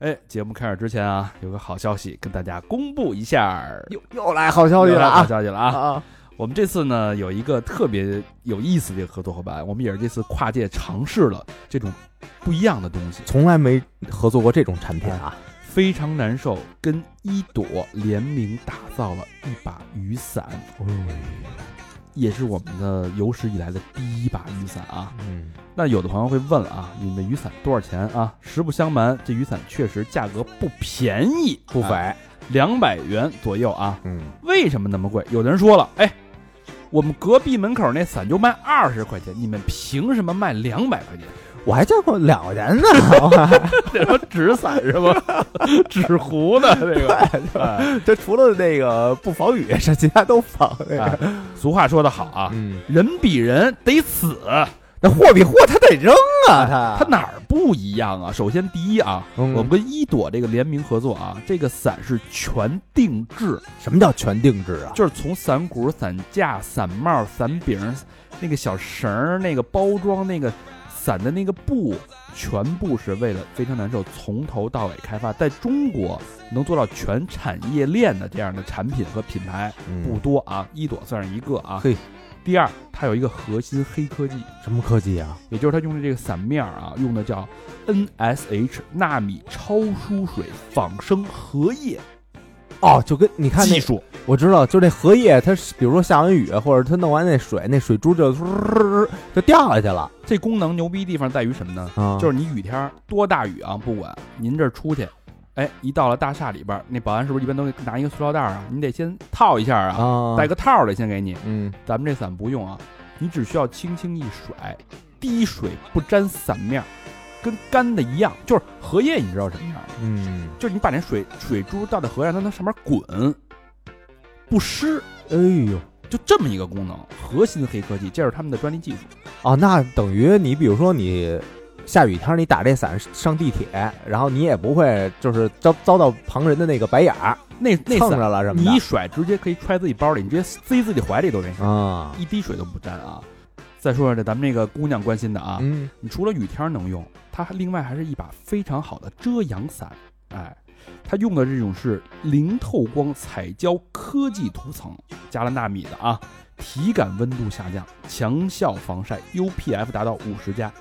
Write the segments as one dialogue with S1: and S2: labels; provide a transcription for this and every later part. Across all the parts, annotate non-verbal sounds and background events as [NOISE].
S1: 哎，节目开始之前啊，有个好消息跟大家公布一下儿，
S2: 又又来好消息
S1: 有
S2: 了
S1: 好
S2: 啊
S1: 消息了
S2: 啊
S1: 啊！
S2: 啊！
S1: 我们这次呢有一个特别有意思的合作伙伴，我们也是这次跨界尝试了这种不一样的东西，
S2: 从来没合作过这种产品啊，
S1: 非常难受，跟一朵联名打造了一把雨伞，
S2: 哦
S1: 也是我们的有史以来的第一把雨伞啊！
S2: 嗯，
S1: 那有的朋友会问了啊，你们雨伞多少钱啊？实不相瞒，这雨伞确实价格不便宜，
S2: 不
S1: 哎
S2: 菲，
S1: 两百元左右啊。
S2: 嗯，
S1: 为什么那么贵？有的人说了，哎，我们隔壁门口那伞就卖二十块钱，你们凭什么卖两百块钱？
S2: 我还见过两块钱呢，
S1: [LAUGHS] 这说纸伞是吧？ [LAUGHS] 纸糊的这个， [LAUGHS] 哎
S2: [LAUGHS] 这除了那个不防雨，这其他都防。那个
S1: 哎俗话说得好啊，
S2: 嗯，
S1: 人比人得死，
S2: 那货比货他得扔啊，他
S1: 它哪儿不一样啊？首先第一啊，
S2: 嗯
S1: 我们跟一朵这个联名合作啊，这个伞是全定制，
S2: 什么叫全定制啊？
S1: 就是从伞骨、伞架、伞帽、伞柄、那个小绳儿、那个包装、那个伞的那个布，全部是为了非常难受从头到尾开发。在中国能做到全产业链的这样的产品和品牌不
S2: 嗯，
S1: 多啊，一朵算是一个啊。
S2: 嘿，
S1: 第二，它有一个核心黑科技，
S2: 什么科技啊？
S1: 也就是它用的这个伞面儿啊，用的叫 NSH 纳米超疏水仿生荷叶
S2: 哦，就跟你看那
S1: 技术。
S2: 我知道，就那荷叶，它是比如说下完雨，或者它弄完那水，那水珠就就掉下去了
S1: 这功能牛逼地方在于什么呢？
S2: 啊。
S1: 就是你雨天儿多大雨啊，不管您这儿出去，哎，一到了大厦里边儿，那保安是不是一般都会拿一个塑料袋儿啊？你得先套一下啊，
S2: 啊，
S1: 带个套儿的先给你。
S2: 嗯，
S1: 咱们这伞不用啊，你只需要轻轻一甩，滴水不沾伞面儿，跟干的一样。就是荷叶，你知道什么样吗？
S2: 嗯，
S1: 就是你把那水水珠倒在荷叶上，让它上面滚，不湿，
S2: 哎呦，
S1: 就这么一个功能，核心黑科技，这是他们的专利技术。
S2: 哦，那等于你比如说你下雨天儿你打这伞上地铁，然后你也不会就是遭遭到旁人的那个白眼儿，
S1: 那那
S2: 蹭
S1: 伞
S2: 着了什么
S1: 你一
S2: 的
S1: 甩，直接可以揣自己包里，你直接塞自己怀里都没事，
S2: 啊，
S1: 一滴水都不沾啊。再说说这咱们这个姑娘关心的啊，
S2: 嗯，
S1: 你除了雨天能用，它另外还是一把非常好的遮阳伞，哎，它用的这种是零透光彩胶科技涂层，加了纳米的啊，体感温度下降，强效防晒，UPF 达到五十加，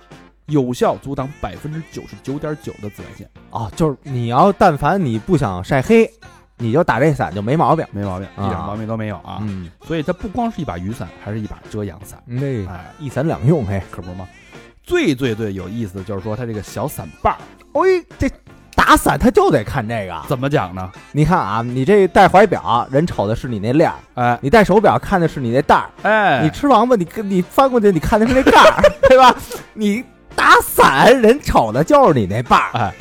S1: 有效阻挡百分之九十九点九的紫外线，
S2: 哦，就是你要但凡你不想晒黑，你就打这伞就没毛病
S1: 没毛病，一
S2: 啊
S1: 点毛病都没有啊。
S2: 嗯，
S1: 所以它不光是一把雨伞，还是一把遮阳伞，
S2: 那
S1: 哎，
S2: 一伞两用嘿，
S1: 可不是吗？最最最有意思的就是说，它这个小伞把儿
S2: 哎，这打伞他就得看这个，
S1: 怎么讲呢？
S2: 你看啊，你这戴怀表人瞅的是你那链儿，
S1: 哎
S2: 你戴手表看的是你那带儿。
S1: 哎，
S2: 你吃王八，你跟你翻过去，你看的是那
S1: [LAUGHS]
S2: 盖儿，对吧？你打伞，人瞅的就是你那把
S1: 啊
S2: 儿。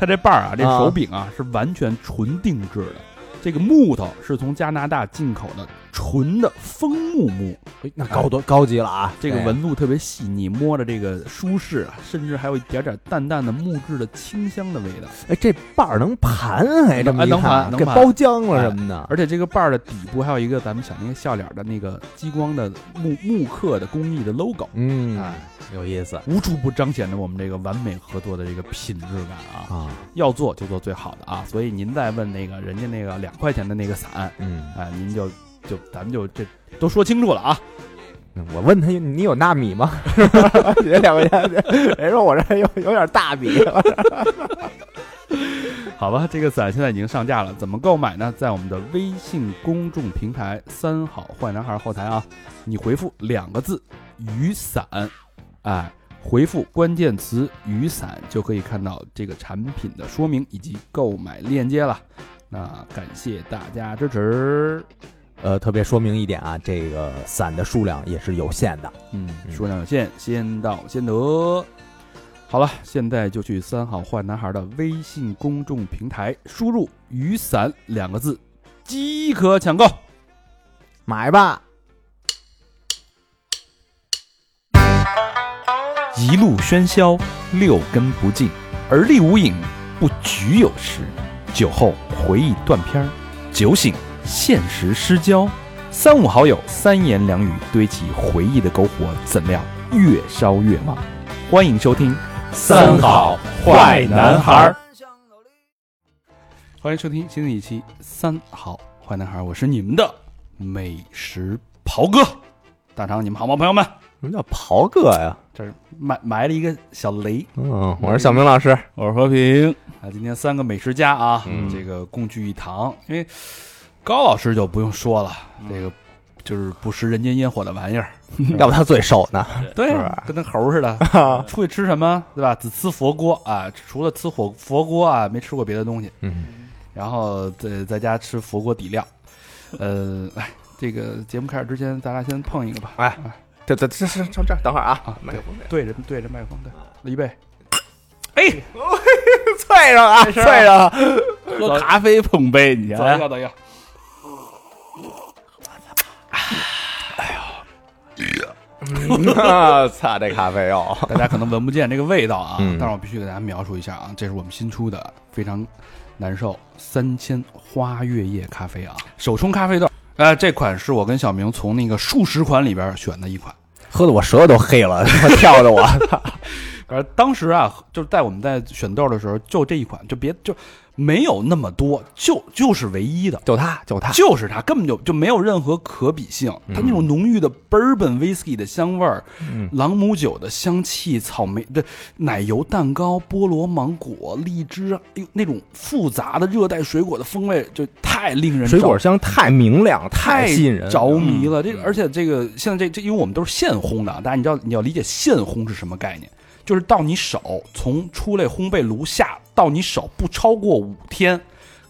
S1: 它这把儿啊，这
S2: 啊
S1: 手柄啊是完全纯定制的，这个木头是从加拿大进口的纯的枫木木，
S2: 哎
S1: 哎
S2: 那高多高级了啊！
S1: 这个纹路特别细腻，摸着这个舒适啊，甚至还有一点点淡淡的木质的清香的味道。
S2: 哎，这把儿能盘哎，这么一
S1: 能
S2: 看啊
S1: 盘能
S2: 给
S1: 盘哎
S2: 包浆了什么的。
S1: 而且这个把儿的底部还有一个咱们小那个笑脸的那个激光的木木刻的工艺的 logo，
S2: 嗯
S1: 哎，
S2: 有意思
S1: 无处不彰显着我们这个完美合作的这个品质感啊！
S2: 啊。
S1: 要做就做最好的啊！所以您再问那个人家那个两块钱的那个伞，
S2: 嗯，
S1: 啊，您就就咱们就这都说清楚了啊。
S2: 我问他你有纳米吗？ [LAUGHS] 你这两块钱，人说我这有有点大米。 [LAUGHS]
S1: 好吧，这个伞现在已经上架了，怎么购买呢？在我们的微信公众平台“三好坏男孩”后台啊，你回复两个字“雨伞”，哎，回复关键词“雨伞”就可以看到这个产品的说明以及购买链接了。那感谢大家支持，
S2: 呃，特别说明一点啊，这个伞的数量也是有限的。
S1: 嗯，
S2: 嗯
S1: 数量有限，先到先得。好了，现在就去三好坏男孩的微信公众平台输入“雨伞”两个字，即可抢购。
S2: 买吧，
S3: 一路喧嚣，六根不净，而立无影，不局有时。酒后回忆断片儿，酒醒现实失焦。三五好友，三言两语堆起回忆的篝火，怎料越烧越旺。欢迎收听《
S2: 三好坏男孩儿》。
S1: 欢迎收听新的一期《三好坏男孩》，我是你们的美食袍哥，大肠，你们好吗，朋友们？
S2: 什么叫袍哥呀？
S1: 这是埋埋了一个小雷，
S2: 嗯，我是小明老师。
S1: 我是和平啊，今天三个美食家啊，
S2: 嗯
S1: 这个共聚一堂，因为高老师就不用说了，这个就是不食人间烟火的玩意儿，
S2: 要不他最瘦呢？
S1: 对
S2: 是
S1: 啊
S2: 吧，
S1: 跟那猴似的，出去吃什么，对吧？只吃佛锅啊，除了吃火佛锅啊，没吃过别的东西，
S2: 嗯，
S1: [LAUGHS] 然后在在家吃佛锅底料，呃，哎，这个节目开始之前，咱俩先碰一个吧，
S2: 哎，这这这这这这，等会儿啊，
S1: 啊
S2: 麦克风这
S1: 对着对着麦克风，对，预备，
S2: 脆上啊，脆上啊，
S1: 喝咖啡碰杯，你
S3: 啊
S1: 等一下，等一下。
S2: 我操，嗯这咖啡哦，
S1: 大家可能闻不见这个味道啊，
S2: 嗯
S1: 但是我必须给大家描述一下啊，这是我们新出的非常难受三千花月夜咖啡啊，手冲咖啡豆。呃，这款是我跟小明从那个数十款里边选的一款。
S2: 喝的我舌头都黑了， [LAUGHS] 跳的我，
S1: 而当时啊，就是在我们在选豆的时候，就这一款，就别就没有那么多，就就是唯一的，
S2: 就他，就他，
S1: 就是它，根本就就没有任何可比性。它那种浓郁的 bourbon whiskey 的香味儿，
S2: 嗯
S1: 朗姆酒的香气，草莓的奶油蛋糕，菠萝、芒果、荔枝，哎呦，那种复杂的热带水果的风味，就太令人
S2: [LAUGHS] 水
S1: 着
S2: 果香太明亮，太吸引人，
S1: 着迷了。这而且这个现在这这，因为我们都是现烘的啊，大家你知道你要理解现烘是什么概念，就是到你手从出来烘焙炉下到你手不超过五天。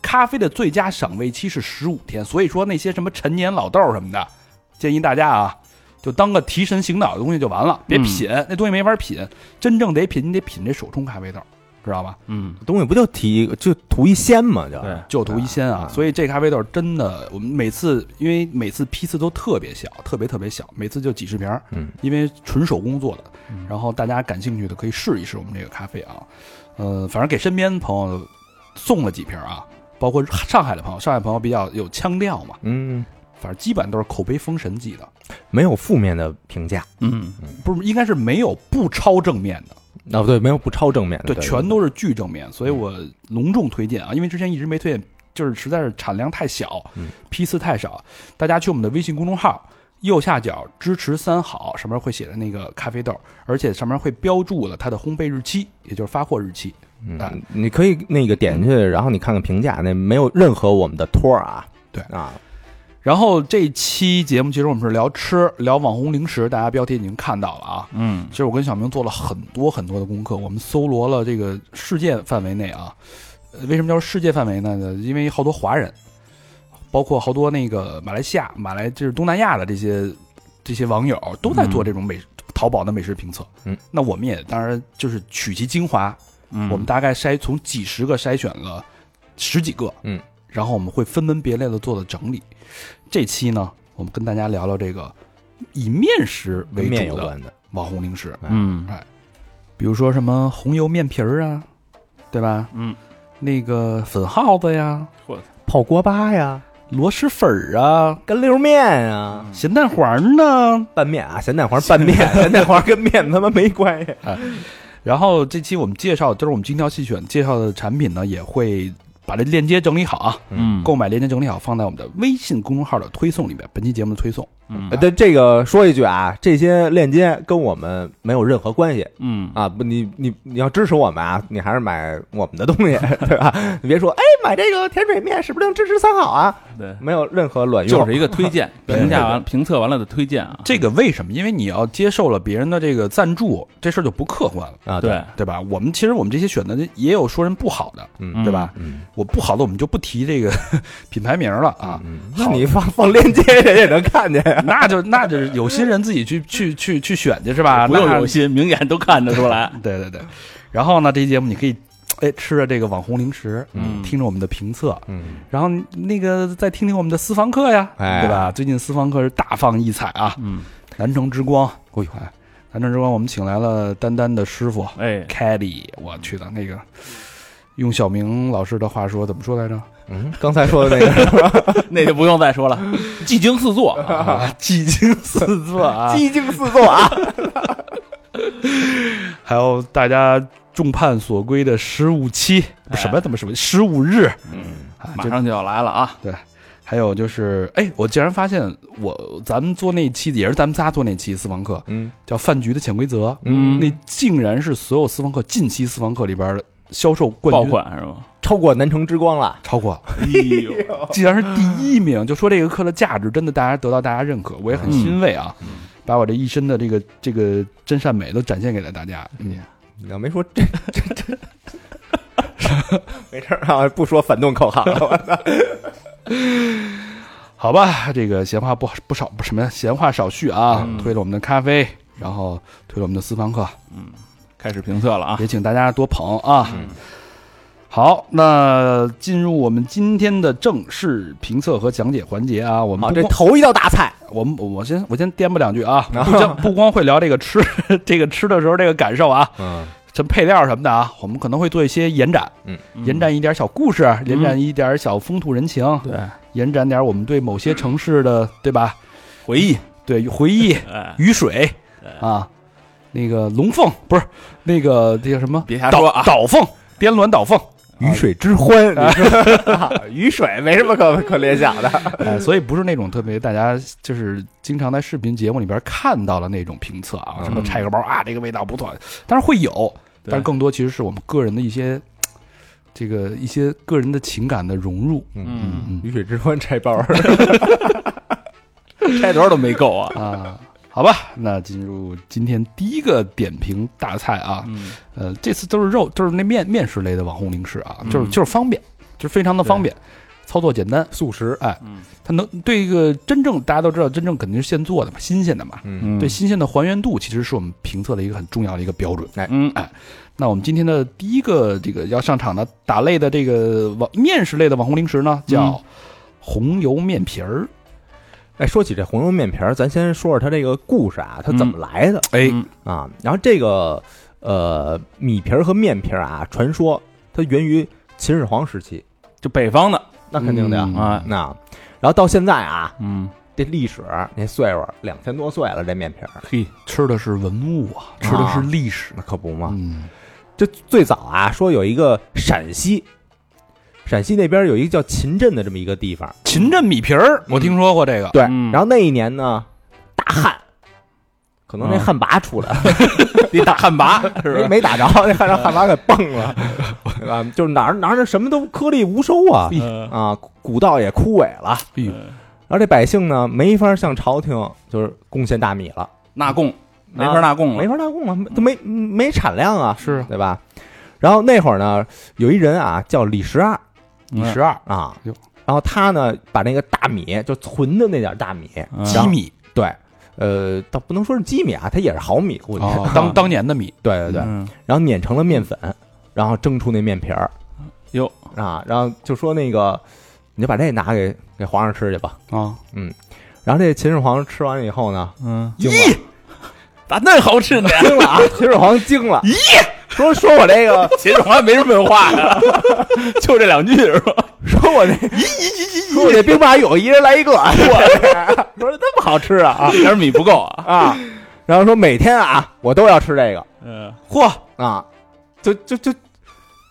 S1: 咖啡的最佳赏味期是十五天，所以说那些什么陈年老豆什么的，建议大家啊，就当个提神醒脑的东西就完了，别
S3: 嗯
S1: 品、那东西没法品，真正得品你得品这手冲咖啡豆，知道吧？
S3: 嗯，
S2: 东西不就提就图一鲜嘛，就
S3: 对，
S1: 就图一鲜
S2: 啊
S1: 啊，所以这咖啡豆真的，我们每次因为每次批次都特别小，特别特别小，每次就几十瓶儿，
S2: 嗯，
S1: 因为纯手工做的。然后大家感兴趣的可以试一试我们这个咖啡啊，呃，反正给身边朋友送了几瓶儿啊，包括上海的朋友，上海朋友比较有腔调嘛，
S2: 嗯，
S1: 反正基本都是口碑封神级的，
S2: 没有负面的评价，
S3: 嗯，
S1: 不是应该是没有不超正面的，
S2: 啊，不对，没有不超正面的，
S1: 对，嗯全都是巨正面，所以我隆重推荐啊，因为之前一直没推荐，就是实在是产量太小
S2: 嗯，
S1: 批次太少，大家去我们的微信公众号。右下角支持三好上面会写的那个咖啡豆，而且上面会标注了它的烘焙日期，也就是发货日期。
S2: 嗯，你可以那个点进去，然后你看看评价，那没有任何我们的托儿啊。
S1: 对
S2: 啊，
S1: 然后这期节目其实我们是聊吃，聊网红零食，大家标题已经看到了啊。
S3: 嗯，
S1: 其实我跟小明做了很多很多的功课，我们搜罗了这个世界范围内啊。呃为什么叫世界范围呢？因为好多华人，包括好多那个马来西亚、马来就是东南亚的这些这些网友都在做这种美、淘宝的美食评测。
S2: 嗯，
S1: 那我们也当然就是取其精华，
S3: 嗯
S1: 我们大概筛从几十个筛选了十几个，
S2: 嗯，
S1: 然后我们会分门别类的做了整理。这期呢，我们跟大家聊聊这个以面食
S2: 跟
S1: 为主
S2: 面有
S1: 的
S2: 关的，
S1: 网红零食，哎
S3: 嗯
S1: 比如说什么红油面皮儿啊，对吧？
S3: 嗯，
S1: 那个粉耗子呀，
S2: 泡锅巴呀，
S1: 螺蛳粉儿啊，
S2: 干溜面啊，
S1: 咸蛋黄呢。
S2: 拌面啊，咸蛋黄拌面，咸蛋黄跟面他妈没关系。
S1: 然后这期我们介绍，就是我们精挑细选介绍的产品呢，也会把这链接整理好啊，
S3: 嗯，
S1: 购买链接整理好放在我们的微信公众号的推送里面，本期节目的推送。啊
S3: 嗯
S2: 呃对这个说一句啊，这些链接跟我们没有任何关系
S3: 嗯
S2: 啊！不，你你你要支持我们啊，你还是买我们的东西，对吧？你别说，哎，买这个甜水面是不是能支持三好啊？
S3: 对，
S2: 没有任何卵用，
S3: [LAUGHS] 就是一个推 [LAUGHS] 荐，
S1: 对
S3: 评价完评测完了的推荐啊，
S1: 这个为什么？因为你要接受了别人的这个赞助，这事儿就不客观了，
S2: 啊，
S3: 对，
S1: 对吧？我们其实我们这些选的也有说人不好的，
S2: 嗯
S1: 对吧？
S2: 嗯
S1: 我不好的我们就不提这个 [LAUGHS] 品牌名了啊，
S2: 嗯，那你放放链接，人也能看见
S3: 嗯
S2: 呀。
S1: 那就那就是有心人自己去 [LAUGHS] 去去去选去是吧？
S3: 不用
S1: 那
S3: 有心，明眼都看得出来。
S1: 对对对。然后呢，这期节目你可以哎吃着这个网红零食，
S3: [LAUGHS] 嗯
S1: 听着我们的评测，
S2: 嗯，
S1: 然后那个再听听我们的私房课呀，
S2: 哎
S1: 对吧？最近私房课是大放异彩啊，
S3: 嗯，
S1: 南城之光，哎呦，哎南城之光我们请来了丹丹的师傅。
S3: 哎，
S1: Caddy，我去的那
S3: 嗯
S1: 个，用小明老师的话说，怎么说来着？
S3: 啊
S2: 嗯，刚才说的那个
S3: [LAUGHS] 那就不用再说了， [LAUGHS] 技惊四 [LAUGHS] 座啊，
S1: 啊，技惊四
S3: [LAUGHS]
S1: 座啊！
S2: 激情四座啊，
S1: 还有大家众叛所归的十五期，
S3: 哎
S1: 什么怎么什么十五日
S3: 嗯，
S1: 啊，
S3: 马
S1: 这
S3: 上就要来了啊！
S1: 还有就是，哎，我竟然发现我咱们做那期也是咱们仨做那期私房课，
S2: 嗯
S1: 叫《饭局的潜规则》，
S3: [LAUGHS] 嗯
S1: 那竟然是所有私房课近期私房课里边的销售冠
S3: 爆
S1: 军，
S3: 款是吗？
S2: 超过南城之光了。
S3: [LAUGHS]
S1: 超过，
S3: 哎呦，
S1: 竟然是第一名，就说这个课的价值真的大家得到大家认可，我
S3: 嗯
S1: 也很欣慰啊，把我这一身的这个这个真善美都展现给了大家。
S2: 嗯，你要没说这这这， [LAUGHS] 没事儿啊，不说反动口号了。
S1: 好吧，这个闲话不不少不什么呀闲话少叙啊，
S3: 嗯
S1: 推了我们的咖啡，然后推了我们的私房课，
S3: 开始评测了啊！
S1: 也请大家多捧啊。
S3: 嗯
S1: 好，那进入我们今天的正式评测和讲解环节啊，我们
S2: 好，
S1: 不
S2: 这
S1: 光
S2: 头一道大菜，
S1: 我们我先我先颠吧两句啊，
S2: 啊
S1: 不光不光会聊这个吃 [LAUGHS] 这个吃的时候这个感受啊，
S2: 嗯，
S1: 什么配料什么的啊，我们可能会做一些延展，延展一点小故事，延展一点小风土人情，
S3: [LAUGHS] 对
S1: 延展点我们对某些城市的对吧？
S3: 回忆，
S1: 对回忆
S3: 哎，
S1: 雨水啊，那个龙凤不是那个这叫什么
S3: 别瞎
S1: 岛
S3: 说啊！[LAUGHS]
S1: 岛凤滇滦岛凤，
S2: 鱼水之欢，你说啊
S3: [LAUGHS]
S2: 鱼水没什么可可联想的。
S1: 哎，所以不是那种特别大家就是经常在视频节目里边看到的那种评测啊，
S2: 嗯
S1: 什么拆个包啊，这个味道不错，当然会有，
S3: 对
S1: 但是更多其实是我们个人的一些这个一些个人的情感的融入。
S3: 嗯，
S1: 嗯
S2: 鱼水之欢拆
S3: [LAUGHS]
S2: 包儿，
S3: 拆多少都没够 [LAUGHS] 啊！
S1: 啊，好吧，那进入今天第一个点评大菜啊，
S3: 嗯，
S1: 呃，这次都是肉，就是那面面食类的网红零食啊，
S3: 嗯
S1: 就是就是方便，就是非常的方便，操作简单。
S2: 素食。
S1: 哎
S3: 嗯，
S1: 它能对一个真正大家都知道，真正肯定是现做的嘛，新鲜的嘛，
S3: 嗯
S2: 嗯，
S1: 对，新鲜的还原度其实是我们评测的一个很重要的一个标准。
S3: 嗯，
S1: 那我们今天的第一个这个要上场的打类的这个网面食类的网红零食呢，叫红油面皮儿。
S2: 哎，说起这红油面皮儿，咱先说说它这个故事啊，它怎么来的
S1: 哎
S3: 嗯
S2: 啊？然后这个呃，米皮儿和面皮儿啊，传说它源于秦始皇时期，
S3: 就北方的
S2: 那肯定的呀。
S1: 嗯
S3: 啊，
S2: 那然后到现在啊，
S3: 嗯，
S2: 这历史那岁数两千多岁了，这面皮儿
S3: 嘿，
S1: 吃的是文物啊，吃的是历史。
S2: 那可不嘛。
S1: 嗯，
S2: 这最早啊，说有一个陕西，陕西那边有一个叫秦镇的这么一个地方，
S1: 秦镇米皮儿，我听说过这个。
S2: 对。
S3: 嗯
S2: 然后那一年呢，大旱，可能那
S3: 嗯
S2: 旱魃出来了，
S3: 你打旱 [LAUGHS] 魃 [LAUGHS] 是
S2: 没
S3: 吧？
S2: 没打着，那旱让旱魃给崩
S3: [LAUGHS]
S2: 了，对吧？就是哪儿哪儿的什么都颗粒无收啊
S3: 呃
S2: 啊，古道也枯萎了。
S1: 哎呦，
S2: 然后这百姓呢，没法向朝廷就是贡献大米了，
S3: 纳贡没法纳贡了，
S2: 没法纳贡了，没都没没产量啊，
S1: 是
S2: 对吧？然后那会儿呢，有一人啊叫李十二
S1: 米
S3: 嗯
S1: 十二
S2: 啊
S1: 哟，
S2: 然后他呢把那个大米就存的那点大米，
S3: 嗯
S1: 几米
S2: 对，呃，倒不能说是机米啊，它也是毫米，估计是、
S1: 哦，当当年的米，
S2: 对对对，
S3: 嗯
S2: 然后碾成了面粉，然后蒸出那面皮儿
S3: 哟
S2: 啊，然后就说那个你就把这拿给给皇上吃去吧。
S1: 啊，
S2: 然后这秦始皇吃完以后呢，
S3: 嗯，
S2: 惊了
S3: 咦，咋那好吃 [LAUGHS] 呢？
S2: 惊了啊！ [LAUGHS] 秦始皇惊了，咦，说说我这个，
S3: 秦始皇没什么文化呀，就这两句是吧？
S2: 说我这，说我这兵马俑一人来一个，我 [LAUGHS] 说这么好吃啊啊
S3: 点米不够啊。
S2: [LAUGHS] 啊！然后说每天啊，我都要吃这个
S3: 嗯，
S1: 嚯，
S2: 啊，就就就
S1: 就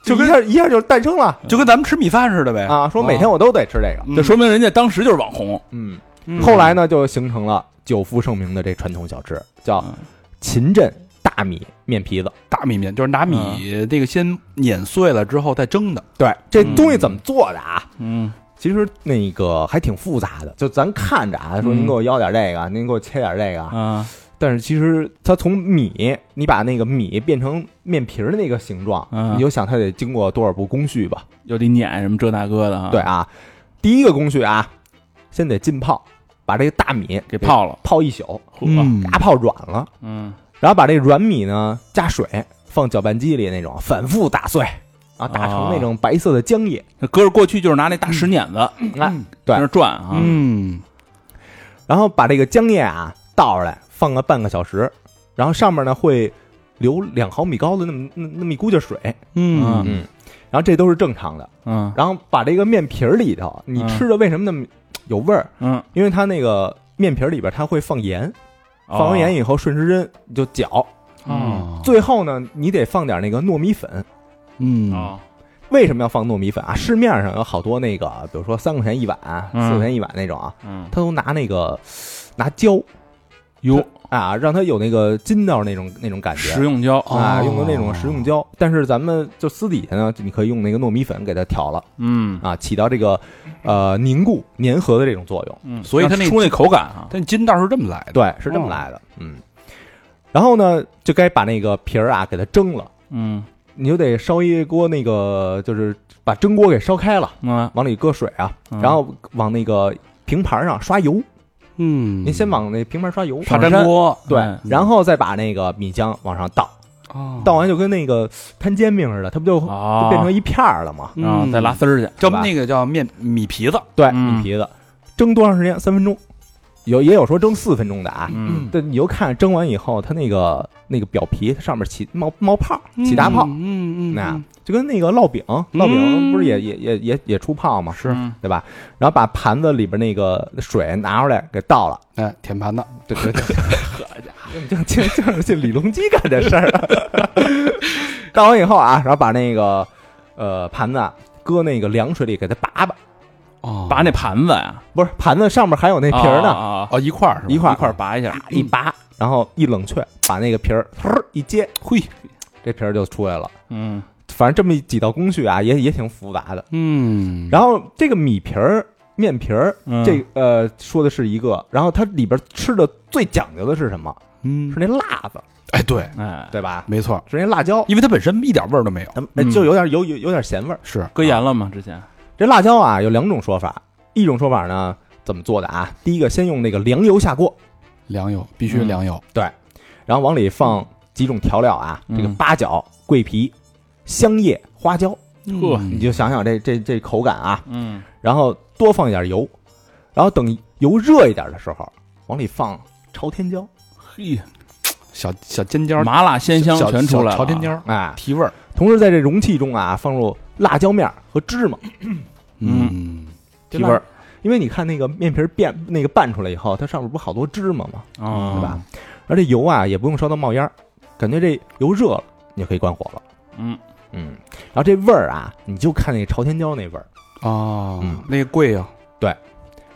S2: 就
S1: 跟
S2: 一下一下就诞生了
S1: 就跟咱们吃米饭似的呗。
S2: 啊！说每天我都得吃这个，
S3: 这说明人家当嗯时就是网红。
S2: 嗯，
S1: 嗯
S2: 后来呢就形成了久负盛名的这传统小吃，叫
S3: 嗯
S2: 秦镇大米面皮子。
S1: 大米面就是拿米这个先碾碎了之后再蒸的，
S2: 对，这
S3: 嗯
S2: 东西怎么做的啊？
S3: 嗯
S2: 其实那个还挺复杂的，就咱看着啊，说您
S3: 嗯
S2: 给我要点这个，您给我切点这个啊，
S3: 啊，
S2: 但是其实它从米，你把那个米变成面皮儿的那个形状，
S3: 嗯
S2: 你就想它得经过多少步工序吧？
S3: 又得撵什么这那个的啊，
S2: 对，啊，第一个工序啊，先得浸泡，把这个大米
S3: 给泡了。
S2: 泡一宿，
S1: 嗯
S2: 嘎泡软了，
S3: 嗯
S2: 然后把这软米呢加水放搅拌机里那种反复打碎。
S3: 哦
S2: 啊，打成那种白色的浆液，
S3: 那搁着过去就是拿那大石碾子
S2: 哎、
S3: 在
S2: 对
S3: 那转啊，
S1: 嗯，
S2: 然后把这个浆液啊倒出来，放个半个小时，然后上面呢会流两毫米高的那么那那么一股劲儿水，
S1: 嗯
S2: 嗯，然后这都是正常的。
S3: 嗯
S2: 然后把这个面皮儿里头，你
S3: 嗯
S2: 吃的为什么那么有味儿？
S3: 嗯，
S2: 因为它那个面皮儿里边它会放盐，放
S3: 哦
S2: 完盐以后顺时针你就搅，
S3: 嗯
S1: 啊，
S2: 最后呢你得放点那个糯米粉，
S1: 嗯
S3: 哦，
S2: 为什么要放糯米粉啊？市面上有好多那个，比如说三块钱一碗、
S3: 嗯
S2: 四块钱一碗那种啊，
S3: 嗯，
S2: 他都拿那个拿胶
S1: 哟，
S2: 啊，让它有那个筋道那种那种感觉
S3: 食。用胶
S2: 啊，
S1: 哦
S2: 用的那种食用胶，但是咱们就私底下呢，就你可以用那个糯米粉给它调了
S3: 嗯
S2: 啊，起到这个呃凝固粘合的这种作用。
S3: 嗯，所以它那
S1: 出那
S3: 口感啊，
S1: 但筋道是这么来的，
S2: 对，是
S3: 哦
S2: 这么来的，嗯。然后呢，就该把那个皮儿啊给它蒸了，
S3: 嗯
S2: 你就得烧一锅那个，就是把蒸锅给烧开了，
S3: 嗯，
S2: 往里搁水啊，
S3: 嗯
S2: 然后往那个平盘上刷油，
S1: 嗯，
S2: 您先往那平盘刷油，
S3: 怕
S2: 上
S3: 粘
S2: 山，
S3: 锅，
S2: 对
S3: 嗯，
S2: 然后再把那个米浆往上倒，
S1: 哦
S2: 倒完就跟那个摊煎饼似的，它不就就
S3: 啊，
S2: 变成一片儿了吗？
S1: 嗯
S3: 然
S1: 啊
S3: 后再拉丝儿去，
S1: 叫
S2: 是吧
S1: 那个叫面米皮子，
S2: 对，
S3: 嗯
S2: 米皮子，蒸多长时间？三分钟，有也有说蒸四分钟的啊。
S3: 嗯
S2: 对，你就看蒸完以后，它那个那个表皮它上面起冒冒泡，起大泡，
S1: 嗯嗯，
S2: 那就跟那个烙饼，烙饼不是也也也也也出泡吗？
S1: 是
S3: 嗯
S2: 对吧？然后把盘子里边那个水拿出来给倒了，
S1: 哎，舔盘子，
S2: 对对对， [LAUGHS] 就就就就李隆基干这事儿 [LAUGHS] 啊。倒完以后啊，然后把那个呃盘子啊搁那个凉水里给它拔拔，
S1: [LAUGHS] 哦
S3: 拔那盘子呀，
S2: 不是盘子上面还有那皮儿呢，
S3: 呢，
S1: 哦一块儿是吧？
S2: 一块
S3: 一
S2: 儿
S3: 块儿拔一下，
S2: 一拔，然后一冷却，把那个皮儿嗖一揭，
S1: 嘿，
S2: 这皮儿就出来了。
S3: 嗯
S2: 反正这么几道工序啊，也也挺复杂的。
S1: 嗯，
S2: 然后这个米皮儿、面皮儿，
S3: 嗯，
S2: 这呃说的是一个，然后它里边吃的最讲究的是什么？
S1: 嗯
S2: 是，那辣子，
S1: 哎对，
S3: 哎，
S2: 对吧？
S1: 没错，
S2: 是那辣椒，
S1: 因为它本身一点味儿都没有，
S2: 咱们哎
S3: 嗯
S2: 就有点有有有点咸味儿。
S1: 是啊
S3: 搁盐了吗？之前
S2: 这辣椒啊有两种说法，一种说法呢怎么做的啊？第一个先用那个凉油下锅，
S1: 凉油，必须
S3: 嗯
S1: 凉油，
S2: 然后往里放几种调料啊，
S3: 嗯
S2: 这个八角、桂皮、香叶、花椒，
S3: 呵
S1: 嗯
S2: 你就想想这这这口感啊，
S3: 嗯
S2: 然后多放一点油，然后等油热一点的时候，往里放朝天椒，
S3: 嘿，
S1: 小小尖椒，
S3: 麻辣鲜香
S1: 小
S3: 全出来了，啊
S1: 小朝天椒
S2: 哎，
S1: 提味儿，
S2: 同时在这容器中啊放入辣椒面儿和芝麻
S1: 嗯，
S3: 提味儿，
S2: 因为你看那个面皮儿变那个拌出来以后，它上面不好多芝麻吗？
S3: 啊，
S2: 对嗯吧？而这油啊也不用烧到冒烟儿，感觉这油热了，你就可以关火了。
S3: 嗯，
S2: 嗯，然后这味儿啊，你就看那个朝天椒那味儿，
S1: 哦
S2: 嗯，
S1: 那个贵呀，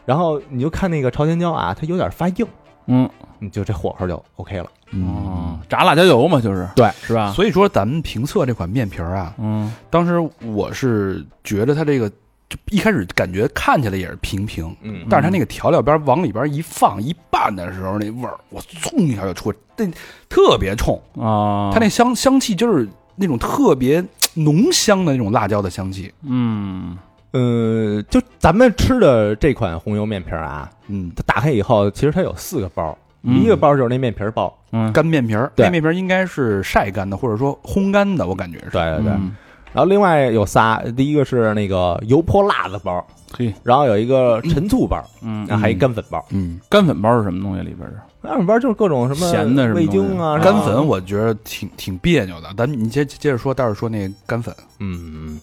S2: 然后你就看那个朝天椒啊，它有点发硬，
S3: 嗯，
S2: 你就这火候就 OK 了。
S3: 哦，炸辣椒油嘛，就是
S2: 对
S3: 是吧？
S1: 所以说咱们评测这款面皮儿啊，
S3: 嗯
S1: 当时我是觉得它这个就一开始感觉看起来也是平平，
S2: 嗯
S1: 但是它那个调料边儿往里边儿一放一拌的时候，那味儿我冲一下就出来，那特别冲，
S3: 啊，
S1: 它那香香气就是那种特别浓香的那种辣椒的香气，
S3: 嗯
S2: 呃，就咱们吃的这款红油面皮儿啊，
S1: 嗯，
S2: 它打开以后，其实它有四个包，
S3: 嗯
S2: 一个包就是那面皮儿包，
S3: 嗯，
S1: 干面皮儿，
S2: 对
S1: 那面皮儿应该是晒干的，或者说烘干的，我感觉是，
S2: 对对对，
S3: 嗯
S2: 然后另外有仨，第一个是那个油泼辣子包，
S3: 嘿，
S2: 然后有一个陈醋包，
S3: 嗯，
S2: 然后还有一干粉包。
S1: 嗯，
S3: 干粉包是什么东西里边儿啊是？
S2: 干粉包就是各种什么
S3: 咸的什么
S2: 味精啊，
S3: 东西
S2: 什
S1: 干
S2: 么
S1: 粉，我觉得挺挺别扭的，咱们你接接着说，待会儿说那干粉，
S2: 嗯，嗯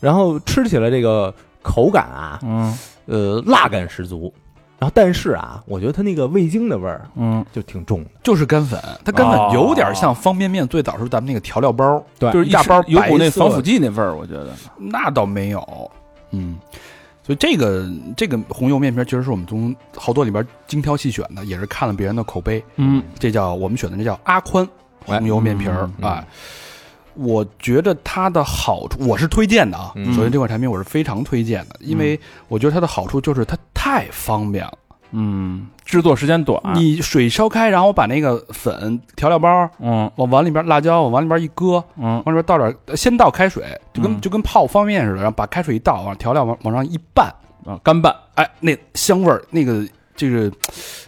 S2: 然后吃起来这个口感啊，
S3: 嗯
S2: 呃，辣感十足。然后但是啊，我觉得它那个味精的味儿
S3: 嗯
S2: 就挺重的，
S1: 就是干粉，它干粉
S3: 哦
S1: 有点像方便面最早时候咱们那个调料包儿，
S2: 对
S1: 就是一大包
S3: 有股那
S1: 白色的
S3: 防腐剂那味儿，我觉得
S1: 那倒没有，嗯，所以这个这个红油面皮儿其实是我们从好多里边精挑细选的，也是看了别人的口碑，
S3: 嗯
S1: 这叫我们选的这叫阿宽红油面皮儿
S3: 嗯
S2: 嗯
S1: 啊。我觉得它的好处，我是推荐的啊。
S2: 嗯
S1: 首先，这款产品我是非常推荐的，因为我觉得它的好处就是它太方便了。
S3: 嗯，制作时间短，
S2: 啊
S1: 你水烧开，然后我把那个粉调料包
S3: 嗯
S1: 往碗里边，辣椒往碗里边一搁，
S3: 嗯
S1: 往里边倒点，呃先倒开水，就跟、
S3: 嗯
S1: 就跟泡方便面似的，然后把开水一倒，往调料往往上一拌，
S3: 啊干拌，
S1: 哎，那香味儿，那个就是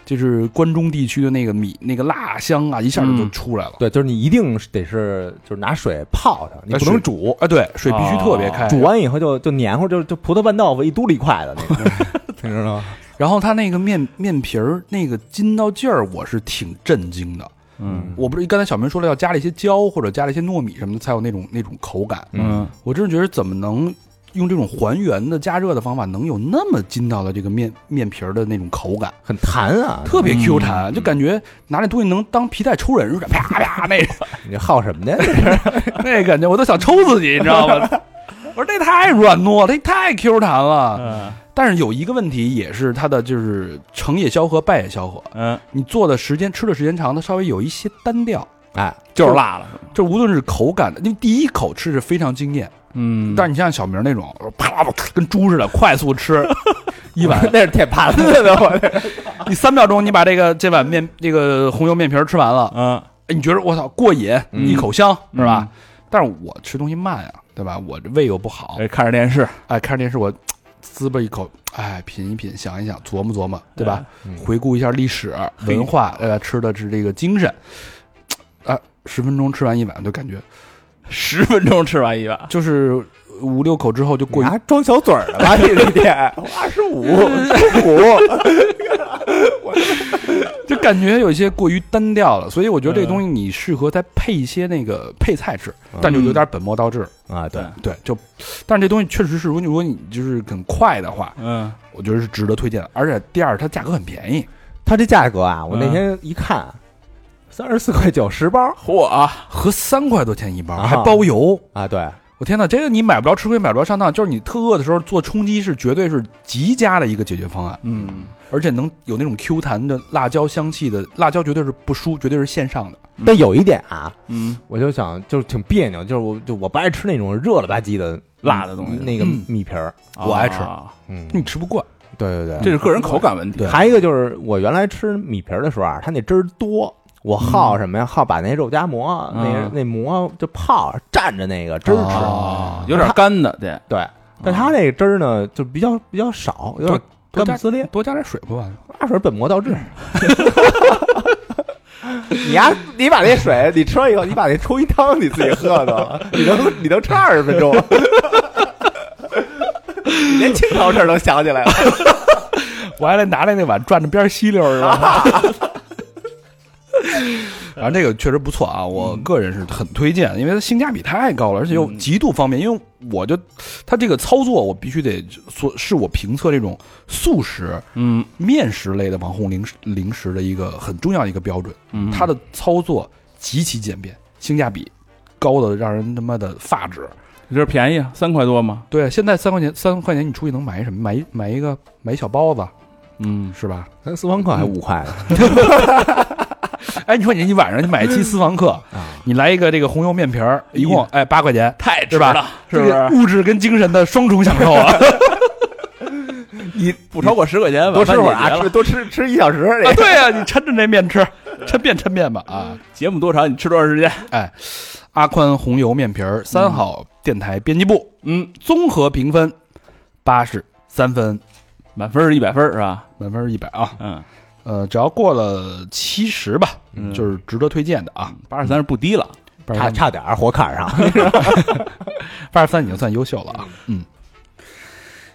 S1: 就是关中地区的那个米那个辣香啊，一下就就
S3: 嗯
S1: 出来了。
S2: 对，就是你一定是得是就是拿水泡它，你不能煮，哦
S1: 啊，对，水必须特别开。
S2: 煮完啊以后就就黏糊，就就葡萄拌豆腐一嘟噜一块的那 [LAUGHS] 种，你知道吗？
S1: 然后它那个面面皮儿那个筋道劲儿，我是挺震惊的。
S3: 嗯
S1: 我不是刚才小明说了，要加了一些椒或者加了一些糯米什么的，才有那种那种口感。
S3: 嗯
S1: 我真是觉得怎么能用这种还原的加热的方法，能有那么筋道的这个面面皮儿的那种口感，
S2: 很弹啊，
S1: 特别
S3: 嗯
S1: Q 弹，就感觉拿那东西能当皮带抽人似的，啪啪那种。
S2: 你这耗什么呢？
S1: 那感觉我都想抽自己，你知道吗？太软糯了，它太 Q 弹了。
S4: 嗯
S1: 但是有一个问题，也是它的就是成也萧何，败也萧何。
S4: 嗯，
S1: 你做的时间吃的时间长，它稍微有一些单调。
S2: 哎，
S1: 就是
S4: 辣了，
S1: 这无论是口感的，因为第一口吃是非常惊艳，
S4: 嗯
S1: 但是你像小明那种，啪啦跟猪似的快速吃一碗，
S2: [LAUGHS] 那是铁盘子的，我这
S1: 你三秒钟你把这个这碗面这个红油面皮儿吃完了，
S4: 嗯
S1: 哎你觉得我操过瘾，
S2: 嗯
S1: 一口香是吧
S4: 嗯？
S1: 但是我吃东西慢呀，对吧？我这胃又不好，
S4: 哎看着电视
S1: 哎，看着电视我嘖滋吧一口，哎，品一品，想一想，琢磨琢磨，对吧？
S2: 嗯
S1: 回顾一下历史
S4: 嘿
S1: 文化，呃，吃的是这个精神，嘖啊，十分钟吃完一碗，就感觉
S4: [LAUGHS] 十分钟吃完一碗，
S1: 就是呃五六口之后就过
S2: 你
S1: 瘾。
S2: 还装小嘴儿呢吧？你这天二十五，五，
S1: [LAUGHS] 就感觉有些过于单调了，所以我觉得这个东西你适合再配一些那
S2: 嗯
S1: 个配菜吃，但就有点本末倒置。
S2: 啊，对，
S1: 对，就，但是这东西确实是，如果你如果你就是很快的话，
S4: 嗯
S1: 我觉得是值得推荐的。而且第二，它价格很便宜，
S2: 它这价格啊，我那天一看，三十四块九十包
S4: 嚯啊，
S1: 合三块多钱一包，
S2: 啊
S1: 还包邮。
S2: 啊，对，
S1: 我天哪，这个你买不着吃亏，买不着上当，就是你特饿的时候做冲击是绝对是极佳的一个解决方案，
S4: 嗯，
S1: 而且能有那种 Q 弹的辣椒香气的，辣椒绝对是不输，绝对是线上的。
S2: 但有一点啊，
S4: 嗯
S2: 我就想就是挺别扭，就是我就我不爱吃那种热了吧唧的
S4: 辣的东西
S2: 那个
S1: 嗯
S2: 米皮儿，
S1: 我爱吃
S4: 啊
S2: 嗯，
S1: 你吃不惯，
S2: 对对
S4: 这
S2: 对，
S4: 是个人口感问题。
S2: 还有一个就是我原来吃米皮儿的时候啊，它那汁儿多。我好什么呀？好把那肉夹馍，那
S4: 嗯
S2: 那馍就泡蘸着那个汁儿吃。
S1: 哦
S4: 有点干的，对，
S2: 对，嗯但它那个汁儿呢，就比较比较少，有点
S1: 多
S2: 干
S1: 加
S2: 不撕裂。
S1: 多加点水不完了吗？
S2: 那水本末倒置。 [LAUGHS] 你呀、你把那水，你吃完以后，你把那冲一汤你自己喝的，你能你能吃二十分钟， [LAUGHS] 你连清朝事儿都想起来了。
S1: 我还得拿来那碗转着边儿吸溜是吧？反正这个确实不错啊，我个人是很推荐，因为它性价比太高了，而且又极度方便。因为我就它这个操作，我必须得所是我评测这种素食、
S4: 嗯
S1: 面食类的网红零食零食的一个很重要的一个标准。
S4: 嗯
S1: 它的操作极其简便，性价比高的让人他妈的发指。
S4: 你这便宜啊，三块多嘛，
S1: 对，现在三块钱，三块钱你出去能买什么？买一买一个买一小包子
S4: 嗯，
S1: 是吧？
S2: 咱私房课还五块呢，
S1: 哎，你说你你晚上你买一期私房课
S2: 啊，
S1: 你来一个这个红油面皮儿，一共哎八块钱，
S4: [LAUGHS] 太值
S1: 是吧
S4: 了，是
S1: 这
S4: 不
S1: 个
S4: 是？
S1: 物质跟精神的双重享受啊！
S4: 你不超过十块钱，
S2: 多吃会儿
S4: 晚饭
S2: 啊，
S4: 解决
S2: 吃
S4: 了
S2: 多吃吃一小时。
S1: [LAUGHS] 啊对呀、你抻着那面吃，抻面抻面吧啊！
S4: 节目多长，你吃多长时间？
S1: 阿宽红油面皮儿，三好电台编辑部
S4: 嗯，
S1: 综合评分八十三分，
S4: 满分是一百分儿是吧？
S1: 满分一百啊。
S4: 嗯
S1: 呃，只要过了七十吧，
S4: 嗯
S1: 就是值得推荐的啊。
S4: 八十三是不低了，
S2: 差差点儿火坎上，
S1: 八十三已经算优秀了啊。嗯，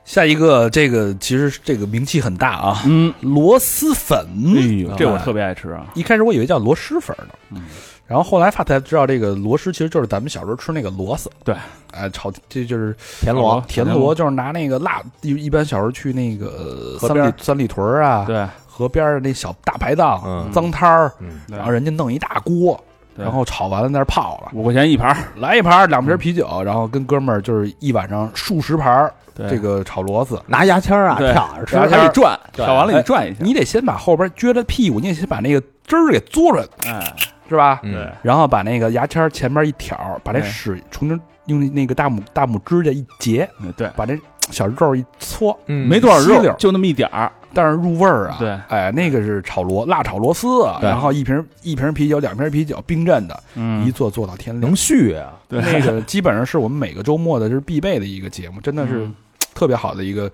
S1: 下一个这个其实这个名气很大啊，
S4: 嗯，
S1: 螺蛳粉，
S4: 哎呦，
S2: 嗯
S4: 这我
S1: 啊
S4: 特别爱吃啊，
S1: 一开始我以为叫螺蛳粉呢，
S4: 嗯，
S1: 然后后来发才知道这个螺蛳其实就是咱们小时候吃那个螺丝，
S4: 对，
S1: 哎，炒这就是
S2: 田螺
S4: 好
S1: 田
S4: 田螺
S1: 螺，就是拿那个辣，一一般小时候去那个呃
S4: 河
S1: 三
S4: 边
S1: 里
S4: 儿
S1: 三里屯儿啊，
S4: 对，
S1: 河边儿那小大排档、
S2: 嗯
S1: 脏摊儿，
S2: 嗯，
S4: 对
S1: 然后人家弄一大锅。
S4: 对
S1: 然后炒完了，那儿泡了，
S4: 五块钱一盘儿，
S1: 来一盘儿两瓶啤酒，然后跟哥们儿就是一晚上数十盘儿
S4: 嗯对
S1: 这个炒螺丝，
S2: 拿牙签儿啊
S4: 对
S2: 挑着吃，
S4: 还得转，
S2: 对
S4: 炒完了你转一下，
S1: 你得先把后边撅着屁股，你得先把那个汁儿给嘬出来，
S4: 哎，
S1: 是吧？
S2: 嗯
S4: 对，
S1: 然后把那个牙签儿前面一挑，把那
S4: 对
S1: 屎从那用那个大拇大拇指甲一截，
S4: 嗯对，
S1: 把那小肉一搓，
S2: 嗯
S4: 没多少
S1: 吸溜
S4: 肉
S1: 儿，
S4: 就那么一点儿，
S1: 但是入味儿啊。
S4: 对
S1: 哎，那个是炒螺辣炒螺丝啊，
S4: 对
S1: 然后一瓶一瓶啤酒，两瓶啤酒，冰镇的，
S4: 嗯
S1: 一做做到天亮。
S2: 能续啊，
S4: 对
S1: 那
S4: [LAUGHS]
S1: 个基本上是我们每个周末的就是必备的一个节目，真的是
S4: 嗯
S1: 特别好的一个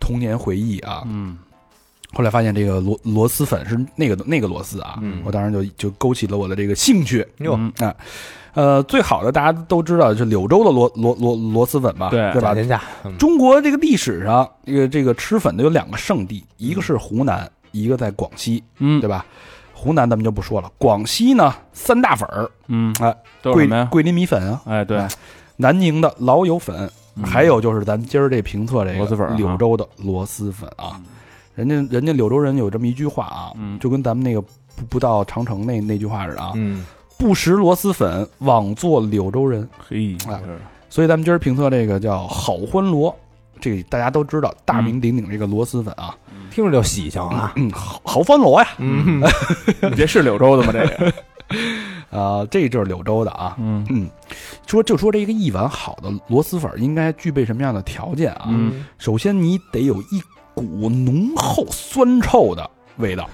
S1: 童年回忆啊。
S4: 嗯，
S1: 后来发现这个螺螺蛳粉是那个那个螺丝啊，
S2: 嗯
S1: 我当时就就勾起了我的这个兴趣。
S2: 哟
S4: 嗯
S1: 呃，最好的大家都知道是柳州的螺螺螺螺蛳粉吧，
S4: 对
S1: 吧
S2: 打？天下，嗯
S1: 中国这个历史上，这个这个吃粉的有两个圣地，一个是湖南，一个在广西，
S4: 嗯
S1: 对吧？湖南咱们就不说了，广西呢三大粉儿，
S4: 嗯，
S1: 哎，
S4: 都是
S1: 桂
S4: 什么呀？
S1: 桂林米粉啊，
S4: 哎，对，
S1: 南宁的老友粉，
S3: 嗯
S1: 还有就是咱们今儿这评测这个
S4: 嗯螺蛳粉啊
S1: 柳州的螺蛳粉啊，人家人家柳州人有这么一句话啊，
S4: 嗯
S1: 就跟咱们那个不不到长城那那句话似的啊，
S2: 嗯，
S1: 不食螺蛳粉，枉做柳州人。
S4: 嘿，
S1: 哎所以咱们今儿评测这个叫好欢螺，这个大家都知道，大名鼎鼎这个螺蛳粉啊，
S2: 听着就喜庆啊。
S1: 嗯，好好欢螺呀，
S2: 嗯，
S3: 这是柳州的吗？这个，
S1: [LAUGHS] 啊，这就是柳州的啊。
S3: 嗯
S1: 嗯，说就说这个一碗好的螺蛳粉儿应该具备什么样的条件啊？
S3: 嗯
S1: 首先你得有一股浓厚酸臭的味道，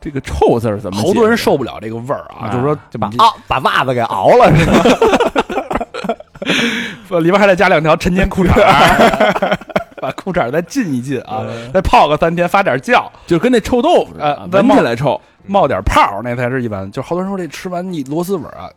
S3: 这个臭字儿怎么解释？
S1: 好多人受不了这个味儿啊，
S3: 啊
S1: 就是说
S2: 就 [LAUGHS] 把
S1: 你
S2: 熬把袜子给熬了是吧？
S1: 呃里边还得加两条晨间裤衩儿，
S3: [LAUGHS]
S1: 把裤衩儿再浸一浸啊，再泡个三天，发点酵，
S3: 嗯就跟那臭豆腐似的啊
S1: 呃，
S3: 闻起来臭。
S1: 冒点泡儿，那才是一碗。就好多人说这吃完你螺蛳粉儿啊，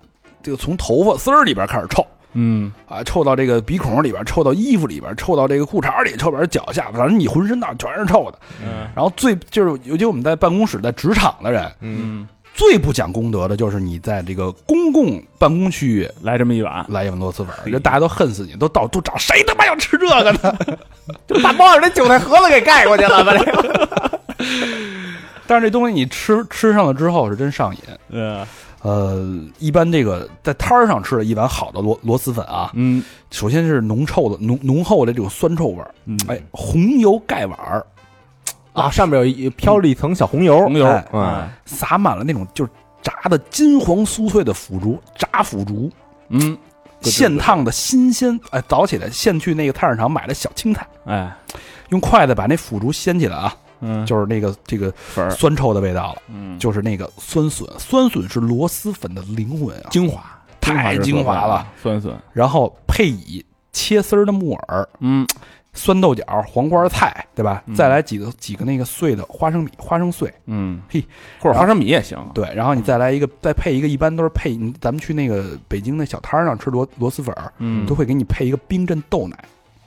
S1: 这个从头发丝儿里边开始臭。
S3: 嗯，
S1: 啊，臭到这个鼻孔里边，臭到衣服里边，臭到这个裤衩里，臭到脚下，反正你浑身那全是臭的。
S2: 嗯
S1: 然后最就是，尤其我们在办公室、在职场的人，
S2: 嗯，
S1: 最不讲公德的就是你在这个公共办公区域
S3: 来这么一碗，
S1: 来一碗螺蛳粉儿，这大家都恨死你，都到处找谁他妈要吃这个呢？
S2: [LAUGHS] 就把猫耳那韭菜盒子给盖过去了，把这个。
S1: [LAUGHS] 但是这东西你吃吃上了之后是真上瘾。
S3: 嗯
S1: 呃，一般这个在摊儿上吃的一碗好的螺螺蛳粉啊，
S3: 嗯
S1: 首先是浓臭的浓浓厚的这种酸臭味儿，
S3: 嗯，
S1: 哎，红油盖碗儿。
S2: [LAUGHS] 啊，上面有一飘着一层小红油，
S3: 红油，
S2: 哎嗯，
S3: 哎
S1: 撒满了那种就是炸的金黄酥脆的腐竹，炸腐竹，
S3: 嗯，对
S1: 现烫的新鲜，哎，早起来现去那个菜市场买的小青菜，
S3: 哎，
S1: 用筷子把那腐竹掀起来啊，
S3: 嗯，
S1: 就是那个这个
S3: 粉儿，
S1: 酸臭的味道了，
S3: 嗯，
S1: 就是那个酸笋，酸笋是螺蛳粉的灵魂啊，
S3: 精华，
S1: 太精华了，
S3: 酸笋，
S1: 然后配以切丝儿的木耳。
S3: 嗯
S1: 酸豆角、黄瓜菜，对吧？
S3: 嗯
S1: 再来几个几个那个碎的花生米、花生碎，
S3: 嗯，
S1: 嘿，
S3: 或者花生米也行，
S1: 对，然后你再来一个，再配一个，一般都是配你咱们去那个北京那小摊儿上吃螺螺蛳粉儿，
S3: 嗯
S1: 都会给你配一个冰镇豆奶。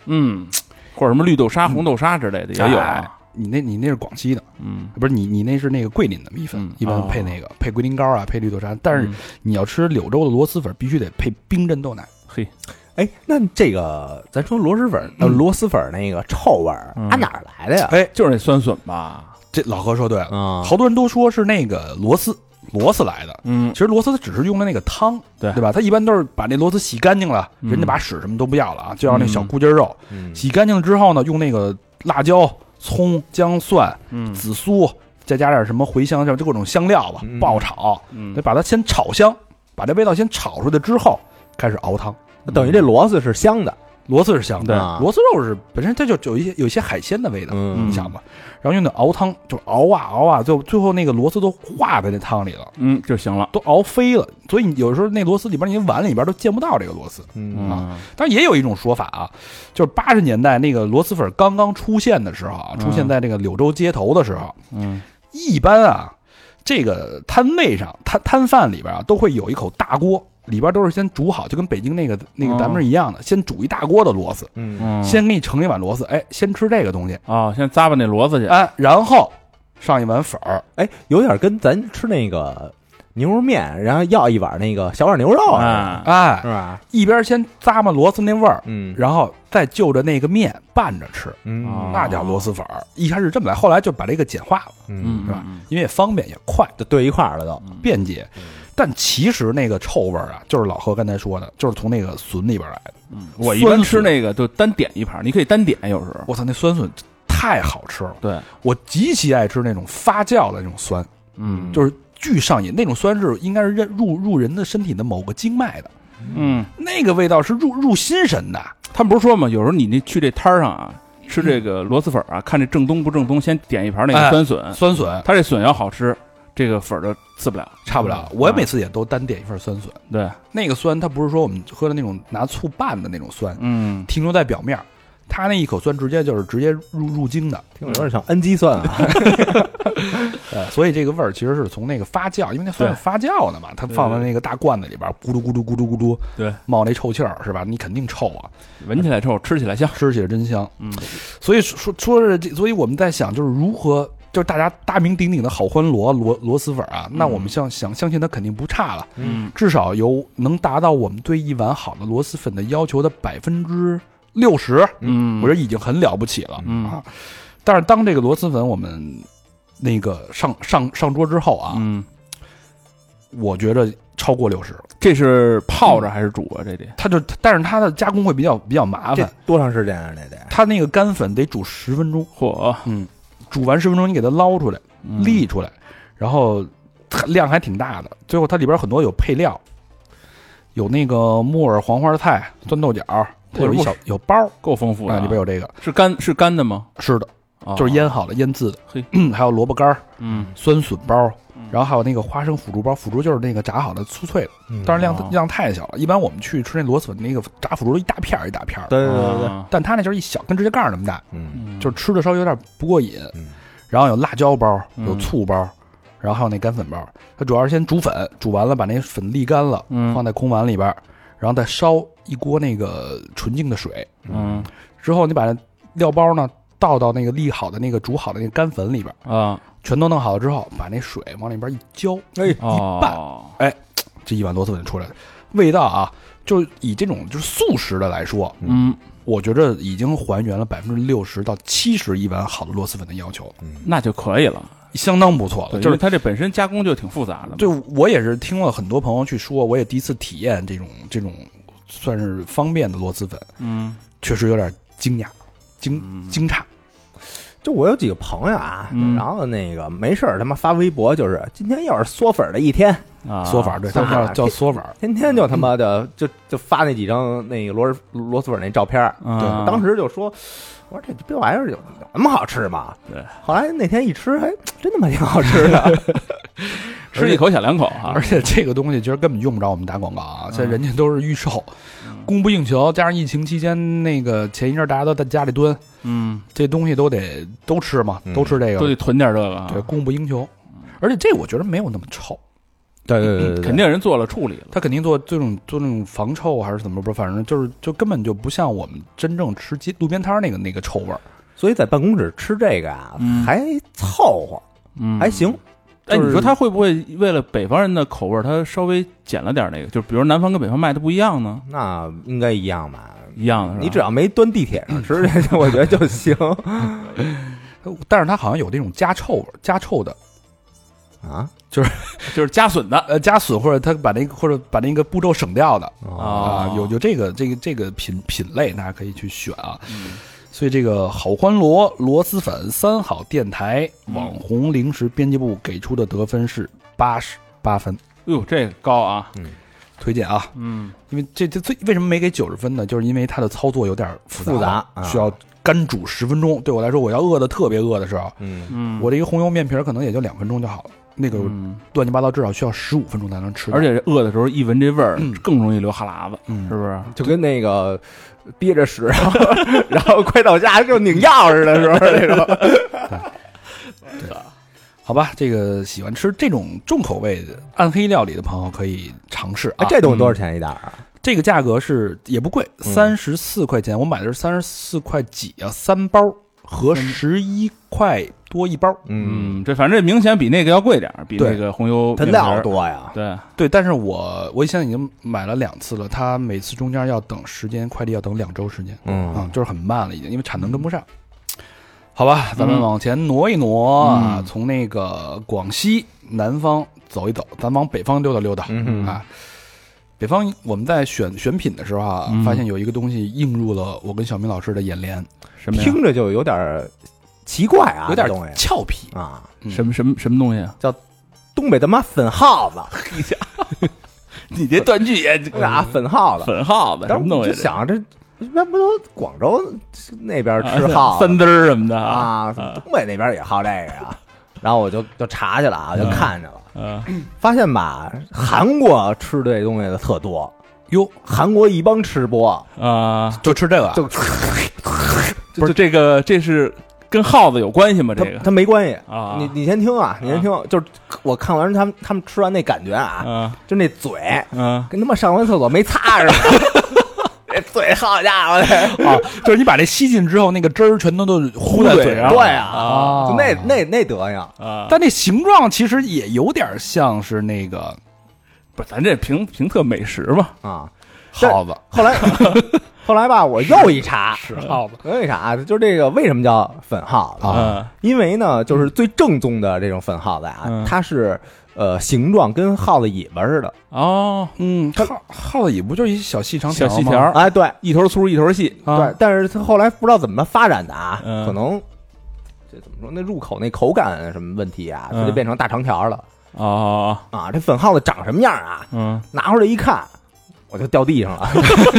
S3: 嗯，或者什么绿豆沙、红豆沙之类的也有，啊
S1: 哎你那你那是广西的，
S3: 嗯，
S1: 不是你你那是那个桂林的米粉，
S3: 嗯
S1: 一般
S3: 哦
S1: 配那个、配龟苓膏啊，配绿豆沙。但是
S3: 嗯
S1: 你要吃柳州的螺蛳粉，必须得配冰镇豆奶。
S3: 嘿，
S2: 哎，那这个咱说螺蛳粉，呃，螺蛳粉那个臭味儿，
S3: 嗯
S2: 它哪儿来的呀？
S3: 哎，就是那酸笋吧，
S1: 这老何说对了，
S2: 啊
S1: 好多人都说是那个螺丝螺丝来的。
S3: 嗯
S1: 其实螺丝它只是用的那个汤，
S3: 对
S1: 对吧？它一般都是把那螺丝洗干净了，
S3: 嗯
S1: 人家把屎什么都不要了啊，就要那小
S3: 嗯
S1: 骨筋儿肉。
S2: 嗯
S1: 洗干净了之后呢，用那个辣椒、葱、姜、蒜、
S3: 嗯
S1: 紫苏，再加点什么茴香，就各种香料吧
S2: 嗯，
S1: 爆炒，得
S3: 嗯，
S1: 把它先炒香，把这味道先炒出来之后，开始熬汤。
S2: 那等于这螺丝是香的，
S1: 螺丝是香的，
S3: 对
S2: 啊
S1: 螺丝肉是本身它就有一些有一些海鲜的味道，
S2: 嗯
S1: 你想吧，然后用的熬汤就熬啊熬啊，最后最后那个螺丝都化在那汤里了，
S3: 嗯就行了，
S1: 都熬飞了，所以你有时候那螺丝里边你碗里边都见不到这个螺丝。
S2: 嗯
S3: 嗯
S1: 当然也有一种说法啊，就是八十年代那个螺蛳粉刚刚出现的时候啊，
S3: 嗯
S1: 出现在这个柳州街头的时候，
S3: 嗯
S1: 一般啊，这个摊位上摊摊贩里边啊，都会有一口大锅，里边都是先煮好，就跟北京那个那个
S3: 哦
S1: 咱们是一样的，先煮一大锅的螺丝，
S2: 嗯
S3: 嗯，
S1: 先给你盛一碗螺丝，哎，先吃这个东西，
S3: 啊，先咂巴那骡子去，
S1: 哎，然后上一碗粉儿，
S2: 哎，有点跟咱吃那个牛肉面，然后要一碗那个小碗牛肉似的，
S3: 啊，
S1: 哎
S2: 是，吧？
S1: 一边先咂摸螺丝那味儿，
S2: 嗯
S1: 然后再就着那个面拌着吃，
S3: 哦
S2: 嗯
S1: 那叫螺蛳粉儿。一开始这么来，后来就把这个简化了。
S2: 嗯，
S3: 嗯，
S1: 是吧
S3: 嗯？
S1: 因为也方便也快
S2: 就兑一块儿了都。
S1: 便捷。但其实那个臭味儿啊，就是老何刚才说的，就是从那个笋里边来的。
S3: 嗯我一般
S1: 酸
S3: 吃
S1: 笋
S3: 那个就单点一盘，你可以单点，有时候，
S1: 我操，那酸笋太好吃了！
S3: 对，
S1: 我极其爱吃那种发酵的那种酸，
S3: 嗯
S1: 就是巨上瘾。那种酸是应该是认入入人的身体的某个经脉的，
S3: 嗯，
S1: 那个味道是入入心神的。
S3: 他们不是说嘛，有时候你那去这摊儿上啊，吃这个螺蛳粉儿啊，看这正宗不正宗，先点一盘那个
S1: 哎
S3: 酸笋，
S1: 酸笋
S3: 他这笋要好吃，这个粉儿就次不了。
S1: 差
S3: 嗯
S1: 不了，我每次也都单点一份酸笋。
S3: 对，
S1: 那个酸它不是说我们喝的那种拿醋拌的那种酸，
S3: 嗯，
S1: 停留在表面儿，它那一口酸直接就是直接入入京的。
S2: 听着有点像氨基酸啊，
S1: 呃，所以这个味儿其实是从那个发酵，因为那酸是
S3: 对
S1: 发酵的嘛，它放在那个大罐子里边，咕噜咕噜咕噜咕噜，
S3: 对，
S1: 冒那臭气儿是吧？你肯定臭啊，
S3: 闻起来臭，吃起来香。
S1: 吃起来真香。
S3: 嗯，
S1: 所以说说是这，所以我们在想，就是如何，就是大家大名鼎鼎的好欢螺螺螺蛳粉啊，那我们相想相信它肯定不差了，
S3: 嗯
S1: 至少有能达到我们对一碗好的螺蛳粉的要求的百分之六十，
S3: 嗯，
S1: 我觉得已经很了不起了、
S3: 嗯
S1: 啊。但是当这个螺蛳粉我们那个上上上桌之后啊，
S3: 嗯
S1: 我觉着超过六十了。
S4: 这是泡着还是煮啊？这得
S1: 它就但是它的加工会比较比较麻
S2: 这
S1: 烦，
S2: 多长时间啊？这得
S1: 它那个干粉得煮十分钟，
S4: 嚯，
S1: 嗯，煮完十分钟你给它捞出来，
S3: 嗯
S4: 粒
S1: 沥出来，然后它量还挺大的。最后它里边很多有配料，有那个木耳、黄花菜、酸豆角，它有一小有包儿
S4: 够丰富了
S1: 啊，
S4: 啊。
S1: 里边有这个，
S4: 是干是干的吗？
S1: 是的，
S3: 哦
S4: 啊
S1: 就是腌好了腌制的
S4: 嘿，
S1: 还有萝卜干儿、
S4: 嗯，
S1: 酸笋包儿，然后还有那个花生腐竹包，腐竹就是那个炸好的酥脆的，
S2: 嗯
S1: 但是
S4: 哦
S1: 量量太小了。一般我们去吃那螺蛳粉，那个炸腐竹都一大片儿一大片儿的，
S2: 对对对对，
S4: 啊
S1: 但它那就是一小跟指甲盖儿那么大，
S2: 嗯，
S4: 嗯
S1: 就是吃的稍微有点不过瘾
S2: 嗯。
S1: 然后有辣椒包，
S4: 嗯
S1: 有醋包，然后还有那干粉包。它主要是先煮粉，煮完了把那粉沥干了，
S4: 嗯
S1: 放在空碗里边儿，然后再烧一锅那个纯净的水。
S4: 嗯
S1: 之后你把那料包呢倒到那个沥好的那个煮好的那个干粉里边儿，
S3: 嗯
S4: 啊
S1: 全都弄好了之后，把那水往里边一浇，
S2: 哎
S4: 哦，
S1: 这一碗螺蛳粉就出来了。味道啊，就以这种就是素食的来说，
S4: 嗯，
S1: 我觉着已经还原了百分之六十到七十一碗好的螺蛳粉的要求，
S4: 那就可以了。
S1: 相当不错了。
S4: 对
S1: 就
S4: 因为
S1: 是
S4: 它这本身加工就挺复杂的嘛。
S1: 对我也是听了很多朋友去说，我也第一次体验这种这种算是方便的螺蛳粉，
S4: 嗯，
S1: 确实有点惊讶、惊
S4: 嗯
S1: 惊诧。
S2: 就我有几个朋友啊，
S4: 嗯
S2: 然后那个没事儿他妈发微博，就是今天又是嗦粉儿的一天， [LAUGHS]
S4: 啊，
S1: 缩法对，
S2: 缩
S1: 他
S2: 法
S1: 们叫叫缩法，
S2: 天天就他妈
S4: 嗯
S2: 的就就发那几张那个螺蛳螺蛳粉那照片儿，
S4: 啊
S1: 对
S2: 当时就说，我说这这玩意儿有有那么好吃吗？
S4: 对。
S2: 后来那天一吃，还真他妈挺好吃
S4: [LAUGHS]
S2: 的。
S4: 吃一口小两口
S2: 啊
S4: 啊哈
S1: 而，且这个东西其实根本用不着我们打广告啊，
S2: 嗯
S1: 现在人家都是预售，供不应求，加上疫情期间那个前一阵儿大家都在家里蹲，
S4: 嗯，
S1: 这东西都得都吃嘛，
S2: 嗯
S1: 都吃这
S4: 都
S1: 个，
S4: 得囤点这个啊
S1: 对，，供不应求。而且这我觉得没有那么臭，
S2: 对对对
S4: 肯定人做了处理了。
S1: 他肯定做这种做那种防臭还是怎么不，反正就是就根本就不像我们真正吃街路边摊儿那个那个臭味儿。
S2: 所以在办公室吃这个啊
S4: 嗯，
S2: 还凑合，
S4: 嗯，
S2: 还行。
S4: 哎，
S1: 就是
S4: 你说他会不会为了北方人的口味儿，他稍微减了点那个？就比如南方跟北方卖的不一样呢？
S2: 那应该一样吧？
S4: 一样的是吧，
S2: 你只要没蹲地铁上吃 [LAUGHS] 这个，我觉得就行
S1: 但是它好像有那种加臭味儿，加臭的，
S2: 啊。
S4: 就是加笋的
S1: 呃，加笋或者他把那个或者把那个步骤省掉的
S2: 哦
S4: 啊
S1: 啊，，有有这个这个这个品品类，大家可以去选啊。所以这个好欢螺螺蛳粉三好电台网红零食编辑部给出的得分是八十八分，
S4: 哎呦，这个高啊！
S1: 推荐啊！
S4: 嗯，
S1: 因为这这最为什么没给九十分呢？就是因为它的操作有点
S2: 复杂啊
S1: 需要干煮十分钟。对我来说，我要饿的特别饿的时候，
S2: 嗯，
S4: 嗯
S1: 我这一个红油面皮儿可能也就两分钟就好了，那个
S4: 嗯，
S1: 乱七八糟至少需要十五分钟才能吃，
S4: 而且饿的时候一闻这味儿，更容易流哈喇子，
S1: 嗯
S4: 是不是？
S2: 就跟那个憋着屎，然后 [LAUGHS] 然后快到家就拧钥匙的时候那种。
S1: 好吧，这个喜欢吃这种重口味的暗黑料理的朋友可以尝试啊。
S2: 哎，这东西多少钱一袋儿啊？
S1: 这个价格是也不贵，三十四块钱，我买的是三十四块几啊，三包和十一块多一包。
S2: 嗯，
S4: 嗯，这反正这明显比那个要贵点儿，比
S1: 对
S4: 那个红油
S2: 它
S4: 面皮
S2: 料
S4: 儿
S2: 多呀。
S4: 对，
S1: 对，但是我我现在已经买了两次了，它每次中间要等时间，快递要等两周时间，
S2: 嗯
S1: 啊，就是很慢了已经，因为产能跟不上。好吧，咱们
S4: 嗯
S1: 往前挪一挪，啊
S4: 嗯，
S1: 从那个广西南方走一走，咱往北方溜达溜达、
S2: 嗯
S1: 啊。北方我们在选选品的时候啊，
S4: 嗯
S1: 发现有一个东西映入了我跟小明老师的眼帘，
S4: 什么呀
S2: 听着就有点儿奇怪啊，
S1: 有点
S2: 这东西
S1: 俏皮。
S2: 啊，
S4: 什么什么什么东西啊？
S2: 东北他妈粉耗子，
S4: 你这断句也
S2: 啊，粉耗子，
S4: 粉耗子什
S2: 当
S4: 么
S2: 时
S4: 东
S2: 我
S4: 西？
S2: 就想这那不都广州那边
S4: 啊
S2: 吃耗
S4: 三
S2: 子
S4: 汁儿什么的
S2: 啊，
S4: 啊
S2: 东北那边也好这个呀。然后我就就查去了啊，就
S4: 嗯
S2: 看着了，
S4: 啊
S2: 发现吧，韩国吃这东西的特多，
S1: 哟，
S2: 韩国一帮吃播
S4: 啊！
S1: 就吃这个啊，
S2: 就
S4: 不是这个，这是跟耗子有关系吗？这
S2: 他
S4: 个
S2: 他没关系
S4: 啊
S2: 你你先听啊，你先听，就是我看完他们他们吃完那感觉啊，
S4: 啊
S2: 就那嘴
S4: 啊
S2: 跟他妈上完厕所没擦
S4: [LAUGHS]
S2: 似的，这嘴好家伙的，
S1: 啊，就是你把这吸进之后，那个汁儿全都都糊在嘴上了，
S2: 对啊，
S4: 啊
S2: 就那那那德行，
S4: 啊！
S1: 但那形状其实也有点像是那个
S4: 不是，咱这评评测美食嘛，
S2: 啊。但
S1: 耗子，
S2: 后
S4: [LAUGHS]
S2: 来后来吧，我又一查，
S1: 耗子，
S2: 我又一查，就是这个为什么叫粉耗子？
S1: 啊
S4: 啊
S2: 因为呢，就是最正宗的这种粉耗子啊
S4: 嗯，
S2: 它是呃形状跟耗子尾巴似的。
S4: 哦，
S1: 嗯，耗耗子也不就是一小细长
S4: 小细
S1: 吗
S4: 条儿
S2: 哎，对
S4: 一头粗一头细啊，
S2: 对，但是它后来不知道怎么发展的啊，
S4: 嗯
S2: 可能这怎么说那入口那口感什么问题啊，
S4: 嗯
S2: 它就变成大长条了
S4: 哦，
S2: 啊。这粉耗子长什么样啊？
S4: 嗯，
S2: 拿回来一看，我就掉地上了，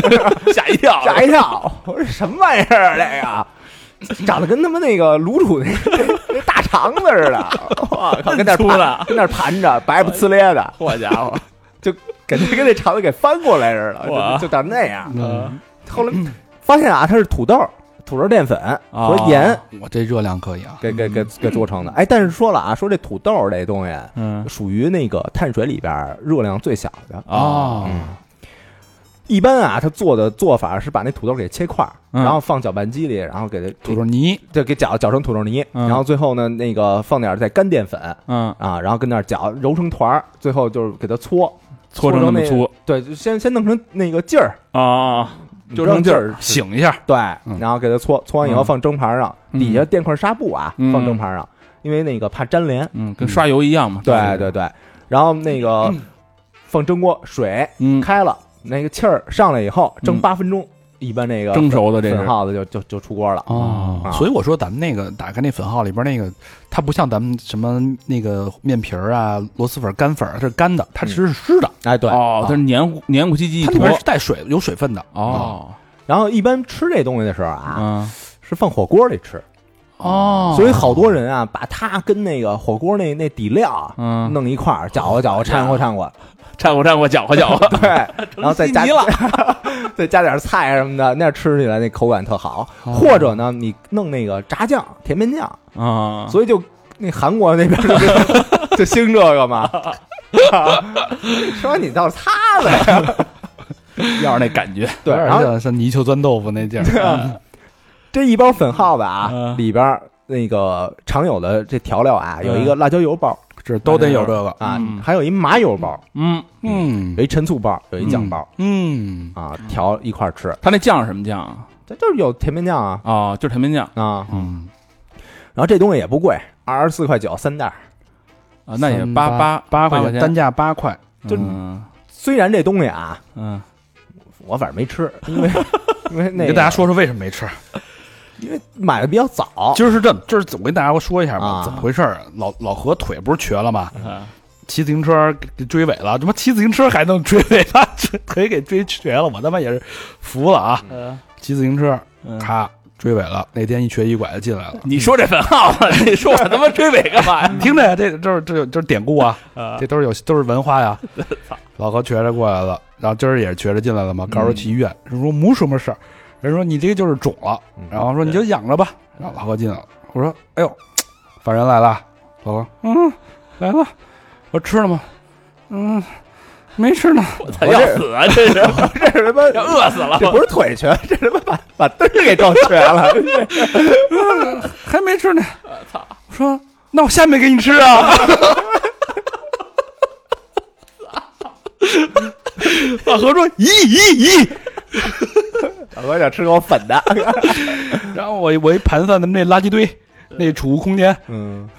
S4: [LAUGHS] 吓一跳
S2: 吓一跳！我说什么玩意儿啊？这个长得跟他妈那个卤煮那那大肠子似的，我靠，跟那儿
S4: 出
S2: 盘
S4: 了
S2: 跟那儿盘着，白不呲咧的，
S4: 好家伙，
S2: 感觉跟那肠子给翻过来似的，
S4: 哇
S2: 就就长那样。
S1: 嗯，
S2: 后来发现啊，它是土豆、土豆淀粉
S4: 啊
S2: 和盐
S1: 我这热量可以啊，
S2: 给给给给做成的。哎，但是说了啊，说这土豆这东西啊
S4: 嗯，
S2: 属于那个碳水里边热量最小的。
S4: 哦，
S2: 一般啊，它做的做法是把那土豆给切块儿，
S4: 嗯
S2: 然后放搅拌机里，然后给它
S1: 土豆泥，
S2: 就给搅搅成土豆泥，
S4: 嗯
S2: 然后最后呢，那个放点儿再干淀粉
S4: 嗯，
S2: 啊，然后跟那儿搅揉成团儿，最后就是给它搓，
S4: 搓成那么
S2: 那
S4: 粗，
S2: 对，就先先弄成那个劲儿，
S4: 啊，
S2: 就弄劲儿，
S3: 醒一下，
S2: 对
S1: 嗯，
S2: 然后给它搓，搓完以后
S4: 嗯
S2: 放蒸盘上，
S4: 嗯
S2: 底下垫块纱布啊，
S4: 嗯
S2: 放蒸盘上，因为那个怕粘连，
S4: 嗯，跟刷油一样嘛，
S2: 对对对，然后那个放蒸锅，水
S4: 嗯，
S2: 开了，那个气儿上来以后蒸
S4: 嗯
S2: 八分钟，一般那个
S4: 蒸熟的这
S2: 粉
S4: 是，
S2: 耗子就就就出锅了，
S1: 哦
S2: 啊
S1: 所以我说咱们那个打开那粉号里边那个，它不像咱们什么那个面皮儿啊、螺蛳粉、干粉儿，它是干的，它其实是湿的，
S2: 哎对，
S4: 哦，它是黏糊黏糊唧唧一
S1: 它里边
S4: 坨
S1: 是，带水有水分的。啊
S4: 哦，
S2: 然后一般吃这东西的时候啊，
S4: 嗯，
S2: 是放火锅里吃。
S4: 哦
S2: 所以好多人啊，把它跟那个火锅那那底料啊
S4: 嗯，
S2: 弄一块儿，搅和搅和，掺和掺
S4: [LAUGHS]
S2: 和，
S4: 掺和掺和，搅和搅和，
S2: 对，然后再加
S4: 稀泥了
S2: [LAUGHS] 再加点菜啊什么的，那样吃起来那口感特好。
S4: 哦
S2: 或者呢，你弄那个炸酱、甜面酱，
S4: [LAUGHS] 啊，
S2: 所以就那韩国那边就 [LAUGHS] 就兴这个
S4: [LAUGHS]
S2: 嘛。 [LAUGHS] 说你倒是擦了
S4: [LAUGHS]
S2: 呀，
S4: 要是那感觉，
S2: 对，然
S1: 有
S2: 后
S1: 点像泥鳅钻豆腐那劲儿。啊
S2: [LAUGHS] 这一包粉耗子啊，
S4: 嗯
S2: 里边儿那个常有的这调料啊，有一个辣椒油包
S1: 这 [LAUGHS] 都得有这个。
S2: 啊
S4: 嗯，
S2: 还有一麻油包，
S4: 嗯，
S1: 嗯
S2: 有一陈醋包，有一酱包。
S1: 嗯，
S2: 啊，调一块儿吃，
S4: 它那酱是什么酱啊？
S2: 这就是有甜面酱啊
S4: 哦，就是甜面酱
S2: 啊，
S1: 嗯，
S2: 然后这东西也不贵，二十四块九三袋儿。
S4: 啊，那也
S1: 三
S4: 八
S1: 八
S4: 八
S1: 块
S4: 块
S1: 钱单价八块，
S2: 就
S4: 嗯
S2: 虽然这东西啊，
S4: 嗯，
S2: 我反正没吃，因
S4: [LAUGHS]
S2: 为因为
S1: 你
S2: 那
S1: 跟大家，说说为什么没吃。
S2: 因为买的比较早，
S1: 今儿是这么，今儿我跟大家说一下吧，
S2: 啊
S1: 怎么回事儿？老老何腿不是瘸了吗？
S4: 啊
S1: 骑自行车给追尾了，他妈骑自行车还能追尾，他 [LAUGHS] 这腿给追瘸了，我他妈也是服了啊！
S4: 嗯
S1: 骑自行车，
S4: 嗯
S1: 咔追尾了，那天一瘸一拐的进来了。
S4: 你说这粉耗 [LAUGHS] 子，你说我他妈追尾干嘛呀？
S1: [LAUGHS] 听着呀，这这是这这是典故啊，
S4: 啊
S1: 这都是有都是文化呀。老何瘸着过来了，然后今儿也是瘸着进来了嘛，告诉去医院，人说没什么事儿，人说你这个就是肿了，然后说你就养着吧。然后老何进来了，我说哎呦，法人来了，老何嗯来了，我说吃了吗？嗯，没吃呢。
S4: 他要死啊！这是
S2: 这是什么？
S4: 要饿死了
S2: 这不是腿瘸，这是他妈把把嘚儿给撞瘸
S4: [LAUGHS]
S2: 了。
S1: 还没吃呢。操！我说那我下面给你吃啊。老何说咦咦咦，
S2: 我想吃口粉的，
S1: 然后我我一盘算，咱们这垃圾堆、那储物空间
S2: 嗯，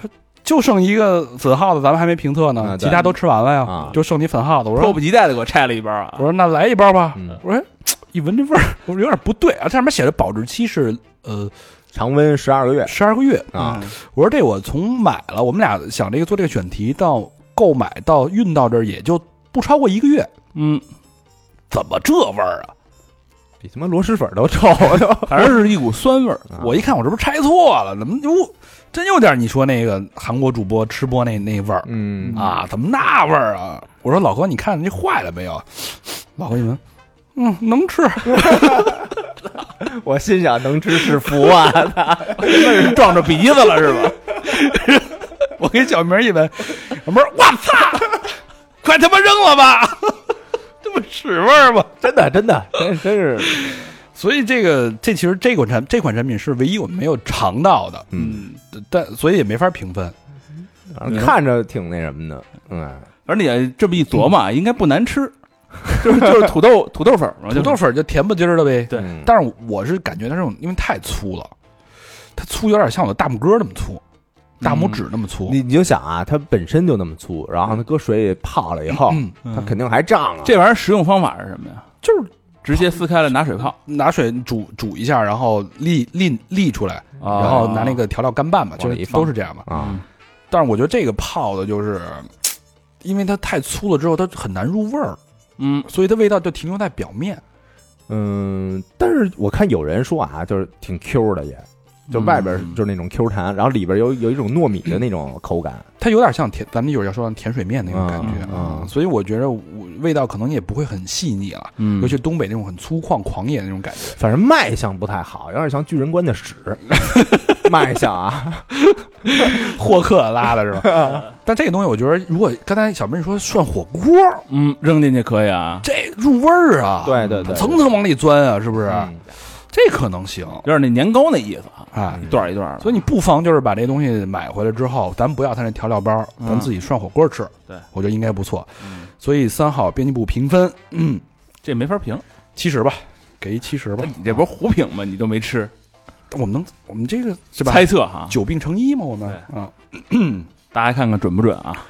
S1: 就剩一个粉耗子，咱们还没评测呢，
S2: 啊对
S1: 其他都吃完了呀，
S2: 啊
S1: 就剩你粉耗子。我
S4: 迫
S1: 说
S4: 不及待的给我拆了一包
S1: 我
S4: 啊！
S1: 说那来一包吧。
S2: 嗯
S1: 我说嘖一闻这味儿，我说有点不对啊，这上面写着保质期是呃
S2: 常温十二个月
S1: 十二个月，
S4: 嗯
S2: 啊，
S1: 我说这我从买了，我们俩想这个做这个选题到购买到运到这儿，也就不超过一个月，
S4: 嗯，
S1: 怎么这味儿
S2: [LAUGHS]
S1: 啊？
S2: 比他妈螺蛳粉都臭。都
S4: 反正是一股酸味儿。
S2: 啊
S1: 我一看，我这不是拆错了？怎么就真有点你说那个韩国主播吃播那那味儿
S2: 嗯
S1: 啊？怎么那味儿啊？我说老哥，你看这坏了没有？老哥一闻，嗯，能吃，
S2: [LAUGHS] 我心想能吃是福啊， [LAUGHS]
S4: 那是撞着鼻子了是吧？
S1: 我给小明一闻，小明，我操，快他妈扔了
S4: [LAUGHS]
S1: 吧！这不屎味儿吗？
S2: 真的真的真真是，
S1: 所以这个这其实这款产这款产品是唯一我们没有尝到的，
S4: 嗯，
S1: 但所以也没法评分。
S2: 反正看着挺那什么的，嗯，
S4: 而且这么一琢磨啊，应该不难 [LAUGHS] 吃，就是就是土豆土豆粉儿嘛，
S1: 土豆粉儿就甜不唧儿的呗，
S4: 对
S2: 嗯
S1: 但是我是感觉它这种因为太粗了，它粗有点像我的大拇哥那么粗，大拇指那么粗，
S2: 你你就想啊，它本身就那么粗，然后它搁水里泡了以后，
S4: 嗯
S2: 它肯定还胀啊。
S4: 这玩意儿使用方法是什么呀？
S1: 嗯就是
S4: 直接撕开了拿水泡，
S1: 拿水煮煮一下，然后沥沥沥出来，
S4: 啊
S1: 然后
S4: 哦
S1: 拿那个调料干拌嘛，就
S2: 往
S1: 是
S2: 里一放
S1: 都是这样嘛。
S2: 啊，
S1: 但是我觉得这个泡的就是，因为它太粗了之后，它很难入味儿，
S4: 嗯，
S1: 所以它味道就停留在表面。
S2: 嗯，但是我看有人说啊，就是挺 Q 的也，就外边
S1: 嗯
S2: 就是那种 Q 弹，然后里边有有一种糯米的那种口感。
S1: 它有点像甜，咱们一会儿要说像甜水面那种感觉
S2: 嗯嗯嗯
S1: 所以我觉得我味道可能也不会很细腻了，
S4: 嗯
S1: 尤其东北那种很粗犷、狂野那种感觉。
S2: 反正卖相不太好，有点像巨人观的屎，卖相啊，
S1: 霍克拉的是吧？
S2: 嗯
S1: 但这个东西，我觉得如果刚才小妹说涮火锅，
S4: 嗯扔进去可以啊，
S1: 这入味儿啊，
S2: 对对对，
S1: 层层往里钻啊，是不是？
S2: 嗯
S1: 这可能行
S4: 有点那年糕那意思啊，
S1: 啊。
S4: 一段一段的，
S1: 所以你不妨就是把这东西买回来之后，咱不要它那调料包，
S4: 嗯
S1: 咱自己涮火锅吃。
S4: 对嗯
S1: 我觉得应该不错。所以三好编辑部评分，嗯，
S4: 这没法评。
S1: 七十吧，给一七十吧
S4: 那。你这不是胡评吗？你都没吃，
S1: 我们能，我们这个是吧？
S4: 猜测哈，
S1: 久病成医嘛，我们
S4: 对
S1: 啊。
S4: 大家看看准不准啊？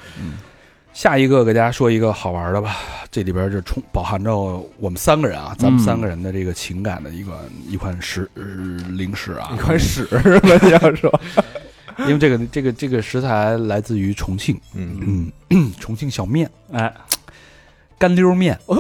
S1: 下一个给大家说一个好玩的吧，这里边就充饱含着我们三个人啊，咱们
S4: 嗯
S1: 三个人的这个情感的一款一款食、呃零食啊
S2: 一，块屎是吧？你要说，
S1: 因为这个这个这个食材来自于重庆，
S2: 嗯，
S1: 嗯， [CLEARS THROAT] 重庆小面
S4: 哎，
S1: 干溜面，
S2: 哎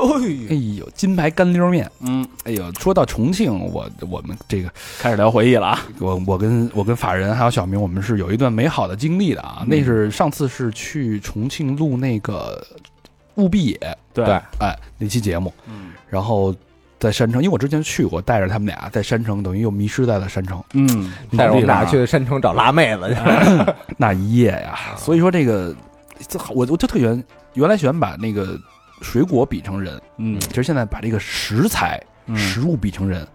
S1: 哎呦，金牌干溜面，
S4: 嗯，
S1: 哎呦，说到重庆，我我们这个
S4: 开始聊回忆了啊，
S1: 我我跟我跟法人还有小明，我们是有一段美好的经历的啊，
S2: 嗯
S1: 那是上次是去重庆录那个务必野，
S4: 对
S2: 对
S1: 哎，那期节目，
S4: 嗯
S1: 然后在山城，因为我之前去过，带着他们俩在山城，等于又迷失在了山城
S4: 嗯，
S2: 带着我们俩
S1: 那地方啊
S2: 去山城找辣妹子去，
S1: 那一夜
S2: 啊
S1: 呀，所以说这个，这我我就特喜欢，原来喜欢把那个水果比成人，
S4: 嗯
S1: 其实现在把这个食材
S4: 嗯
S1: 食物比成人，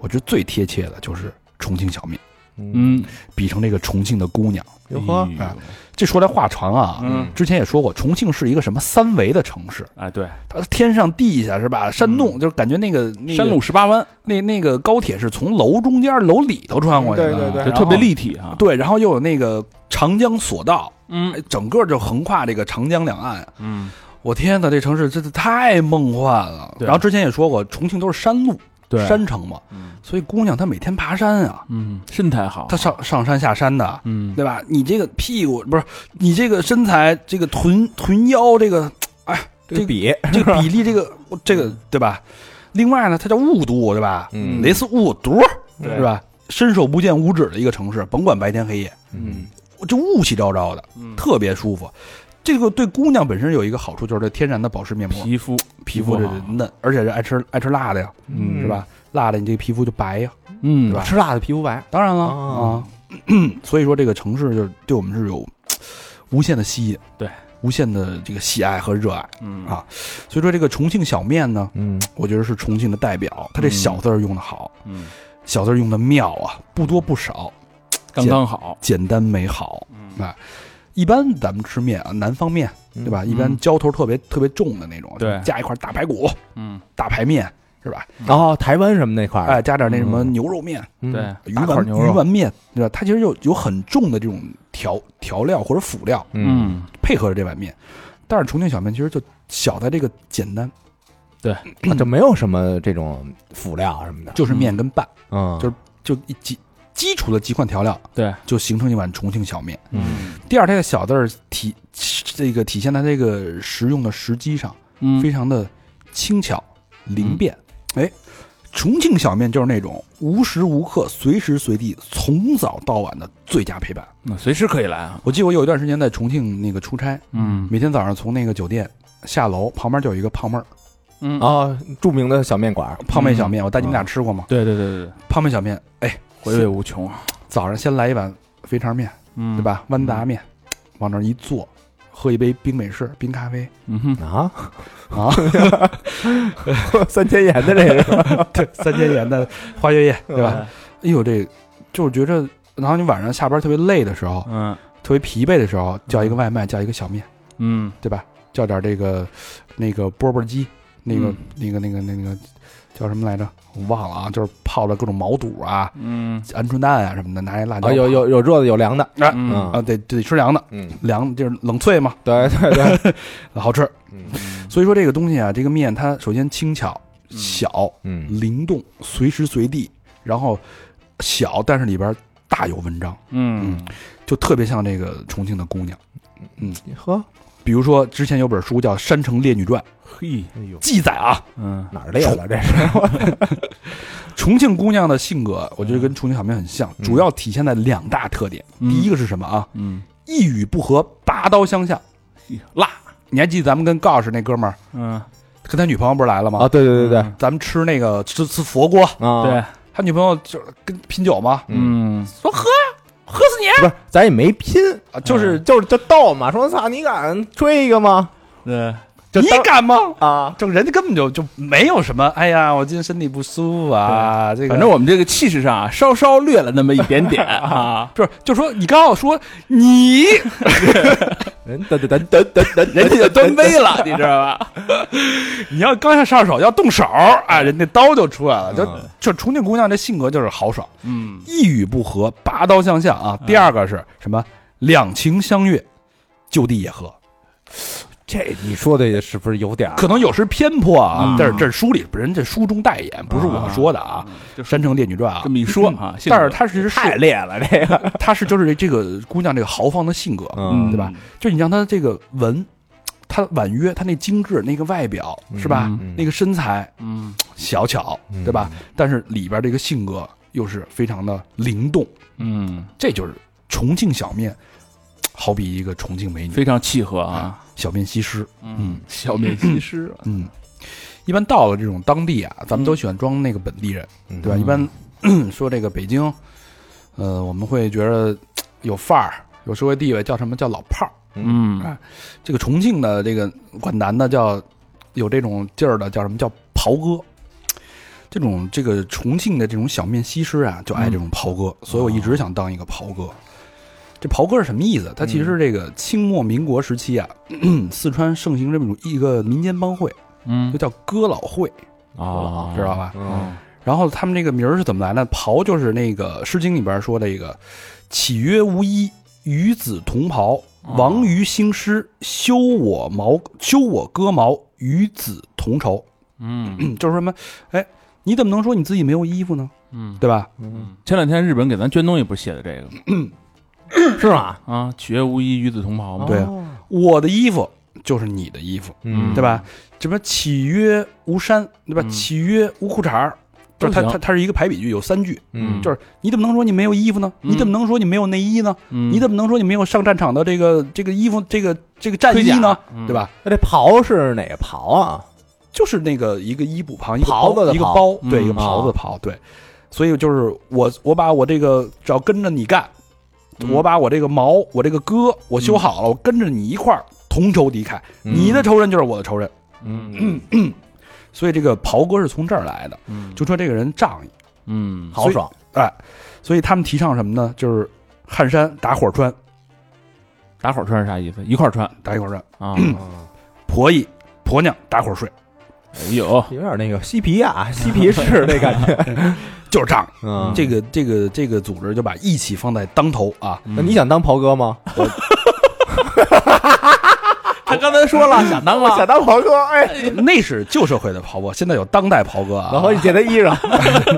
S1: 我觉得最贴切的就是重庆小面，
S4: 嗯，哎
S1: 比成这个重庆的姑娘。
S2: 哟呵，
S1: 啊这说来话长啊，
S4: 嗯
S1: 之前也说过，重庆是一个什么三维的城市，
S4: 哎，对，
S1: 它天上地下是吧？山洞、就是感觉那个、那个、
S4: 嗯山路十八弯，
S1: 那那个高铁是从楼中间楼里头穿过去的，
S2: 对对对
S4: 就
S1: 然后
S4: 特别立体啊，
S1: 对，然后又有那个长江索道，哎
S4: 嗯
S1: 整个就横跨这个长江两岸。
S4: 嗯，
S1: 我天哪，这城市真的太梦幻了。
S4: 对
S1: 然后之前也说过，重庆都是山路，
S4: 对，
S1: 山城嘛，
S4: 嗯
S1: 所以姑娘她每天爬山啊，
S4: 嗯，身材好，
S1: 她上上山下山的，啊
S4: 嗯，
S1: 对吧？你这个屁股不是你这个身材，这个臀臀腰，这个
S2: 这个笔，
S1: 这个比例，这个我这个对吧？另外呢，它叫雾都，对吧？
S2: 嗯
S1: 雷斯雾都
S4: 对
S1: 是吧？伸手不见五指的一个城市，甭管白天黑夜，
S2: 嗯，
S1: 我这雾气昭昭的，
S4: 嗯
S1: 特别舒服。这个对姑娘本身有一个好处，就是这天然的保湿面膜，
S4: 皮肤
S1: 皮肤这
S4: 好
S1: 嫩，而且是爱吃爱吃辣的呀，
S2: 嗯
S1: 是吧？辣的你这个皮肤就白呀。
S4: 嗯，
S1: 对吧
S2: 吃辣的皮肤白，
S1: 当然了啊
S2: 哦，
S1: [CLEARS THROAT] 所以说这个城市就是对我们是有无限的吸引，
S4: 对，
S1: 无限的这个喜爱和热爱。
S4: 嗯
S1: 啊所以说这个重庆小面呢，
S2: 嗯，
S1: 我觉得是重庆的代表，它这小字儿用的好，
S4: 嗯，
S1: 小字儿用的妙啊，不多不少，
S4: 刚刚好，
S1: 简单美好。
S4: 嗯
S1: 啊，一般咱们吃面啊，南方面对吧？
S2: 嗯
S1: 一般浇头特别特别重的那种，
S4: 对
S1: 加一块大排骨、
S4: 嗯，
S1: 大排面是吧？
S2: 然后嗯哦台湾什么那块儿，啊
S1: 哎，加点那什么牛肉面、
S2: 嗯，
S4: 对，
S1: 鱼
S4: 大块
S1: 丸
S4: 牛
S1: 鱼
S4: 肉，
S1: 丸面，对吧？它其实有有很重的这种调调料或者辅料
S2: 嗯，
S4: 嗯，
S1: 配合着这碗面，但是重庆小面其实就小在这个简单，
S2: 啊就没有什么这种辅料什么的，
S1: 就是面跟拌，
S2: 嗯，
S1: 就是就一基基础的几款调料，
S4: 对，
S1: 就形成一碗重庆小面。
S4: 嗯
S1: 第二，它的小字儿体这个体现在这个食用的时机上，
S4: 嗯嗯
S1: 非，常的轻巧灵便。哎，重庆小面就是那种无时无刻、随时随地、从早到晚的最佳陪伴。
S4: 那随时可以来啊，
S1: 我记得我有一段时间在重庆那个出差，
S4: 嗯
S1: 每天早上从那个酒店下楼，旁边就有一个胖妹儿，
S4: 嗯，
S2: 啊，著名的小面馆儿，
S1: 胖妹小面，我带你们俩吃过吗？
S4: 对对对对，
S1: 胖妹小面，哎，
S4: 回味无穷，啊
S1: 早上先来一碗肥肠面，
S4: 嗯，
S1: 对？吧？豌杂面，往那儿一坐，喝一杯冰美式、冰咖
S4: [LAUGHS]
S1: 啡，
S4: 嗯哼，
S2: 啊
S1: 啊，
S2: 三千盐的这个是吧，
S1: 对，三千元的花月夜，对
S4: 嗯
S1: 吧？哎呦，这就是觉着，然后你晚上下班特别累的时候，
S4: 嗯
S1: 特别疲惫的时候，叫一个外卖，叫一个小面，
S4: 嗯
S1: 对吧？叫点这个那个钵钵鸡，那个
S4: 嗯
S1: 那个那个那个叫什么来着？我忘了啊，就是泡的各种毛肚啊、
S4: 嗯
S1: 鹌鹑蛋啊什么的，拿一辣椒
S2: 啊，有有有热的，有凉的，
S4: 哎嗯
S1: 啊，得得吃凉的，
S2: 嗯，
S1: 凉的就是冷萃嘛，
S2: 对对对，
S1: 好吃。
S2: 嗯
S1: 所以说这个东西啊，这个面它首先轻巧、小、
S2: 嗯
S1: 灵动，随时随地，然后小，但是里边大有文章，
S4: 嗯
S1: 就特别像这个重庆的姑娘。
S2: 呵，
S1: 比如说之前有本书叫《山城列女传》，
S4: 嘿
S2: 哎呦，
S1: 记载啊，
S4: 嗯
S2: 哪儿裂了这是？
S1: 重庆姑娘的性格，我觉得跟重庆小妹很像，
S2: 嗯
S1: 主要体现在两大特点。
S4: 嗯
S1: 第一个是什么啊？
S4: 嗯
S1: 一语不合拔刀相向，辣。你还记得咱们跟告老师那哥们儿，
S4: 嗯
S1: 跟他女朋友不是来了吗？
S2: 啊，对对对对
S1: 咱们吃那个吃吃佛锅，
S2: 啊，
S4: 对
S1: 他女朋友就是跟拼酒嘛，
S4: 嗯
S1: 说喝呀，喝死你！
S2: 不是，咱也没拼，
S1: 啊就
S2: 就是是就是就逗嘛，说操，你敢追一个吗？
S4: 对
S2: 就
S1: 你
S2: 当
S1: 敢吗？
S2: 啊，
S1: 就人家根本就就没有什么，哎呀，我今天身体不舒服啊，这个
S4: 反正我们这个气势上啊，稍稍略了那么一点 [LAUGHS] 点啊。
S1: 就是就说你刚好说你
S2: 人等等等等等等，
S4: 人家就端杯了，你知道吧？
S1: [LAUGHS] 你要刚要上手要动手啊，人家刀就出来了，就
S2: 嗯
S1: 就重庆姑娘这性格就是豪爽，
S4: 嗯，
S1: 一语不合拔刀相向啊。第二个是什么？两情相悦，就地也和。
S2: [LAUGHS] 这你说的是不是有点儿
S1: 可能有失偏颇啊
S4: 嗯，
S1: 但是这是书里人这书中代言，不是我说的啊，《山城列女传》啊
S4: 这。么一说啊，性格
S1: 但是她其实
S2: 太烈了？这个，
S1: 她是就是这个姑娘这个豪放的性格，
S2: 嗯
S1: 对吧？就你让她这个文，她婉约，她那精致，那个外表是吧？
S2: 嗯
S1: 那个身材
S4: 嗯
S1: 小巧，
S2: 嗯
S1: 对吧？但是里边这个性格又是非常的灵动，
S4: 嗯，
S1: 这就是重庆小面，好比一个重庆美女，
S4: 非常契合啊。
S1: 小面西施。
S4: 嗯，小 [CLEARS THROAT] 面西施，
S1: 嗯，一般到了这种当地啊，咱们都喜欢装那个本地人，
S2: 嗯
S4: 嗯
S1: 对吧？一般 [CLEARS THROAT] 咳说这个北京，呃，我们会觉得嘖有范儿。有社会地位叫什么叫老炮儿？
S4: 嗯
S1: 这个重庆的这个管男的叫有这种劲儿的叫什么叫袍哥？这种这个重庆的这种小面西施啊，就爱这种袍哥，所以我一直想当一个袍哥。这袍哥是什么意思？它其实是这个清末民国时期啊， [CLEARS THROAT] 四川盛行这么一种一个民间帮会，
S4: 嗯
S1: 就叫哥老会，
S2: 啊
S1: 知道吧？
S2: 嗯
S1: 然后他们这个名儿是怎么来呢？袍就是那个《诗经》里边说的一个“岂曰无衣，与子同袍。
S4: 啊
S1: 王于兴师，修我毛，修我戈毛，与子同仇。
S4: 嗯”
S1: 就是什么？哎，你怎么能说你自己没有衣服呢？
S4: 嗯。
S1: 对吧？
S4: 前两天日本给咱捐东西，不是写的这个吗
S2: 是吗？哦
S4: 啊？取悦无衣，与子同袍吗？
S1: 对啊我的衣服就是你的衣服，
S2: 嗯，
S1: 对吧？什么“岂曰无衫”，对吧？
S4: 嗯
S1: 岂曰无裤衩儿”，就
S4: 都
S1: 是它
S4: 行
S1: 它它是一个排比句，有三句。
S2: 嗯，
S1: 就是你怎么能说你没有衣服呢？
S4: 嗯
S1: 你怎么能说你没有内衣呢？
S4: 嗯，
S1: 你怎么能说你没有上战场的这个这个衣服这个这个战
S4: 盔
S1: 衣
S4: 甲
S1: 呢？
S4: 嗯
S1: 对吧？
S2: 那这袍是哪个袍啊？
S1: 就是那个一个衣布旁一个
S2: 袍子的
S1: 一个
S2: 袍
S1: 包，对，
S4: 嗯
S1: 一个袍子的袍，对。所以就是我我把我这个只要跟着你干，
S4: 嗯
S1: 我把我这个矛我这个戈我修好了，我跟着你一块儿同仇敌忾，
S2: 嗯
S1: 你的仇人就是我的仇人。
S4: 嗯
S1: 所以这个袍哥是从这儿来的，
S4: 嗯
S1: 就说这个人仗义，
S4: 嗯
S2: 豪爽，
S1: 所以他们提倡什么呢？就是汗衫打火穿，
S4: 打火穿是啥意思？一块儿穿
S1: 打一火穿，
S4: 啊！
S2: 嗯
S1: 婆姨婆娘打火睡，
S4: 哎呦，
S2: 有点那个嬉皮啊，嬉 [LAUGHS] 皮士那感觉。
S1: 就是仗义。
S2: 嗯，
S1: 这个这个这个组织就把义气放在当头啊，
S4: 那
S2: 那你想当袍哥吗？
S4: [LAUGHS] 他刚才说了想当
S2: 我 [LAUGHS] 想
S4: 了，
S2: 当袍哥，哎，
S1: 那是旧社会的袍哥，现在有当代袍哥
S2: 老
S1: 啊。
S2: 何，你借他衣裳， [LAUGHS]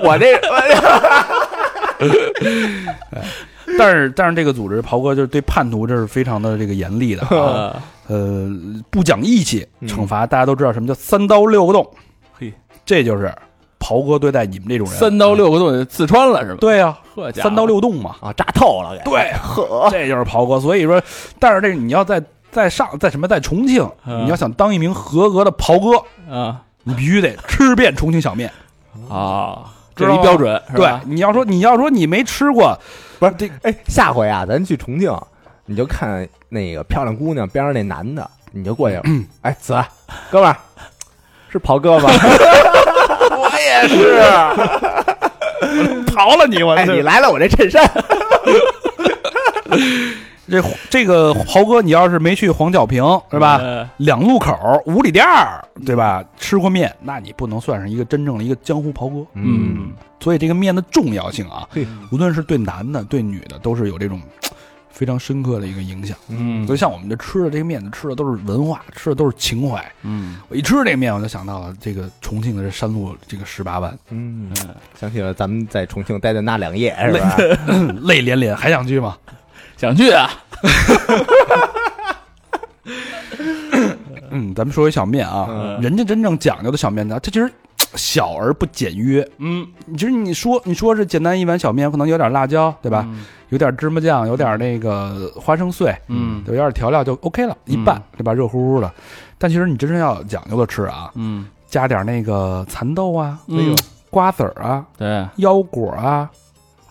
S2: 我这哎
S1: 但是但是这个组织袍哥就是对叛徒这是非常的这个严厉的
S4: 哦
S1: 啊，呃，不讲义气，惩罚大家都知道什么叫三刀六个洞，
S4: 嘿，
S1: 这就是袍哥对待你们这种人。
S4: 三刀六个洞刺穿了是吧？
S1: 对啊，
S4: 呵家伙
S1: 三刀六洞嘛，
S2: 啊扎透了，给
S1: 对啊，
S2: 呵，
S1: 这就是袍哥。所以说，但是这个你要在在上在什么在重庆，
S4: 嗯
S1: 你要想当一名合格的袍哥，
S4: 啊
S1: 你必须得吃遍重庆小面。
S4: 啊，
S1: 知
S4: 这
S1: 道吗
S4: 是一标准，是
S1: 对
S4: 吧，
S1: 你要说你要说你没吃过，
S2: 不是
S1: 这
S2: 哎，下回啊，咱去重庆，你就看那个漂亮姑娘边上那男的，你就过去，哎，子，哥们儿，是袍哥吧？ [LAUGHS] 我也 [LAUGHS] 是，
S1: 刨了你，我
S2: 哎，你来了，我这衬衫。
S1: 这这个豪哥，你要是没去黄角坪是吧？
S4: 呃
S1: 两路口五里店儿对
S4: 嗯
S1: 吧？吃过面，那你不能算是一个真正的一个江湖袍哥。
S2: 嗯，
S1: 所以这个面的重要性啊
S2: 嘿，
S1: 无论是对男的对女的，都是有这种嘖非常深刻的一个影响。
S4: 嗯
S1: 所以像我们这吃的这个面，吃的都是文化，吃的都是情怀。
S4: 嗯
S1: 我一吃这个面，我就想到了这个重庆的这山路这个十八弯，
S2: 嗯，
S4: 嗯
S2: 想起了咱们在重庆待的 [LAUGHS] 那两夜，是吧？
S1: 嗯泪连连，还想去吗？
S4: 想去啊，
S1: 嗯，咱们说回小面啊，
S2: 嗯
S1: 人家真正讲究的小面呢，它其实小而不简约。
S4: 嗯，
S1: 其实你说你说是简单一碗小面，可能有点辣椒，对
S4: 对
S1: 吧？？有点芝麻酱，有点那个花生碎，
S4: 嗯
S1: 对，有点调料就 OK 了，一拌，对吧？热乎乎的。但其实你真正要讲究的吃啊，
S4: 嗯
S1: 加点那个蚕豆啊、
S4: 嗯，
S1: 瓜子儿啊、
S4: 对，
S1: 腰果啊、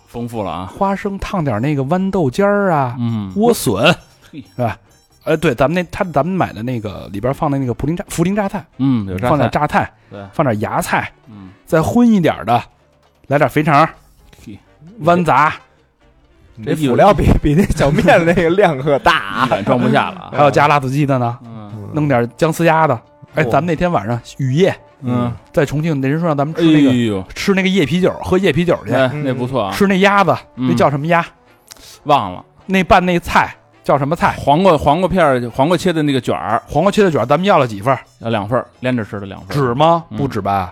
S4: 丰富了啊，
S1: 花生，烫点那个豌豆尖儿啊、
S4: 嗯
S1: 莴笋，
S4: 嘿
S1: 是吧？呃，对，咱们那他咱们买的那个里边放的那个涪陵榨涪陵榨菜，
S4: 嗯，有榨
S1: 放点
S4: 菜，
S1: 榨菜，
S4: 对，
S1: 放点芽菜，
S4: 嗯，
S1: 再荤一点的，来点肥肠
S4: 嘿、
S1: 豌杂，
S2: 这辅料比比那小面那个量可大啊
S4: 一！碗装不下了啊，
S1: 还有加辣子鸡的呢，
S4: 嗯
S1: 弄点姜丝鸭的。哎，
S2: 哇
S1: 咱们那天晚上雨夜
S4: 嗯，
S1: 在重庆，那人说让咱们
S4: 哎
S1: 吃那个嗯
S4: 呦，
S1: 吃那个夜啤酒，喝夜啤酒去，
S4: 哎，那不错啊，
S1: 吃那鸭子，
S4: 嗯
S1: 那叫什么鸭？
S4: 忘了
S1: 那拌那菜叫什么菜？
S4: 黄瓜黄瓜片儿黄瓜切的那个卷儿
S1: 黄瓜切的卷儿，咱们要了几份儿？
S4: 要两份儿，连着吃的两份儿，
S1: 止吗？
S4: 嗯
S1: 不止吧，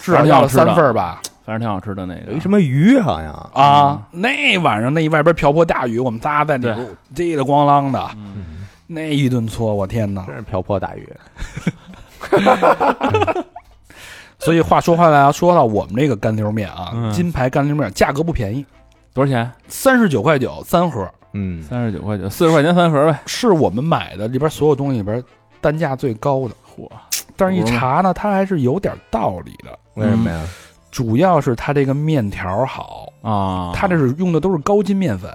S1: 至少要了三份儿吧？
S4: 反正挺好吃的那个，
S2: 有
S1: 哎
S2: 一什么鱼好像，
S4: 嗯
S1: 啊，那晚上那一外边瓢泼大雨，我们仨在里
S4: 对
S1: 边滴了咣啷的，
S4: 嗯
S1: 那一顿搓，我天哪！
S2: 真是瓢泼大鱼。
S1: 所以话说回来啊，说到我们这个干溜面啊，
S4: 嗯
S1: 金牌干溜面价格不便宜，
S4: 多少钱？
S1: 三十九块九三盒，
S2: 嗯，
S4: 三十九块九，四十块钱三盒呗。
S1: 是我们买的里边所有东西里边单价最高的。
S4: 嚯，
S1: 但是
S4: 哦
S1: 一查呢，它还是有点道理的，
S2: 为什么呀？
S1: 主要是它这个面条好，
S4: 啊，
S1: 它这是用的都是高筋面粉，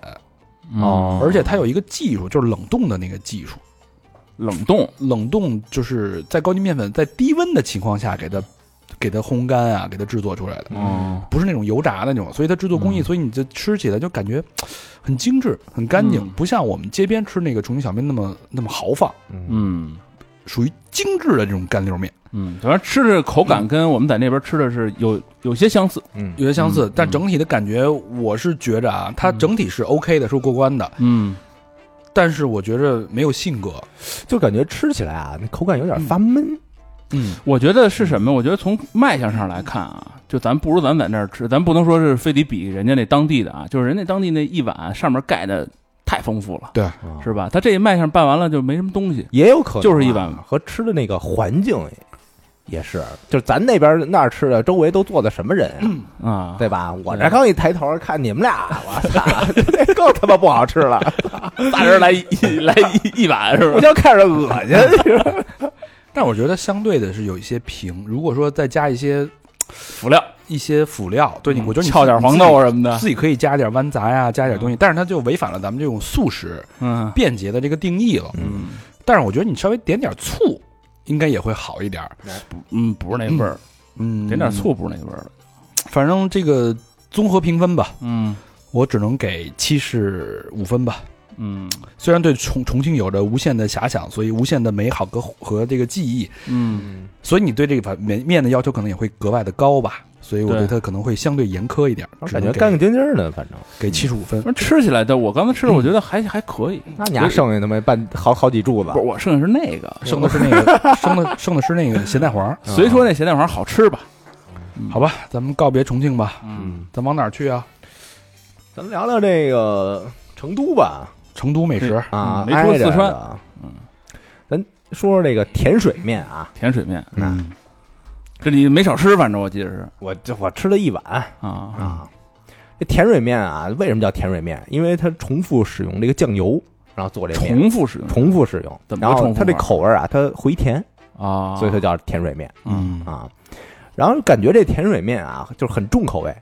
S4: 哦，
S1: 而且它有一个技术，就是冷冻的那个技术。
S4: 冷冻，
S1: 冷冻就是在高筋面粉在低温的情况下给它给它烘干啊，给它制作出来的，
S2: 嗯
S4: 哦，
S1: 不是那种油炸的那种，所以它制作工艺，
S4: 嗯
S1: 所以你这吃起来就感觉很精致、很干净，
S4: 嗯
S1: 不像我们街边吃那个重庆小面那么那么豪放，
S2: 嗯，
S4: 嗯
S1: 属于精致的这种干溜面，
S4: 嗯，反正吃的口感跟我们在那边吃的是有有些相似，
S2: 嗯
S1: 有些相似，
S4: 嗯
S1: 但整体的感觉我是觉着啊，它
S4: 嗯
S1: 整体是 OK 的，是过关的，
S4: 嗯，
S1: 但是我觉着没有性格，
S2: 就感觉吃起来啊，那口感有点发闷。
S1: 嗯，
S4: 我觉得是什么？我觉得从卖相上来看啊，就咱不如咱在那儿吃，咱不能说是非得比人家那当地的啊，就是人家当地那一碗上面盖的太丰富了，
S2: 啊
S4: 是吧？他这一卖相办完了就没什么东西，
S2: 也有可能啊
S4: 就是一碗
S2: 和吃的那个环境也是，就是咱那边那儿吃的，周围都坐的什么人啊？
S4: [LAUGHS] 啊，
S2: 对吧？我这刚一抬头看你们俩， [LAUGHS] 我操，这更他妈不好吃 [LAUGHS] 了，
S4: 大人来一 [LAUGHS] 来一一碗是
S2: 互
S4: 吧？
S2: 相看着恶心。
S1: 但我觉得相对的是有一些平，如果说再加一些
S4: 辅料，
S1: 一些辅料，对你，我觉得你
S4: 翘点
S1: 自己
S4: 黄豆什么的，
S1: 自己可以加点豌杂呀，加点东西，但是它就违反了咱们这种素食
S4: 嗯
S1: 便捷的这个定义了。
S4: 嗯
S1: 但是我觉得你稍微点点醋，应该也会好一点儿。
S4: 嗯，不是那味儿，
S1: 嗯，
S4: 点点，醋不是那味儿，
S1: 反正这个综合评分吧，
S4: 嗯
S1: 我只能给七十五分吧。
S4: 嗯
S1: 虽然对重重庆有着无限的遐想，所以无限的美好和和这个记忆，
S4: 嗯，
S2: 嗯
S1: 所以你对这个面面的要求可能也会格外的高吧。所以我对
S4: 对
S1: 它可能会相对严苛一点，
S2: 我
S1: 只
S2: [LAUGHS] 感觉
S1: 能
S2: 干
S1: 给
S2: 干净净的，反正。
S1: 给七十五分
S4: 反。正吃起来的，我刚才吃的，我觉得还还可以，
S2: 那你还剩下他妈半好好几柱子
S4: 不是，我剩下是那个，
S1: 剩的是那个， [LAUGHS] 剩的剩的是那个咸蛋黄，
S4: 虽嗯说那咸蛋黄好吃吧，
S1: 好吧，咱们告别重庆吧，
S4: 嗯，
S1: 咱往哪儿去啊？
S2: 咱们聊聊这个成都吧，
S1: 成都美食，
S2: 啊，
S4: 嗯没说四川
S2: 挨着的，嗯，咱说说这个甜水面啊，
S4: 甜水面，
S2: 嗯，
S4: 这里没少吃，反正我记得是
S2: 我这我吃了一碗
S4: 啊，
S2: 啊。这甜水面啊，为什么叫甜水面？因为它重复使用这个酱油，然后做这面，
S4: 重复使用
S2: 重复使用，
S4: 怎么
S2: 然
S4: 个重
S2: 后
S4: 复
S2: 它这
S4: 法
S2: 口味儿啊，它回甜，
S4: 啊，
S2: 所以它叫甜水面
S4: 嗯
S2: 啊。然后感觉这甜水面啊，就是很重口味。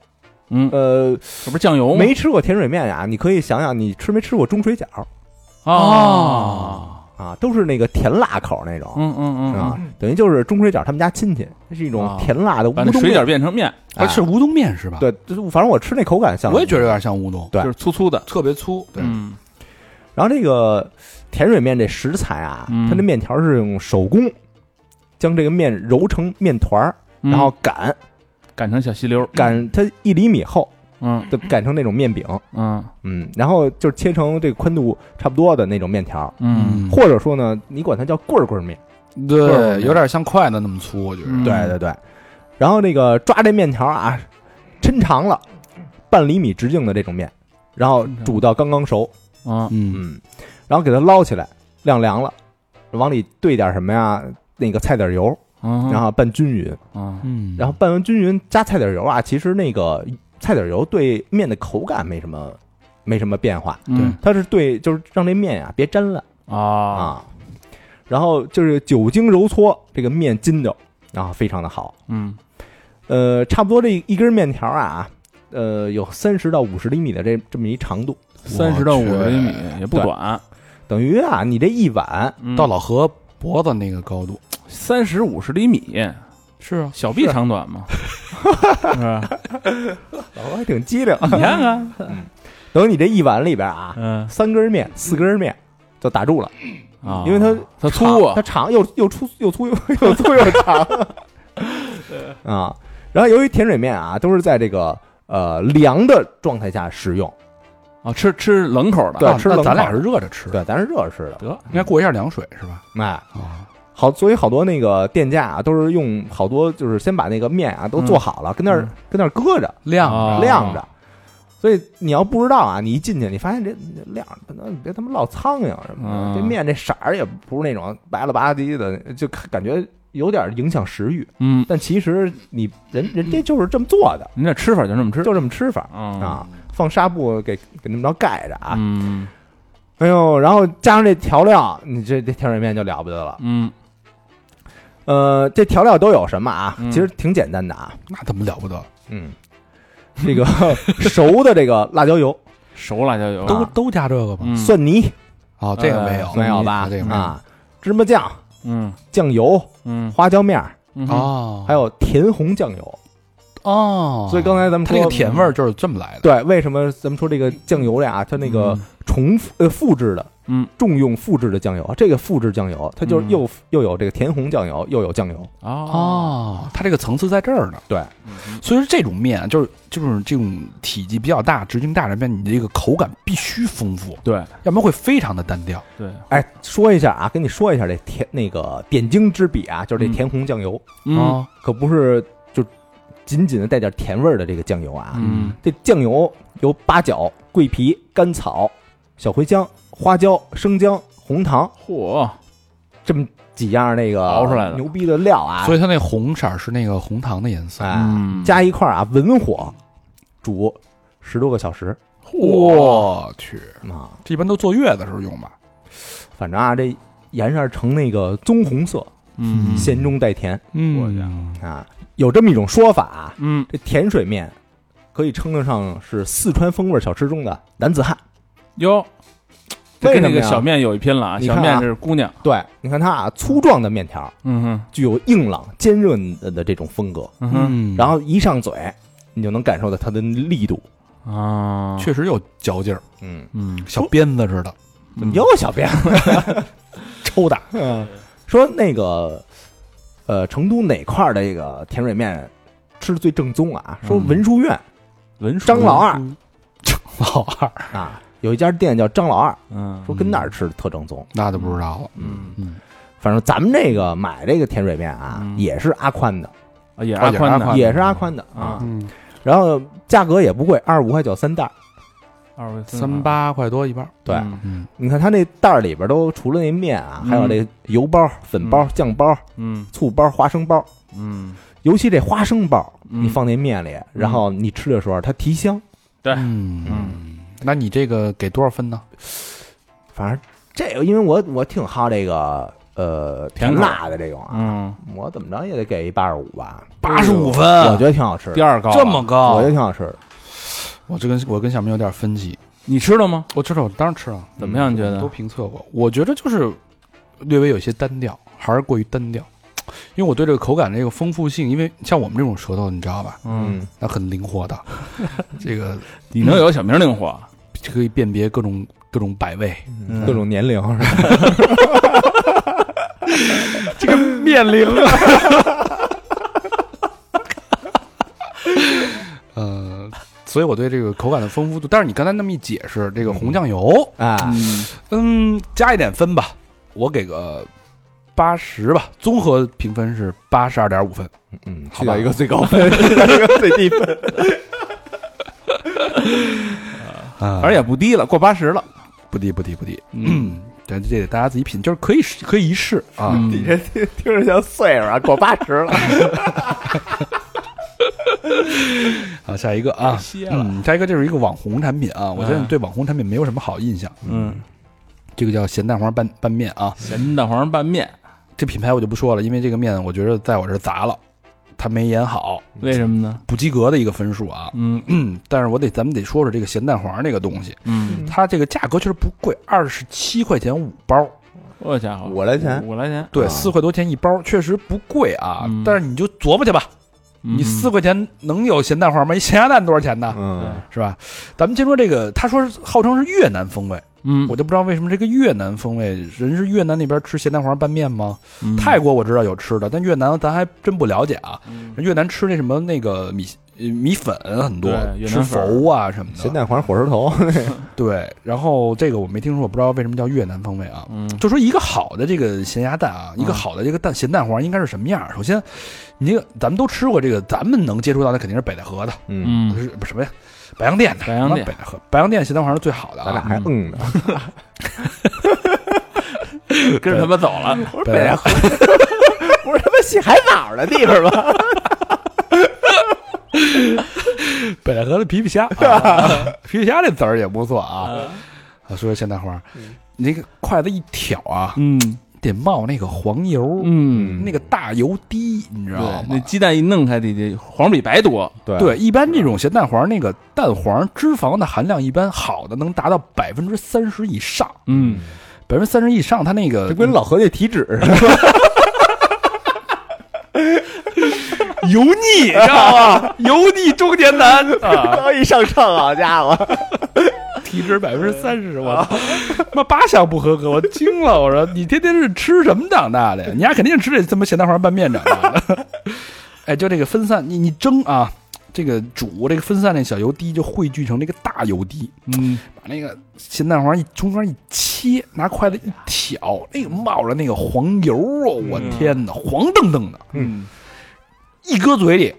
S4: 嗯，
S2: 呃，
S4: 这不是酱油吗
S2: 没吃过甜水面呀、你可以想想，你吃没吃过中水饺
S4: 啊，
S2: 啊？都是那个甜辣口那种，
S4: 嗯嗯嗯，
S2: 啊，等于就是中水饺他们家亲戚，这是一种
S4: 啊
S2: 甜辣的乌
S4: 把那
S2: 冬
S4: 水
S2: 面
S4: 饺变成面，
S1: 它啊是乌冬面是吧？，
S2: 对，就是反正我吃那口感像，
S1: 我也觉得有点像乌冬，
S2: 对
S4: 就是粗粗的，
S1: 特别粗。对
S4: 嗯
S2: 然后这个甜水面这食材啊，
S4: 嗯
S2: 它的面条是用手工将这个面揉成面团儿，
S4: 嗯
S2: 然后擀
S4: 擀成小细溜儿，
S2: 擀它一厘米厚，
S4: 嗯
S2: 就擀成那种面饼，
S4: 嗯
S2: 嗯，然后就是切成这个宽度差不多的那种面条，
S4: 嗯，
S2: 或者说呢，你管它叫棍儿棍儿面，
S1: 对，有点像筷子那么粗，我觉得。
S4: 嗯
S2: 对对对。然后那个抓这面条啊，抻长了半厘米直径的这种面，然后煮到刚刚熟，
S4: 啊
S1: 嗯，
S2: 嗯，然后给它捞起来晾凉了，往里兑点什么呀？那个菜点油，
S4: 嗯，
S2: 然后拌均匀，
S4: 啊
S1: 嗯
S2: 然后拌完均匀加菜点油啊，其实那个菜点油对面的口感没什么没什么变化，
S4: 嗯
S2: 它是对就是让这面啊别粘了
S4: 啊
S2: 啊，然后就是酒精揉搓这个面筋道啊，非常的好。
S4: 嗯
S2: 呃，差不多这一根面条啊，呃，有三十到五十厘米的这这么一长度，
S4: 三十到五十厘米也不
S2: 对
S4: 短，
S2: 等于啊，你这一碗
S1: 到老何脖子那个高度，
S4: 三十五十厘米，
S1: 是啊，
S4: 小臂
S2: 是
S4: 长
S2: [LAUGHS]
S4: 短嘛，是吧？
S2: 老婆还挺机灵，
S4: 你看看，
S2: 等于你这一碗里边啊，
S4: 嗯
S2: 三根面、四根面就打住了，
S4: 啊，
S2: 因为它
S4: 它
S2: 长
S4: 粗啊
S2: 它，长又又粗又粗又又粗又
S4: [LAUGHS]
S2: 长啊。然后由于甜水面啊都是在这个呃凉的状态下食用，
S4: 啊，吃吃冷口的，
S2: 对
S1: 那
S2: 吃冷口
S1: 咱俩是热着吃，
S2: 对，咱是热吃的，
S4: 得
S1: 应该过一下凉水是吧？
S2: 哎，
S1: 啊，
S2: 好，所以好多那个店家啊都是用好多就是先把那个面啊都做好了，跟那儿
S4: 嗯
S2: 跟那儿搁着
S1: 亮
S4: 啊
S2: 晾着。所以你要不知道啊，你一进去，你发现这这晾着，那你别他妈落苍蝇什么
S4: 嗯
S2: 的，这面这色儿也不是那种白了吧唧的，就看感觉有点影响食欲。
S4: 嗯，
S2: 但其实你人人家就是这么做的，
S4: 人家吃法就这么吃
S2: 就这么吃法
S4: 啊
S2: 啊，放纱布给给那么着盖着啊。
S4: 嗯
S2: 哎呦，然后加上这调料，你这这甜水面就了不得了。
S4: 嗯
S2: 呃，这调料都有什么啊？
S4: 嗯
S2: 其实挺简单的啊。
S1: 那怎么了不得？
S4: [LAUGHS]
S2: 嗯，这个熟的这个辣椒油、
S4: 熟辣椒油
S1: 都
S2: 啊
S1: 都加这个吧？
S4: 嗯
S2: 蒜泥
S1: 哦，这个没有，
S4: 嗯
S2: 呃没有吧
S1: 这个？没有。
S2: 啊，芝麻酱、
S4: 嗯
S2: 酱油、
S4: 嗯
S2: 花椒面儿，
S4: 嗯
S1: 哦，
S2: 还有甜红酱油。
S1: 哦，
S2: 所以刚才咱们
S1: 它
S2: 说
S1: 这个甜味儿就是这么来的。
S2: 对，为什么咱们说这个酱油呀，它那个重复呃复制的，
S4: 嗯，
S2: 重用复制的酱油，这个复制酱油，它就是
S4: 嗯
S2: 又又有这个甜红酱油，又有酱油，
S4: 哦嗯
S1: 哦，它这个层次在这儿呢。
S2: 对，
S1: 所以说这种面啊就是就是这种体积比较大、直径大的面，你这个口感必须丰富，
S4: 对
S1: 要不然会非常的单调。
S4: 对，
S2: 哎，说一下啊，跟你说一下这甜那个点睛之笔啊，就是这
S4: 嗯
S2: 甜红酱油，
S4: 嗯
S1: 哦，
S2: 可不是就仅仅的带点甜味儿的这个酱油啊。
S4: 嗯
S2: 这酱油由八角、桂皮、甘草、小茴香、花椒、生姜、红糖
S4: 嚯，
S2: 啊这么几样那个
S4: 熬出来的
S2: 牛逼的料啊，
S1: 所以它那红色儿是那个红糖的颜色。
S2: 哎，
S4: 嗯
S2: 加一块儿啊，文火煮十多个小时
S1: 我去，
S2: 啊，
S1: 这一般都坐月子的时候用吧？
S2: 反正啊这颜色成那个棕红色，
S4: 嗯
S2: 咸中带甜
S4: 我家
S1: 嗯，
S2: 啊。有这么一种说法啊，
S4: 嗯
S2: 这甜水面可以称得上是四川风味小吃中的男子汉。
S4: 哟，这
S2: 为
S4: 跟
S2: 什么
S4: 那个
S2: 呀
S4: 小面有一拼了啊，
S2: 你
S4: 小
S2: 看啊
S4: 面是姑娘，
S2: 对，你看它啊，粗壮的面条
S4: 嗯哼
S2: 具有硬朗、坚韧的这种风格，
S4: 嗯哼
S2: 然后一上嘴，你就能感受到它的力度。
S4: 啊，
S1: 确实有嚼劲儿，
S2: 嗯，
S4: 嗯
S1: 小鞭子似的。
S2: 怎么又小编 [LAUGHS] 抽打？嗯，说那个，呃，成都哪块儿的这个甜水面吃的最正宗啊？说文殊院
S4: 文书
S2: 张老二
S1: [LAUGHS] 老二，
S2: 啊，有一家店叫张老二，
S4: 嗯
S2: 说跟那儿吃的特正宗。
S1: 那就不知道了。
S4: 嗯
S1: 嗯，
S2: 反正咱们这个买这个甜水面啊，
S4: 嗯
S2: 也是阿宽的，
S4: 啊也
S1: 啊
S4: 是阿
S1: 也是
S4: 宽
S1: 阿
S4: 的
S1: 宽，
S2: 也是阿宽的
S4: 啊
S2: 啊。
S1: 嗯，
S2: 然后价格也不贵，二十五块九三袋儿。
S4: 二位啊
S1: 三八块多一半儿。
S2: 对，
S4: 嗯
S1: 嗯，
S2: 你看它那袋儿里边都除了那面啊，
S4: 嗯
S2: 还有这油包、粉包、酱包、
S4: 嗯
S2: 醋包、花生包，
S4: 嗯，
S2: 尤其这花生包，
S4: 嗯
S2: 你放那面里，然后你吃的时候它提香。
S4: 对
S1: 嗯，那你这个给多少分呢？
S2: 反正这个，因为我我挺好这个呃
S4: 甜
S2: 甜
S4: 口
S2: 辣的这种啊，
S4: 嗯，
S2: 我怎么着也得给一八十五吧，嗯
S1: 85分
S2: 我觉得挺好吃
S4: 第
S2: 的，
S4: 二高了啊
S1: 这么，高
S2: 我觉得，挺好吃的。
S1: 我这跟我跟小明有点分歧。
S4: 你吃了吗？
S1: 我吃了，我当然吃
S2: 嗯
S1: 了，
S4: 怎么样？你觉
S1: 都
S4: 得？
S1: 评测过。我觉得就是略微有些单调，还是过于单调。因为我对这个口感这个丰富性，因为像我们这种舌头，你知道吧，
S4: 嗯，，
S1: [LAUGHS] 那很灵活的，这个
S4: 你能有小明灵活？
S1: 可以辨别各种各种百味，
S3: 嗯
S2: 各种年龄，是吧
S1: 这个面临
S2: 啊
S1: 了。呃，所以我对这个口感的丰富度，但是你刚才那么一解释，这个红酱油，
S2: 啊，
S4: 嗯，
S1: 嗯，加一点分吧，我给个八十吧，综合评分是八十二点五分。
S2: 嗯，
S1: 好
S2: 去
S1: 吧
S2: 掉一个最高分， [LAUGHS] 去掉一个最低分，
S1: 啊
S4: 而且不低了，过八十了。
S1: 不低不低不低，
S4: 嗯，
S1: 这这得大家自己品，就是可以试可以一试啊。
S4: 嗯
S2: 你这听听着像岁数啊，过八十 [LAUGHS] 了，
S1: 好，下一个啊，
S4: 歇了
S1: 嗯，下一个就是一个网红产品啊，我现在
S4: 嗯
S1: 对网红产品没有什么好印象。
S4: 嗯，
S1: 这个叫咸蛋黄拌拌面啊，
S4: 咸蛋黄拌面，
S1: 这品牌我就不说了，因为这个面我觉得在我这儿砸了，它没演好，
S2: 嗯
S4: 为什么呢？
S1: 不及格的一个分数啊。
S4: 嗯
S1: 嗯，但是我得咱们得说说这个咸蛋黄这个东西，
S4: 嗯，
S1: 它这个价格其实不贵，二十七块钱五包，
S4: 我家伙，
S2: 五来钱，
S4: 五来钱，
S1: 对，
S2: 啊
S1: 四块多钱一包，确实不贵啊。
S4: 嗯
S1: 但是你就琢磨去吧，你
S4: 嗯
S1: 四块钱能有咸蛋黄吗？一咸鸭蛋多少钱呢？
S2: 嗯，
S1: 是吧？咱们先说这个，他说是号称是越南风味，
S4: 嗯，
S1: 我就不知道为什么这个越南风味，人是越南那边吃咸蛋黄拌面吗？泰国我知道有吃的，但越南咱还真不了解啊。
S4: 嗯
S1: 人越南吃那什么那个米呃米粉很多
S4: 对，越
S1: 吃
S4: 南粉儿
S1: 佛啊什么
S2: 咸
S1: 的。
S2: 蛋黄火车头，
S1: 对，然后这个我没听说，我不知道为什么叫越南风味啊。
S4: 嗯
S1: 就说一个好的这个咸鸭蛋啊，一个好的这个蛋咸蛋黄应该是什么样儿？首先，你这个咱们都吃过这个，咱们能接触到的肯定是北戴河的，
S2: 嗯，
S1: 不
S4: 嗯，
S1: 是不是什么呀？白洋淀的，
S4: 白洋淀
S1: 北戴河白洋淀咸蛋黄是最好的
S2: 咱俩
S1: 啊。
S2: 还嗯呢，
S4: [LAUGHS] 跟着他们走了，
S2: 不 [LAUGHS]
S1: 北戴
S2: 河，不是他妈洗海澡的地方吧？
S1: 北戴河的皮皮 [LAUGHS] 虾，啊皮皮虾这词儿也不错啊。啊，说说咸蛋黄，你那个筷子一挑啊，
S4: 嗯
S1: 得冒那个黄油，
S4: 嗯，
S1: 那个大油滴，你知道
S4: 对，
S1: 吗
S4: 那？鸡蛋一弄开得得黄比白多，
S2: [LAUGHS] 对
S1: 对，一般这种咸蛋黄，那个蛋黄脂肪的含量一般好的能达到百分之三十以上，
S4: 嗯，
S1: 百分之三十以上，它那个
S2: 这跟老何那体 [LAUGHS] 脂似的，
S1: 油腻，知道 [LAUGHS] 吗？油腻中年男啊，
S2: 刚一上秤，好家伙， [LAUGHS]
S1: 体脂百分之三十，我操，妈八项不合格，我惊了，我说你天天是吃什么长大的呀？你丫肯定吃这他妈咸蛋黄拌面长大的。 [LAUGHS] 哎，就这个分散，你你蒸啊，这个煮这个分散那小油滴就汇聚成这个大油滴，
S4: 嗯，
S1: 把那个咸蛋黄一中间一切，拿筷子一挑，那个冒着那个黄油啊，我天哪，黄澄澄的，
S4: 嗯，
S1: 一搁嘴里，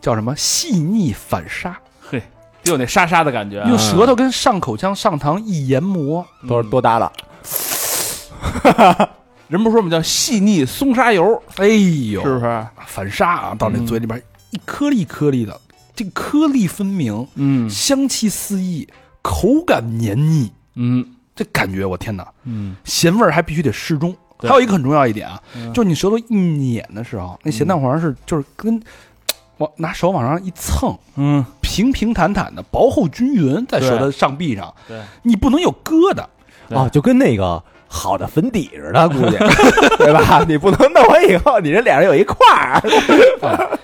S1: 叫什么细腻反沙，
S4: 嘿，得有那沙沙的感觉啊，
S1: 用舌头跟上口腔、上膛一研磨，
S2: 多多大了？
S4: 人不是说我们叫细腻松沙油，
S1: 哎呦，
S4: 是不是？
S1: 反沙啊，到
S4: 嗯
S1: 那嘴里边一颗粒一颗粒的，这个颗粒分明，
S4: 嗯
S1: 香气四溢，口感黏腻，
S4: 嗯
S1: 这感觉我天哪，
S4: 嗯，
S1: 咸味儿还必须得适中。还
S4: 对
S1: 有一个很重要一点啊，
S4: 嗯
S1: 就是你舌头一捻的时候，那咸蛋黄是就是跟往拿手往上一蹭，
S4: 嗯，
S1: 平平坦坦的，薄厚均匀在舌头上壁上，
S4: 对，
S1: 你不能有疙瘩。
S4: 对
S2: 哦，就跟那个好的粉底似的，估 [LAUGHS] 计对吧？你不能弄完以后，你这脸上有一块儿，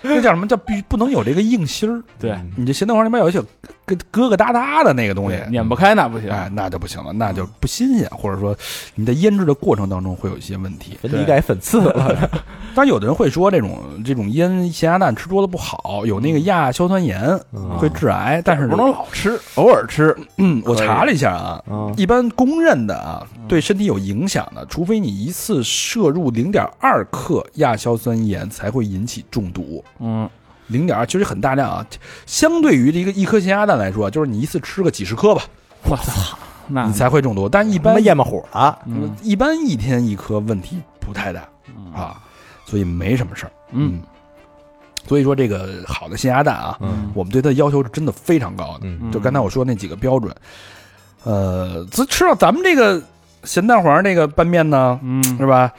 S1: 那叫什么叫必不能有这个硬芯儿？
S4: 对，
S1: 你这咸蛋黄里面有一些疙疙疙瘩瘩的那个东西，
S4: 碾不开那不行，
S1: 哎，那就不行了，那就不新鲜，或者说你在腌制的过程当中会有一些问题。
S2: [LAUGHS] 粉底改粉刺了， [LAUGHS]
S1: 当然，有的人会说这种这种腌咸鸭蛋吃多了不好，有那个亚硝酸盐、
S2: 嗯
S1: 会致癌，但是
S4: 不能老吃，偶尔吃，
S1: 嗯，我
S4: 可以嗯
S1: 查了一下啊，
S2: 嗯
S1: 一般公认的啊，对身体有影响的，除非你一次摄入零点二克亚硝酸盐才会引起中毒。
S4: 嗯
S1: 零点二其实很大量啊，相对于这个一颗咸鸭蛋来说，啊就是你一次吃个几十颗吧，
S4: 那啊
S1: 你才会中毒。但一
S2: 他妈
S1: 般
S2: 咽巴火了。
S4: 嗯
S1: 一般一天一颗问题不太大
S4: 嗯
S1: 啊，所以没什么事儿。
S4: 嗯，
S1: 所以说这个好的咸鸭蛋啊，
S2: 嗯
S1: 我们对它的要求是真的非常高的。
S2: 嗯
S4: 嗯
S1: 就刚才我说那几个标准，呃，这吃到咱们这个咸蛋黄这个拌面呢，
S4: 嗯
S1: 是吧？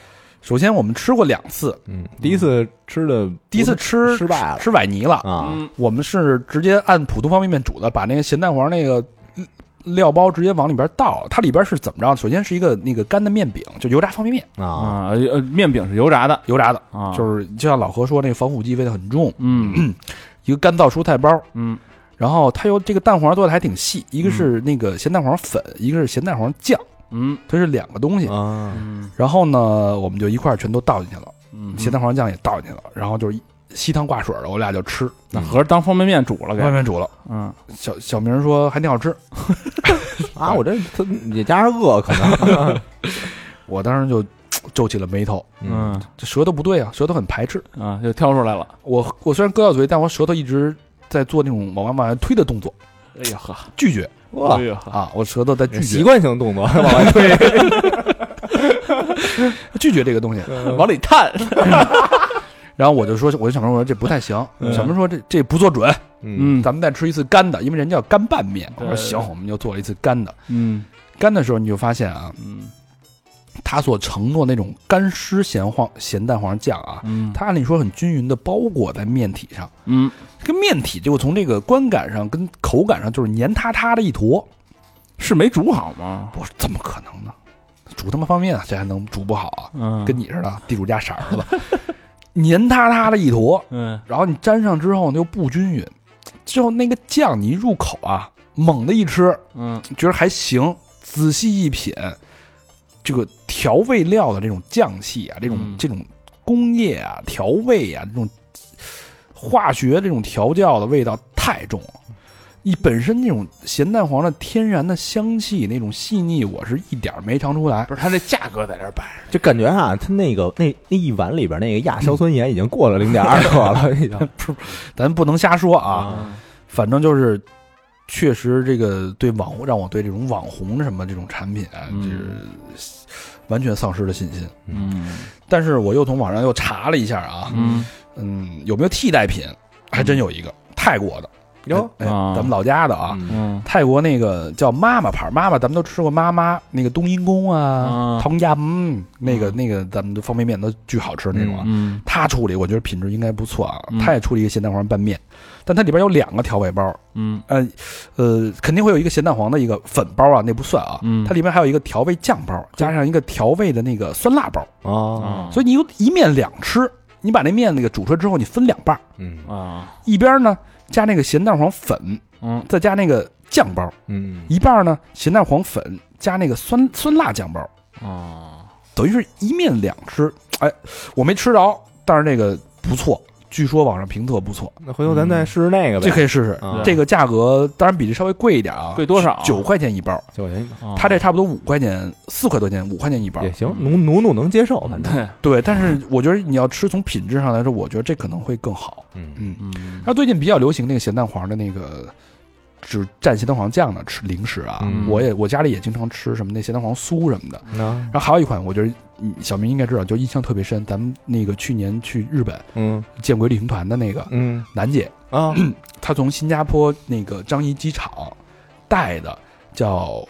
S1: 首先我们吃过两次，
S2: 嗯，第一次吃的，
S1: 第一次吃
S2: 失败了
S1: 吃崴泥了，
S2: 啊，
S4: 嗯
S1: 我们是直接按普通方便面煮的，把那个咸蛋黄那个嗯料包直接往里边倒，它里边是怎么着？首先是一个那个干的面饼，就油炸方便面，
S2: 啊，
S4: 啊呃面饼是油炸的
S1: 油炸的，
S4: 啊，
S1: 就是就像老何说那个防腐剂味道很重，
S4: 嗯
S1: 一个干燥蔬菜包，
S4: 嗯
S1: 然后它又这个蛋黄做的还挺细，一个是那个咸蛋黄粉，一个是咸蛋黄酱，
S4: 嗯
S1: 它是两个东西。
S2: 啊，
S4: 嗯
S1: 然后呢，我们就一块儿全都倒进去了，
S4: 嗯
S1: 咸蛋黄酱也倒进去了，然后就是一稀汤挂水的，我俩就吃，
S4: [CLEARS THROAT] 那合着当方便面煮了
S1: 外
S4: 给，
S1: 面煮了。
S4: 嗯，
S1: 小小明说还挺好吃，
S2: 啊，我这他也加上饿可能，
S1: 我当时就皱起了眉头，
S4: 嗯
S1: 这舌头不对啊，舌头很排斥。
S4: 啊，就挑出来了。
S1: 我我虽然搁到嘴里，但我舌头一直在做那种往外往外推的动作，
S4: 哎呀呵，
S1: 拒绝
S2: 哇，
S4: 呀哎呵，
S1: 啊，我舌头在拒
S2: 习
S1: 绝
S2: 惯性动作往外推，
S1: 拒绝这个东
S4: [LAUGHS]
S1: 西。
S2: 嗯
S4: 往里探。
S1: 然后我就说，我就想说，这不太行。
S4: 嗯
S1: 小明说这这不做准，
S2: 嗯
S4: 嗯
S1: 咱们再吃一次干的，因为人家叫干拌面。我
S4: 对
S1: 说行，我们就做了一次干的。
S4: 嗯
S1: 干的时候你就发现啊，
S4: 嗯
S1: 他所承诺那种干湿咸黄咸蛋黄酱啊，
S4: 嗯
S1: 它按理说很均匀的包裹在面体上，
S4: 嗯，
S1: 这个面体就从这个观感上跟口感上就是黏塌塌的一坨。
S4: 是没煮好吗？
S1: 我说怎么可能呢？煮他妈方便面啊，谁还能煮不好啊？
S4: 嗯
S1: 跟你似的，地主家傻
S4: [LAUGHS]
S1: 儿子，黏塌塌的一坨。
S4: 嗯
S1: 然后你沾上之后呢又不均匀，之后那个酱你一入口啊，猛的一吃，
S4: 嗯
S1: 觉得还行，仔细一品，这个调味料的这种酱气啊，这种、
S4: 嗯
S1: 这种工业啊调味啊，这种化学这种调教的味道太重了。你本身那种咸蛋黄的天然的香气，那种细腻，我是一点儿没尝出来。
S4: 不是，它这价格在这儿摆
S2: 就感觉啊，他那个那那一碗里边那个亚硝酸盐已经过了零点二克了，已经
S1: 咱不能瞎说啊，
S4: 啊，
S1: 反正就是，确实这个对网红让我对这种网红什么这种产品啊，
S4: 嗯
S1: 就是完全丧失了信心。
S4: 嗯
S1: 但是我又从网上又查了一下啊，
S4: 嗯
S1: 嗯，有没有替代品？还真有一个泰国的，
S2: 哟
S1: 哎，
S4: 啊
S1: 咱们老家的啊，
S2: 嗯
S4: 嗯
S1: 泰国那个叫妈妈牌，妈妈咱们都吃过妈妈那个冬阴功啊
S4: 啊、
S1: 汤鸭，嗯，那个那个咱们的方便面都巨好吃那种啊。
S4: 嗯
S1: 他处理我觉得品质应该不错啊，
S4: 嗯
S1: 他也处理一个咸蛋黄拌面，但它里边有两个调味包，
S4: 嗯
S1: 呃，呃，肯定会有一个咸蛋黄的一个粉包啊，那不算啊，
S4: 嗯
S1: 它里面还有一个调味酱包，加上一个调味的那个酸辣包，
S2: 啊，
S4: 啊，
S1: 所以你有一面两吃，你把那面那个煮出来之后，你分两半儿，
S2: 嗯
S4: 以啊
S1: 一边呢加那个咸蛋黄粉，
S4: 嗯
S1: 再加那个酱包，
S2: 嗯
S1: 一半呢咸蛋黄粉加那个酸酸辣酱包，
S4: 啊
S1: 等于是一面两吃。哎，我没吃着，但是那个不错，据说网上评测不错，
S2: 那回头咱再试试那个呗，
S1: 这可以试试。
S2: 啊
S1: 这个价格当然比这稍微贵一点啊，
S4: 贵多少
S1: 九块钱一包。
S2: 九块钱一包
S4: 啊
S1: 他这差不多五块钱，四块多钱，五块钱一包
S2: 也。行，努努努能接受，反正
S4: 对
S1: 对，但是我觉得你要吃，从品质上来说，我觉得这可能会更好。
S2: 嗯
S1: 嗯，
S4: 嗯
S1: 那最近比较流行那个咸蛋黄的那个，就是蘸咸蛋黄酱的吃零食啊，
S2: 嗯
S1: 我也我家里也经常吃什么那咸蛋黄酥什么的。
S2: 那
S1: 然后还有一款，我觉得嗯小明应该知道，就印象特别深。咱们那个去年去日本
S2: 嗯
S1: 见鬼旅行团的那个
S2: 嗯
S1: 楠姐，
S2: 啊
S1: 她从新加坡那个樟宜机场带的叫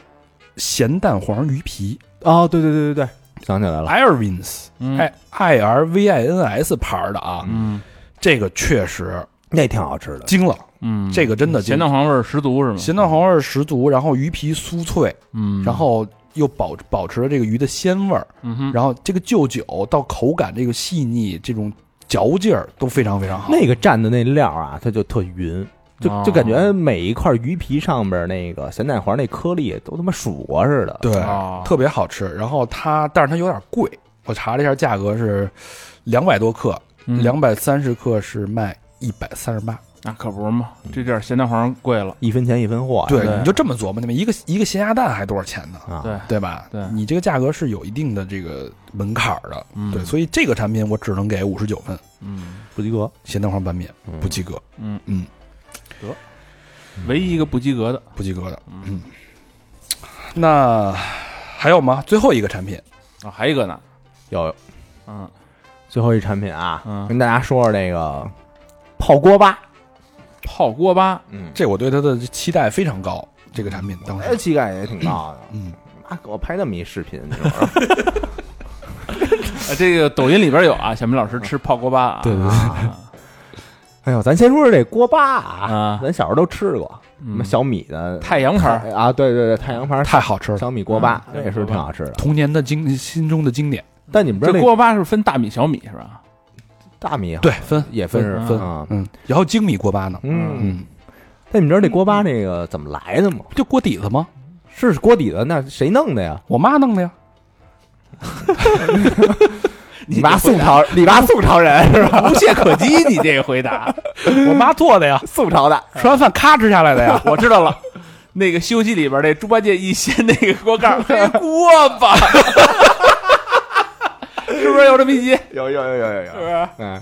S1: 咸蛋黄鱼皮
S2: 哦，对对对对对，想起来了，
S1: （Irvins）。
S4: 嗯
S1: 哎，I R V I N S 牌儿的啊，
S4: 嗯
S1: 这个确实
S2: 那挺好吃的，
S1: 惊了，
S4: 嗯，
S1: 这个真的
S4: 咸
S1: 惊
S4: 蛋黄味儿十足是吗？
S1: 咸蛋黄味儿十足，然后鱼皮酥脆，
S4: 嗯，
S1: 然后又保保持了这个鱼的鲜味儿，
S4: 嗯哼，
S1: 然后这个就酒到口感这个细腻，这种嚼劲儿都非常非常好。
S2: 那个蘸的那料啊，它就特匀。就就感觉
S4: 哦
S2: 每一块鱼皮上边那个咸蛋黄那颗粒都他妈数过似的，
S1: 对，
S4: 哦
S1: 特别好吃。然后它，但是它有点贵，我查了一下价格是两百多克，
S4: 嗯
S1: 两百三十克是卖一百三十八。
S4: 那可不是嘛，这点儿咸蛋黄贵了，
S2: 一分钱一分货呀。
S1: 对，
S4: 对
S1: 你就这么琢磨，你们一个一个咸鸭蛋还多少钱呢？
S2: 啊，
S4: 对
S1: 对吧？
S4: 对
S1: 你这个价格是有一定的这个门槛儿的，
S4: 嗯
S1: 对，所以这个产品我只能给五十九分，
S4: 嗯，
S2: 不及格，
S1: 咸蛋黄拌面
S2: 嗯
S1: 不及格，
S4: 嗯
S1: 嗯，
S4: 得，唯一一个不及格的，
S1: 不及格的。
S4: 嗯
S1: 那还有吗？最后一个产品，
S4: 啊，还有一个呢，
S2: 有
S4: 嗯
S2: 最后一产品啊，
S1: 哎
S4: 嗯
S2: 跟大家说说那个泡锅巴，
S4: 泡锅巴，
S2: 嗯，
S1: 这我对它的期待非常高，这个产品当
S2: 这
S1: 时，
S2: 膝哎盖也挺大的，
S1: 嗯，
S2: 妈给我拍那么一视频，你说
S4: 啊，这个抖音里边有啊，小明老师吃泡锅巴啊，
S1: 对对对
S4: 啊
S2: 哎呦，咱先说说这锅巴啊，
S4: 啊，
S2: 咱小时候都吃过，什么
S4: 嗯
S2: 小米的
S4: 太阳牌儿，
S2: 啊，对对对，太阳牌
S1: 太好吃了，
S2: 小米锅巴
S4: 嗯，
S2: 那也是挺好吃的。
S1: 童年的经心中的经典。
S2: 但你们
S4: 这
S2: 知道那
S4: 锅巴是分大米小米是吧？
S2: 大米
S1: 对，分嗯
S2: 也分是
S4: 分
S2: 啊，
S1: 嗯，然后精米锅巴呢，
S2: 嗯，
S1: 嗯，
S2: 但你知道这锅巴这个怎么来的吗？
S1: 不就锅底子吗？
S2: 是锅底子，那谁弄的呀？
S1: 我妈弄的呀。
S2: 你妈宋朝，你妈宋朝人是吧？
S4: 无懈可 [LAUGHS] 击，你这个回答。哎
S1: 我妈做的呀，
S2: 宋朝的，
S1: 吃完饭咔哧下来的呀。
S4: [LAUGHS] 我知道了，那个《西游记》里边那猪八戒一掀那个锅 [LAUGHS] 盖儿，嘿锅巴， [LAUGHS] 是不是有这么一集？ [LAUGHS] 是
S2: 有有有有有
S4: 不。是？
S2: [LAUGHS] 嗯，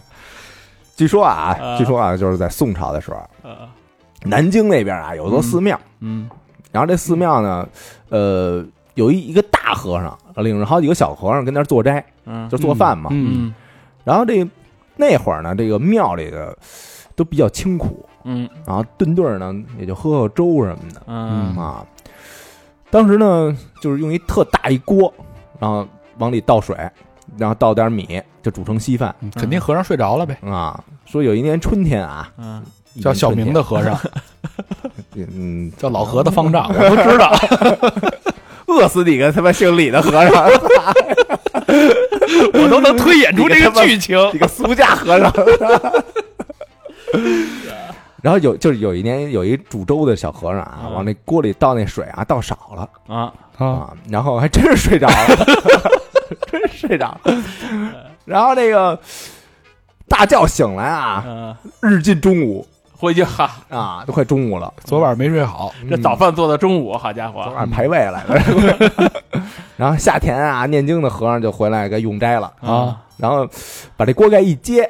S2: 据说啊，
S4: 啊
S3: 呃
S2: 据说啊，就是在宋朝的时候，
S4: 啊
S2: 南京那边啊有座寺庙，
S4: 嗯
S2: 然后这寺庙呢，呃，有一一个大和尚领着好几个小和尚跟那儿做斋，
S4: 嗯
S2: 就做饭嘛。
S4: 嗯
S2: 然后这那会儿呢，这个庙里的都比较清苦，
S4: 嗯
S2: 然后顿顿呢也就喝喝粥什么的。
S4: 嗯
S2: 啊，当时呢，就是用一特大一锅，然后往里倒水，然后倒点米，就煮成稀饭
S3: 肯定和尚睡着了呗，
S2: 啊。说有一年春天啊，
S4: 嗯， [LAUGHS]
S3: 叫小明的和尚，
S2: 嗯，
S3: 叫老何的方丈，
S2: 我都知道，饿死你个他妈姓李的和尚，
S4: 我都能推演出这
S2: 你他妈
S4: 个剧情。
S2: 你个俗家和尚。 [LAUGHS] 然后有就是有一年有一煮粥的小和尚啊，
S4: 嗯
S2: 往那锅里倒那水啊，倒少了
S4: 啊，
S2: 啊，然后还真是睡着了， [LAUGHS] 真是睡着了。然后那个大觉醒来啊，
S4: [LAUGHS] 嗯，
S2: 日近中午
S4: 回去哈，
S2: 啊，都快中午了，
S3: 昨晚没睡好，
S4: 这早饭做到中午，好家
S2: 昨
S4: 伙，
S2: 晚排位来了。 [LAUGHS] 然后夏天啊，念经的和尚就回来给用斋了，
S4: 啊，
S2: 然后把这锅盖一揭，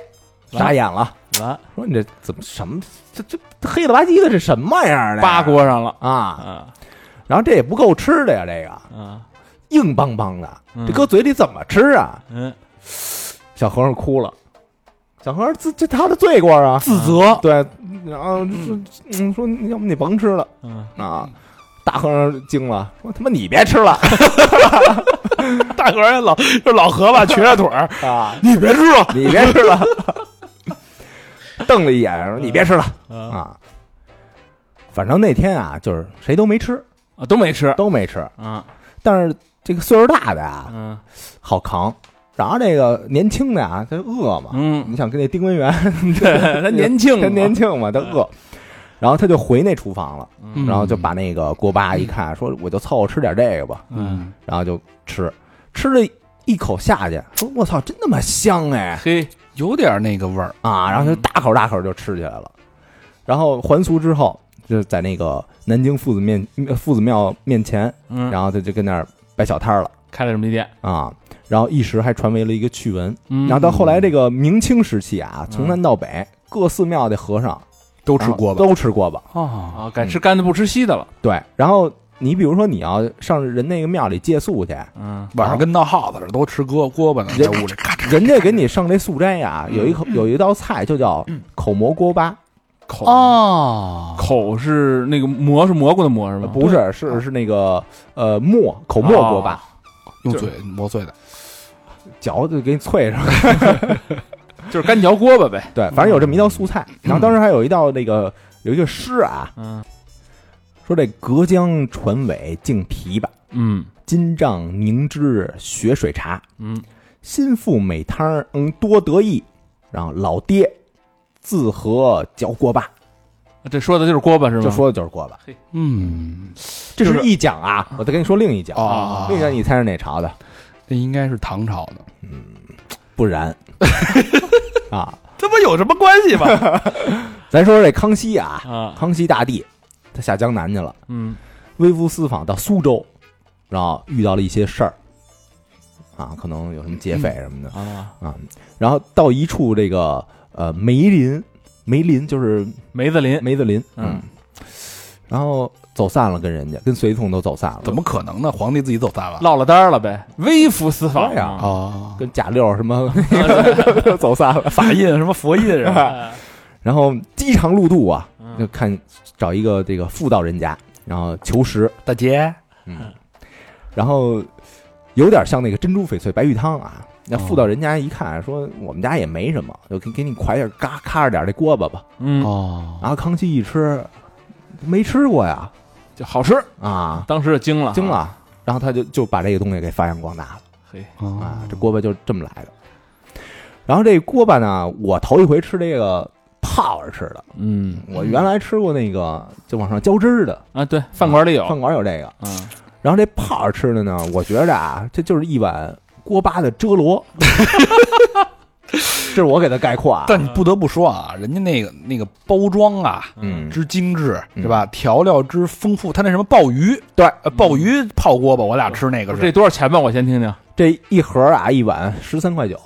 S2: 傻眼了，
S4: 完
S2: 说你这怎么什么这这这黑了吧唧的，这什么样的呀
S4: 扒锅上了
S2: 啊？
S4: 啊
S2: 然后这也不够吃的呀，这个
S4: 啊，
S2: 硬邦邦的，
S4: 嗯
S2: 这搁嘴里怎么吃啊？
S4: 嗯
S2: 小和尚哭了，小和尚自这他的罪过啊，
S3: 自责，
S2: 对，然后说嗯说要不你甭吃了
S4: 嗯，
S2: 啊。大和尚惊了，说他妈你别吃了 [LAUGHS]
S3: 大和尚老就老何吧，瘸着腿儿，
S2: 啊，
S3: 你别吃了，
S2: 你别
S3: [LAUGHS]
S2: 吃了。瞪了一眼说你别吃了
S3: 嗯
S2: 啊。
S4: 啊
S2: 反正那天啊，就是谁都没吃，
S4: 啊都没吃
S2: 都没吃。
S4: 啊，
S2: 但是这个岁数大的啊，
S4: 嗯
S2: 好扛。然后这个年轻的啊，他饿嘛，
S4: 嗯，
S2: [LAUGHS] 你想跟那丁文元
S4: 对他年
S3: 嗯
S4: 轻嘛，
S2: 他年轻嘛，他饿，然后他就回那厨房了，
S4: 嗯
S2: 然后就把那个锅巴一看，说我就凑合吃点这个吧，
S4: 嗯，
S2: 然后就吃，吃了一口下去，说我操，真他妈香哎
S4: 嘿，
S3: 有点那个味儿，
S2: 啊！然后他就大口大口就吃起来了，然后还俗之后，就在那个南京夫子面夫子庙面前，
S4: 嗯，
S2: 然后他就跟那儿摆小摊儿了
S4: 开了这么一店，
S2: 啊。然后一时还传为了一个趣闻，
S4: 嗯
S2: 然后到后来这个明清时期啊，
S4: 嗯
S2: 从南到北各寺庙的和尚
S3: 都
S2: 都
S3: 吃锅巴，
S2: 都吃锅巴。
S1: 啊，
S4: 啊，改吃干的不吃稀的了，
S2: 对，然后你比如说你要上人那个庙里借宿去，
S4: 嗯
S3: 晚上跟闹耗子似的，都吃锅锅巴呢，在屋里咔嚓，
S2: [LAUGHS] 人家给你上这素斋呀，
S4: 嗯
S2: 有一口有一道菜就叫口蘑锅巴，
S4: 口
S1: 哦，
S4: 口是那个蘑是蘑菇的蘑是吗？
S2: 呃不是是是那个呃沫口沫锅巴，
S4: 哦
S1: 用嘴磨碎的，
S2: 嚼就给你脆
S4: [LAUGHS]
S2: 上。
S4: [LAUGHS] 就是干嚼锅巴呗。
S2: 对，反正有这么一道素菜。然后当时还有一道那个有一个诗啊，
S4: 嗯
S2: 说这隔江船尾净琵琶，
S4: 嗯
S2: 金杖凝脂雪水茶。
S4: 嗯，
S2: 新妇美摊儿，嗯，多得意。然后老爹自和嚼锅巴，
S4: 嗯这说的就是锅巴是吗？
S2: 就说的就是锅巴。
S1: 嗯，
S2: 这
S4: 就是
S2: 是一讲啊，我再跟你说另一讲。
S3: 哦
S2: 另一讲你猜是哪朝的？
S1: 这应该是唐朝
S4: 嗯
S1: 的，
S2: 不然 [LAUGHS] 啊，
S4: 这不有什么关系
S2: [LAUGHS]
S4: 吗？
S2: 咱说说这康熙啊，
S4: 啊，
S2: 康熙大帝他下江南去了，
S4: 嗯
S2: 微服私访到苏州，然后遇到了一些事儿啊，可能有什么劫匪什么
S3: 嗯
S2: 的，
S4: 啊，
S2: 然后到一处这个呃梅林，梅林就是
S4: 梅子林，
S2: 梅子林，
S4: 嗯，
S2: 然后走散了，跟人家跟随从都走散了，
S3: 怎么可能呢？皇帝自己走散了
S4: 落了单儿了呗，微服私访
S2: 哎
S4: 嗯
S2: 对呀
S4: 啊
S3: 啊，
S2: 跟贾六什么 [LAUGHS] 走散了？
S3: 法印什么佛印什么，
S2: [LAUGHS] 然后饥肠辘辘啊，
S4: 嗯
S2: 就看找一个这个妇道人家，然后求食，
S3: 大姐，
S2: 嗯，然后有点像那个珍珠翡翠白玉汤啊。那妇道人家一看说，我们家也没什么，就给给你快点嘎咔着点这锅巴吧。
S4: [LAUGHS] 嗯，
S1: 哦，
S2: 然后康熙一吃，没吃过呀，
S4: 就好吃，
S2: 啊，
S4: 当时就惊了，
S2: 惊，了。然后他就就把这个东西给发扬光大了。
S4: 嘿，
S2: 啊
S1: 啊，
S2: 这锅巴就这么来的。然后这锅巴呢，我头一回吃这个泡着吃的。
S4: 嗯
S2: 我原来吃过那个就往上浇汁儿的，
S4: 啊，对，饭馆里有，
S2: 饭馆有这个。
S4: 嗯，
S2: 然后这泡着吃的呢，我觉着啊，这就是一碗锅巴的遮罗， [LAUGHS] 这是我给它概括啊。
S1: 但你不得不说啊，人家那个那个包装啊，
S2: 嗯，
S1: 之精致，
S2: 嗯
S1: 对吧？调料之丰富，它那什么鲍鱼，
S2: 对
S1: 呃鲍鱼泡锅巴，我俩吃那个
S4: 嗯这
S1: 是
S4: 多少钱吧？我先听听。
S2: 这一盒啊，一碗十三块九，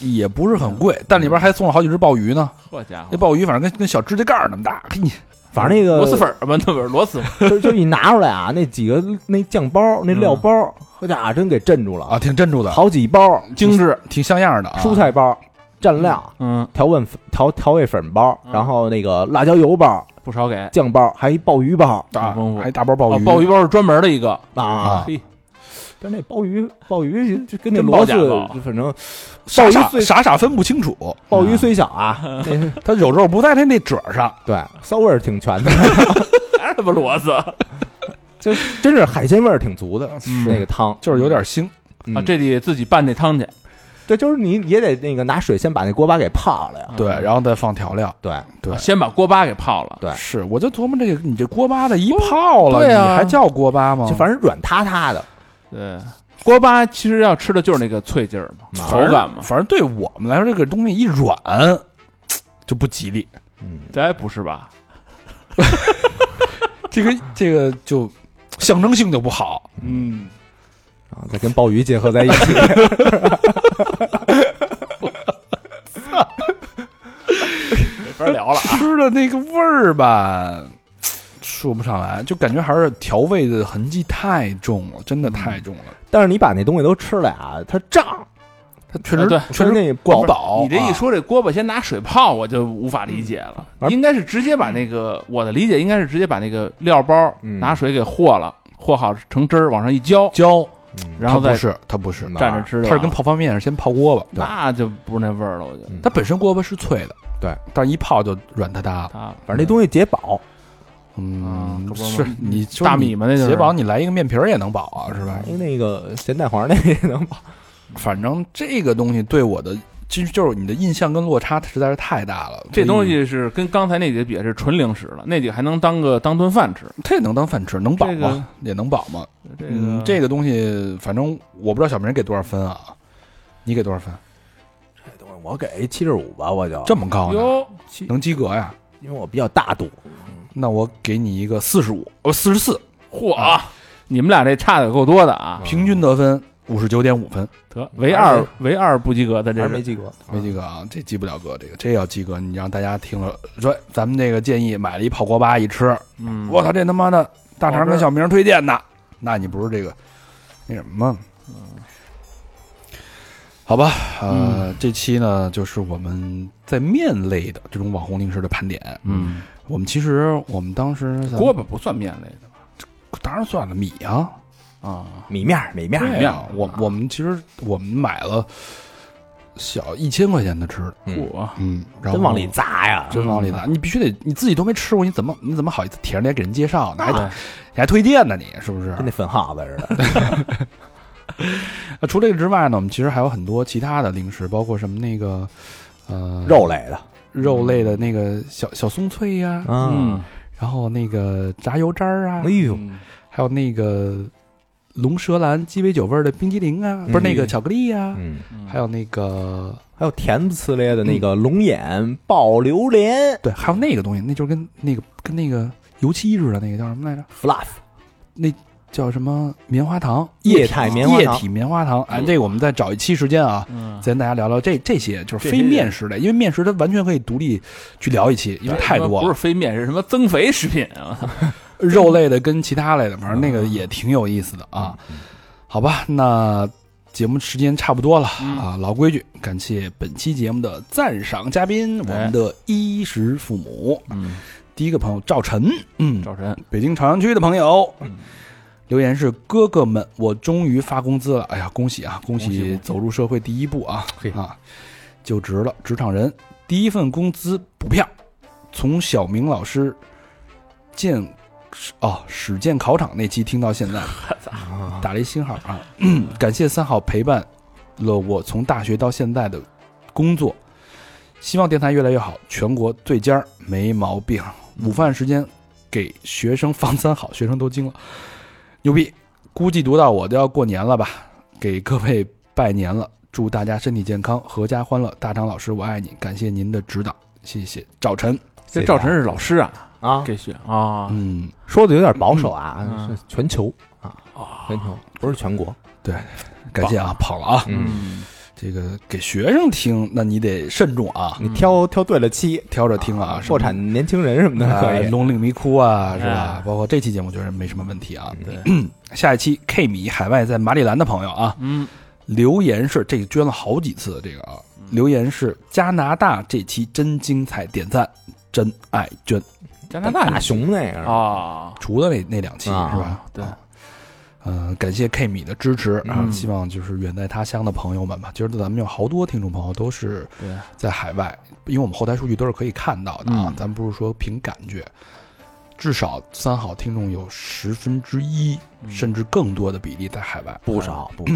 S1: 也不是很
S4: 嗯
S1: 贵，但里边还送了好几只鲍鱼呢。
S4: 好家
S1: 那
S4: 伙，
S1: 鲍鱼反正跟跟小指甲盖儿那么大，嘿你
S2: 反正那个
S4: 螺蛳粉儿嗯吧，那不是螺蛳吗？
S2: 就就一拿出来啊，那几个那酱包、那料包，好家伙，真给镇
S4: 哎
S2: 住了
S1: 啊，！挺镇住的，
S2: 好几包
S4: 精致，
S1: 挺像样的啊。
S2: 蔬菜包、蘸料、
S4: 嗯，
S2: 调味粉调调味粉包，
S4: 嗯
S2: 然后那个辣椒油包、
S4: 不少给。
S2: 酱包，还一鲍鱼包
S1: 啊
S4: 挺丰，富
S1: 还一大包鲍
S4: 哦
S1: 鱼，，
S4: 鲍鱼包是专门的一个，
S2: 啊
S1: 啊。
S4: 嘿，
S2: 但那鲍鱼，鲍鱼就跟那
S4: 真
S2: 螺
S4: 报价高
S2: 丝，反正
S1: 傻傻
S2: 鲍鱼最
S1: 傻傻分不清楚，
S2: 鲍鱼虽小啊，那是
S1: 它有肉不在它那褶儿上。
S2: 对骚味儿挺全的， [LAUGHS]
S4: 还是他妈螺丝啊？
S2: 就真是海鲜味儿挺足
S4: 嗯
S2: 的。那个汤
S1: 就是有点腥，
S2: 嗯
S4: 啊这得自己拌那汤去。
S2: 对，就是你也得那个拿水先把那锅巴给泡了呀。
S1: 嗯
S4: 嗯
S1: 对，然后再放调料。
S2: 对，
S1: 对
S4: 啊先把锅巴给泡了。
S2: 对
S1: 是，我就琢磨这个，你这锅巴的一泡了，
S4: 对啊
S1: 你还叫锅巴吗？
S2: 就反正软塌塌的，
S4: 对，呃锅巴其实要吃的就是那个脆劲儿嘛，
S2: 嗯
S4: 口感嘛。
S1: 反正对我们来说，这个东西一软就不吉利。
S2: 嗯，
S4: 咱也不是吧？
S1: 这个这个就象征性就不好。
S4: 嗯，
S2: 然啊后再跟鲍鱼结合在一起，
S4: 没法聊了。
S1: 吃的那个味儿吧，说不上来，就感觉还是调味的痕迹太重了，真的太重了。
S2: 但是你把那东西都吃了呀，它胀，
S1: 它确
S4: 啊
S1: 实
S4: 对
S1: 确实
S2: 那
S1: 管
S2: 不
S1: 不饱。
S4: 你这一
S1: 啊，
S4: 说，这锅巴先拿水泡，我就无法理解了。
S2: 嗯
S4: 应该是直接把那个，我的理解应该是直接把那个料包
S2: 嗯
S4: 拿水给和了，和好成汁儿，往上一浇，
S1: 浇，
S4: 然后
S1: 它
S4: 再啊
S1: 不是它不是，
S2: 嗯
S4: 蘸着吃就完了。
S1: 它是跟泡方便面是先泡锅巴，
S4: 那就不是那味儿了，我觉得。
S2: 嗯
S1: 它本身锅巴是脆的，
S2: 对，
S1: 但一泡就软塌塌了。
S4: 它
S2: 反正那东西解饱，
S4: 啊
S1: 嗯
S4: 可，不是
S1: 是
S4: 吗
S1: 你就是
S4: 大
S1: 你
S4: 米嘛那就是嗯
S1: 解饱你来一个面皮儿也能饱啊，是吧？
S2: 因为那个咸蛋黄那也能饱。
S1: 反正这个东西对我的，其实就是你的印象跟落差实在是太大了。
S4: 这东
S1: 所以
S4: 西是跟刚才那几个比是纯零食了，那几个还能当个当顿饭吃。
S1: 它也能当饭吃，能饱
S4: 这个
S1: 吗？也能饱吗？
S4: 这个、
S1: 嗯，这个东西反正我不知道小明给多少分啊，你给多少分？
S2: 我给七十五吧，我就
S1: 这么高呢？
S4: 哟，
S2: 七，
S1: 能及格呀？
S2: 因为我比较大度，
S1: 那我给你一个四十五，呃，四十四，
S4: 嚯、啊你们俩这差的够多的啊！
S1: 平均得分五十九点五分，
S4: 得唯二唯二不及格
S2: 嗯还
S4: 的这
S2: 是没
S4: 是
S2: 及格。
S1: 没及格啊，这及不了格，这个这要及格，你让大家听了说，咱们这个建议买了一泡锅巴一吃，
S4: 嗯，
S1: 我操，这他妈的大肠
S4: 好
S1: 跟
S4: 吃
S1: 小明推荐的，那你不是这个那什么？好吧，呃，
S4: 嗯
S1: 这期呢就是我们在面类的这种网红零食的盘点。
S4: 嗯，
S1: 我们其实我们当时咱们
S4: 锅巴不算面类的
S1: 当然算了米啊，
S4: 吧？啊，
S2: 米面儿，米面儿，
S1: 对
S4: 面
S1: 啊，我我们其实我们买了小一千块钱的吃的，
S2: 嗯
S4: 嚯、
S1: 嗯，然后
S2: 真往里砸嗯呀！
S1: 真往里拿，你必须得你自己都没吃过，你怎么你怎么好意思铁着脸给人介绍呢？还
S4: 对
S1: 你还推荐呢你，是不是？
S2: 跟那粉耗子似的。 [LAUGHS]
S1: 那除了这个之外呢，我们其实还有很多其他的零食，包括什么那个呃
S2: 肉类的，
S1: 肉类的那个小小松脆呀、
S2: 嗯，
S4: 嗯，
S1: 然后那个炸油渣儿啊
S2: 哎，呦，
S4: 嗯
S1: 还有那个龙舌兰鸡尾酒味儿的冰激凌啊，不是那个
S4: 嗯
S1: 巧克力呀、啊
S2: 嗯，
S1: 还有那个
S2: 还有甜不呲咧的那个龙眼爆榴莲
S1: 对，还有那个东西，那就是跟那个跟那个油漆似的，那个叫什么来着？
S2: ，fluff，
S1: 叫什么棉花糖？
S2: 液
S1: 体
S2: 态棉花糖
S1: 液体棉花糖。哎，这个我们再找一期时间啊，
S4: 嗯，
S1: 再跟大家聊聊这这些，就是
S4: 这
S1: 非
S4: 些
S1: 面食类，因为面食它完全可以独立去聊一期，因为太多
S4: 不是
S1: 了。
S4: 非面是什么增肥食品啊？
S1: 肉类的跟其他类的，反正那个
S4: 嗯
S1: 也挺有意思的啊。
S2: 嗯
S1: 好吧，那节目时间差不多了
S4: 嗯
S1: 啊，老规矩，感谢本期节目的赞赏嘉宾，我们的衣食父母。
S4: 嗯，
S1: 第一个朋友赵晨，嗯，
S4: 赵晨，
S1: 北京朝阳区的朋友。留言是哥哥们，我终于发工资了！哎呀，恭喜啊，恭
S4: 恭喜恭
S1: 喜
S4: 喜
S1: 走入社会第一步啊
S2: 嘿
S1: 啊，就职了，职场人，第一份工资补票，从小明老师建哦史建考场那期听到
S4: [LAUGHS]
S1: 现在，打了一星号啊！ [CLEARS THROAT] 感谢三好陪伴了我从大学到现在的工作，希望电台越来越好，全国最尖儿，没毛病。午饭时间给学生放三好，学生都惊了，牛逼！估计读到我都要过年了吧，给各位拜年了，祝大家身体健康，阖家欢乐。大张老师，我爱你，感谢您的指导，谢谢赵晨。
S4: 这赵晨是老师啊，
S2: 啊，
S4: 给学啊，
S1: 嗯，
S2: 说的有点保守啊，
S4: 嗯
S2: 是全球啊，全球不是全国，
S1: 感谢啊，跑了啊。
S2: 嗯，
S4: 嗯，
S1: 这个给学生听，那你得慎重啊，
S2: 你挑挑对了期，
S1: 挑着听啊，
S2: 破产年轻人什么的可
S1: 啊，
S2: 以，
S1: 龙岭迷窟啊，是吧
S4: 哎？
S1: 包括这期节目，觉得没什么问题啊。
S2: 对，
S1: [CLEARS THROAT] 下一期 K 米海外在马里兰的朋友啊，
S4: 嗯，
S1: 留言是这个捐了好几次这个啊，留言是加拿大这期真精彩，点赞真爱捐，
S4: 加拿
S2: 大
S4: 大
S2: 大熊那个
S4: 啊，
S1: 除了那那两期是
S2: 啊
S1: 吧？
S4: 对
S1: 啊。嗯、感谢 K 米的支持啊！
S4: 嗯
S1: 希望就是远在他乡的朋友们吧，今儿咱们有好多听众朋友都是
S4: 对，
S1: 在海外，因为我们后台数据都是可以看到的啊，
S4: 嗯
S1: 咱不是说凭感觉，至少三好听众有十分之一
S4: 嗯
S1: 甚至更多的比例在海外。
S2: 不少不
S4: 对，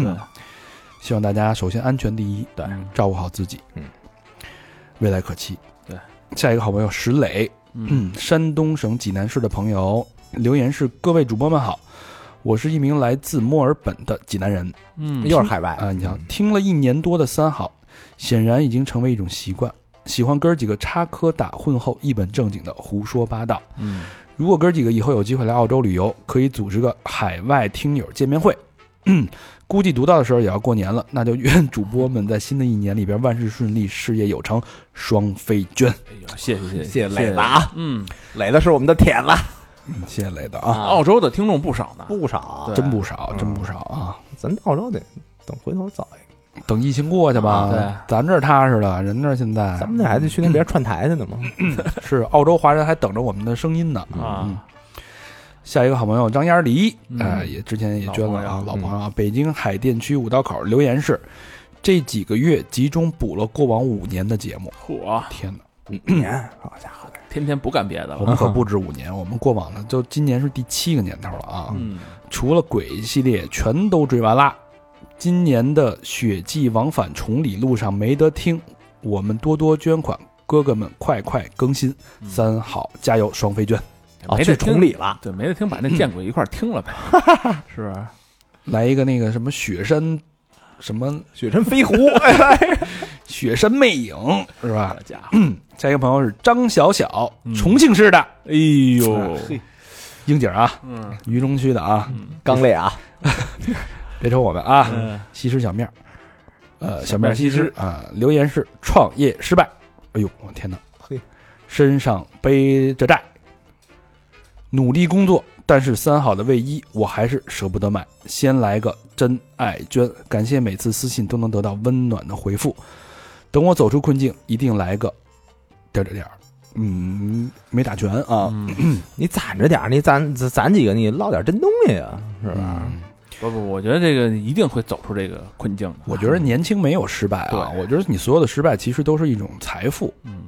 S1: 希望大家首先安全第一，
S4: 对，
S1: 照顾好自己，
S2: 嗯，
S1: 未来可期。
S4: 对，
S1: 下一个好朋友石磊，
S4: 嗯
S1: 嗯，山东省济南市的朋友留言是：各位主播们好，我是一名来自墨尔本的济南人。
S4: 嗯，
S2: 又是海外
S1: 啊，你想听了一年多的三好，显然已经成为一种习惯，喜欢哥儿几个插科打诨后一本正经的胡说八道。
S4: 嗯，
S1: 如果哥儿几个以后有机会来澳洲旅游，可以组织个海外听友见面会。 [CLEARS THROAT] 估计读到的时候也要过年了，那就愿主播们在新的一年里边万事顺利，事业有成，双飞娟。
S4: 哎呦谢谢谢
S2: 谢谢
S4: 谢
S2: 磊子啊，
S4: 嗯，
S2: 磊子是我们的铁子
S1: 谢谢雷的啊，
S4: 澳洲的听众不少呢，
S2: 哦不少啊
S4: 对，
S1: 真不少，真不少啊！
S2: 咱到时候得等回头找一
S1: 等疫情过去吧，
S4: 对
S1: 咱这儿踏实了，人那儿现
S2: 个，
S1: 在
S2: 咱们这还得去那边串台去呢嘛，
S1: 是澳洲华人还等着我们的声音呢。嗯
S4: 啊，
S1: 下一个好朋友张燕儿梨，
S4: 嗯
S1: 呃，也之前也捐了啊，老
S2: 老朋友
S1: 朋友啊，北京海淀区五道口留言是：这几个月集中补了过往五年的节目，
S4: 嚯，
S1: 天哪，
S2: 年，嗯好家伙，
S4: 天天不干别的
S1: 我
S4: 了，
S1: 们可不止五年，我们过往的就今年是第七个年头了啊，
S4: 嗯，
S1: 除了鬼系列全都追完啦。今年的雪季往返崇礼路上没得听，我们多多捐款，哥哥们快快更新，
S4: 嗯
S1: 三好加油，双飞捐。
S2: 啊，
S4: 没
S2: 去
S4: 得听
S2: 崇礼了，
S4: 对，没得听，把那见鬼一块儿听了呗，是不是？
S1: 来一个那个什么雪山，什么
S2: 雪山飞 [LAUGHS] 狐，哎
S1: 雪山魅影是吧
S4: 好？家伙，
S1: 下一个朋友是张小小，
S4: 嗯
S1: 重庆市的
S4: 哎
S2: 哦
S4: 呦，
S1: 英姐啊，
S4: 嗯
S1: 榆中区的啊，
S2: 刚烈啊，
S1: 别瞅我们啊，
S4: 嗯，
S1: 西施小面儿，呃，
S4: 小
S1: 小
S4: 面
S1: 面
S4: 儿
S1: 儿西
S4: 西施
S1: 施啊，留言是创业失败，哎呦，我天哪，
S2: 嘿，
S1: 身上背着债，努力工作，但是三好的卫衣我还是舍不得买，先来个真爱捐，感谢每次私信都能得到温暖的回复，等我走出困境，一定来个点儿点儿点儿，嗯，没打全啊，
S4: 嗯
S2: 你攒着点儿，你攒攒攒几个，你捞点真东西啊，是
S1: 是
S2: 吧？
S1: 吧？
S4: 不不，我觉得这个一定会走出这个困境的。
S1: 我觉得年轻没有失败啊，
S4: 对
S1: 我觉得你所有的失败其实都是一种财富，
S4: 嗯，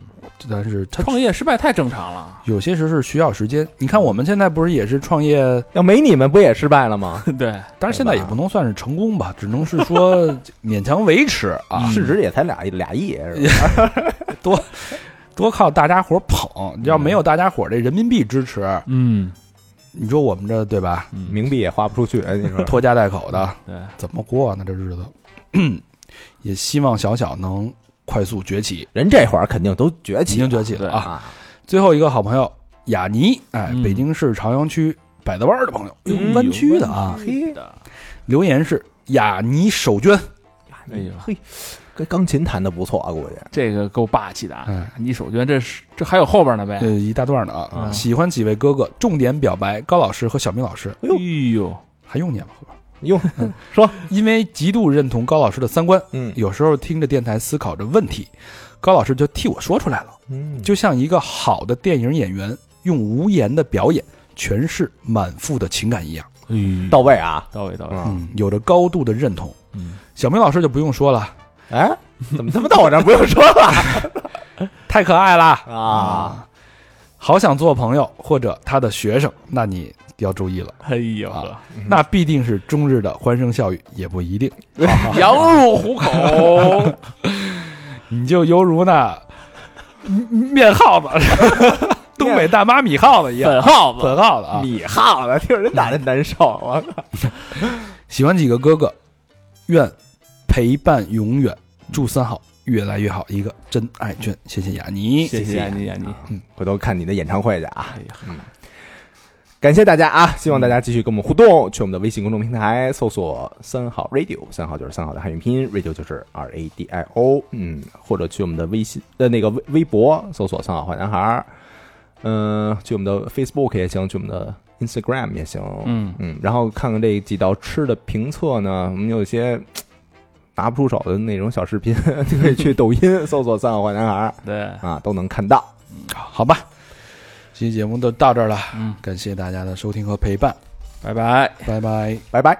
S1: 但是它
S4: 创业失败太正常了。
S1: 有些时候是需要时间。你看我们现在不是也是创业，
S2: 要没你们不也失败了吗？
S4: [LAUGHS] 对，
S1: 当然现在也不能算是成功吧，只能是
S4: [LAUGHS]
S1: 说勉强维持
S4: 嗯
S1: 啊，
S2: 市值也才俩俩亿，是吧？ [LAUGHS]
S1: 多靠大家伙捧。要没有大家伙这人民币支持，
S4: 嗯，
S1: 你说我们这对吧，
S4: 明
S2: 冥币也花不出去，哎你说
S1: 拖家带口的
S4: 嗯对，
S1: 怎么过呢？这日子， [CLEARS THROAT] 也希望小小能快速崛起，
S2: 人这会儿肯定都崛
S1: 已
S2: 起
S1: 经崛起
S4: 啊对
S1: 了啊！
S2: 啊，
S1: 最后一个好朋友雅尼，哎，
S4: 嗯
S1: 北京市朝阳区百子湾的朋友，
S4: 嗯
S1: 湾区的啊，
S2: 嘿
S4: 的，
S1: 留言是雅尼手绢，
S4: 哎呦
S2: 嘿，跟钢琴弹的不错啊，估计
S4: 这个够霸气的啊
S1: 哎！
S4: 你手绢这是这还有后边呢呗
S2: 哎
S1: 呃，？一大段呢啊，
S4: 嗯
S1: 喜欢几位哥哥，重点表白高老师和小明老师，
S2: 哎呦
S4: 哎呦，
S1: 还用念吗？
S2: 哟，
S1: 因为极度认同高老师的三观，
S2: 嗯
S1: 有时候听着电台思考着问题，高老师就替我说出来了，
S2: 嗯，
S1: 就像一个好的电影演员用无言的表演诠释满腹的情感一样，
S4: 哎
S2: 到位啊，
S4: 到位到位，
S2: 嗯，
S1: 嗯，有着高度的认同。
S4: 嗯，
S1: 小明老师就不用说了，
S2: 哎，怎么他妈到我这儿不用说了
S1: 太可爱啦！
S2: [LAUGHS] 啊？
S1: 好想做朋友或者他的学生，那你要注意了，
S4: 哎呦
S1: 啊
S4: [LAUGHS]
S1: 那必定是中日的欢声笑语，也不一定，
S4: [LAUGHS] 羊入虎口，
S1: 你就犹如那面耗
S4: [LAUGHS]
S1: 子，东北大妈米耗子一样，
S4: 粉耗子，
S1: 粉耗子啊，
S2: 你耗子，听着人打人难受，我靠！
S1: 喜欢几个哥哥，愿陪伴永远。祝三好越来越好，一个真爱圈。谢谢雅尼，
S4: 谢谢你，雅尼，
S2: 回头看你的演唱会去啊！嗯，感谢大家啊！希望大家继续跟我们互动，去我们的微信公众平台搜索“三好 radio”，三好就是三好的汉语拼音，radio 就是 R A D I O，嗯，或者去我们的微信呃那个微微博搜索“三好坏男孩儿”，嗯、去我们的 Facebook 也行，去我们的 Instagram 也行，
S4: 嗯，
S2: 嗯，然后看看这几道吃的评测呢，我们有一些拿不出手的那种小视频， [LAUGHS] 就可以去抖音搜索“三好坏男孩儿
S4: 对，”
S2: 啊，都能看到。
S1: 好吧，这期节目就到这儿了，
S4: 嗯，
S1: 感谢大家的收听和陪伴，
S4: 拜拜。
S1: 拜拜。
S2: 拜拜。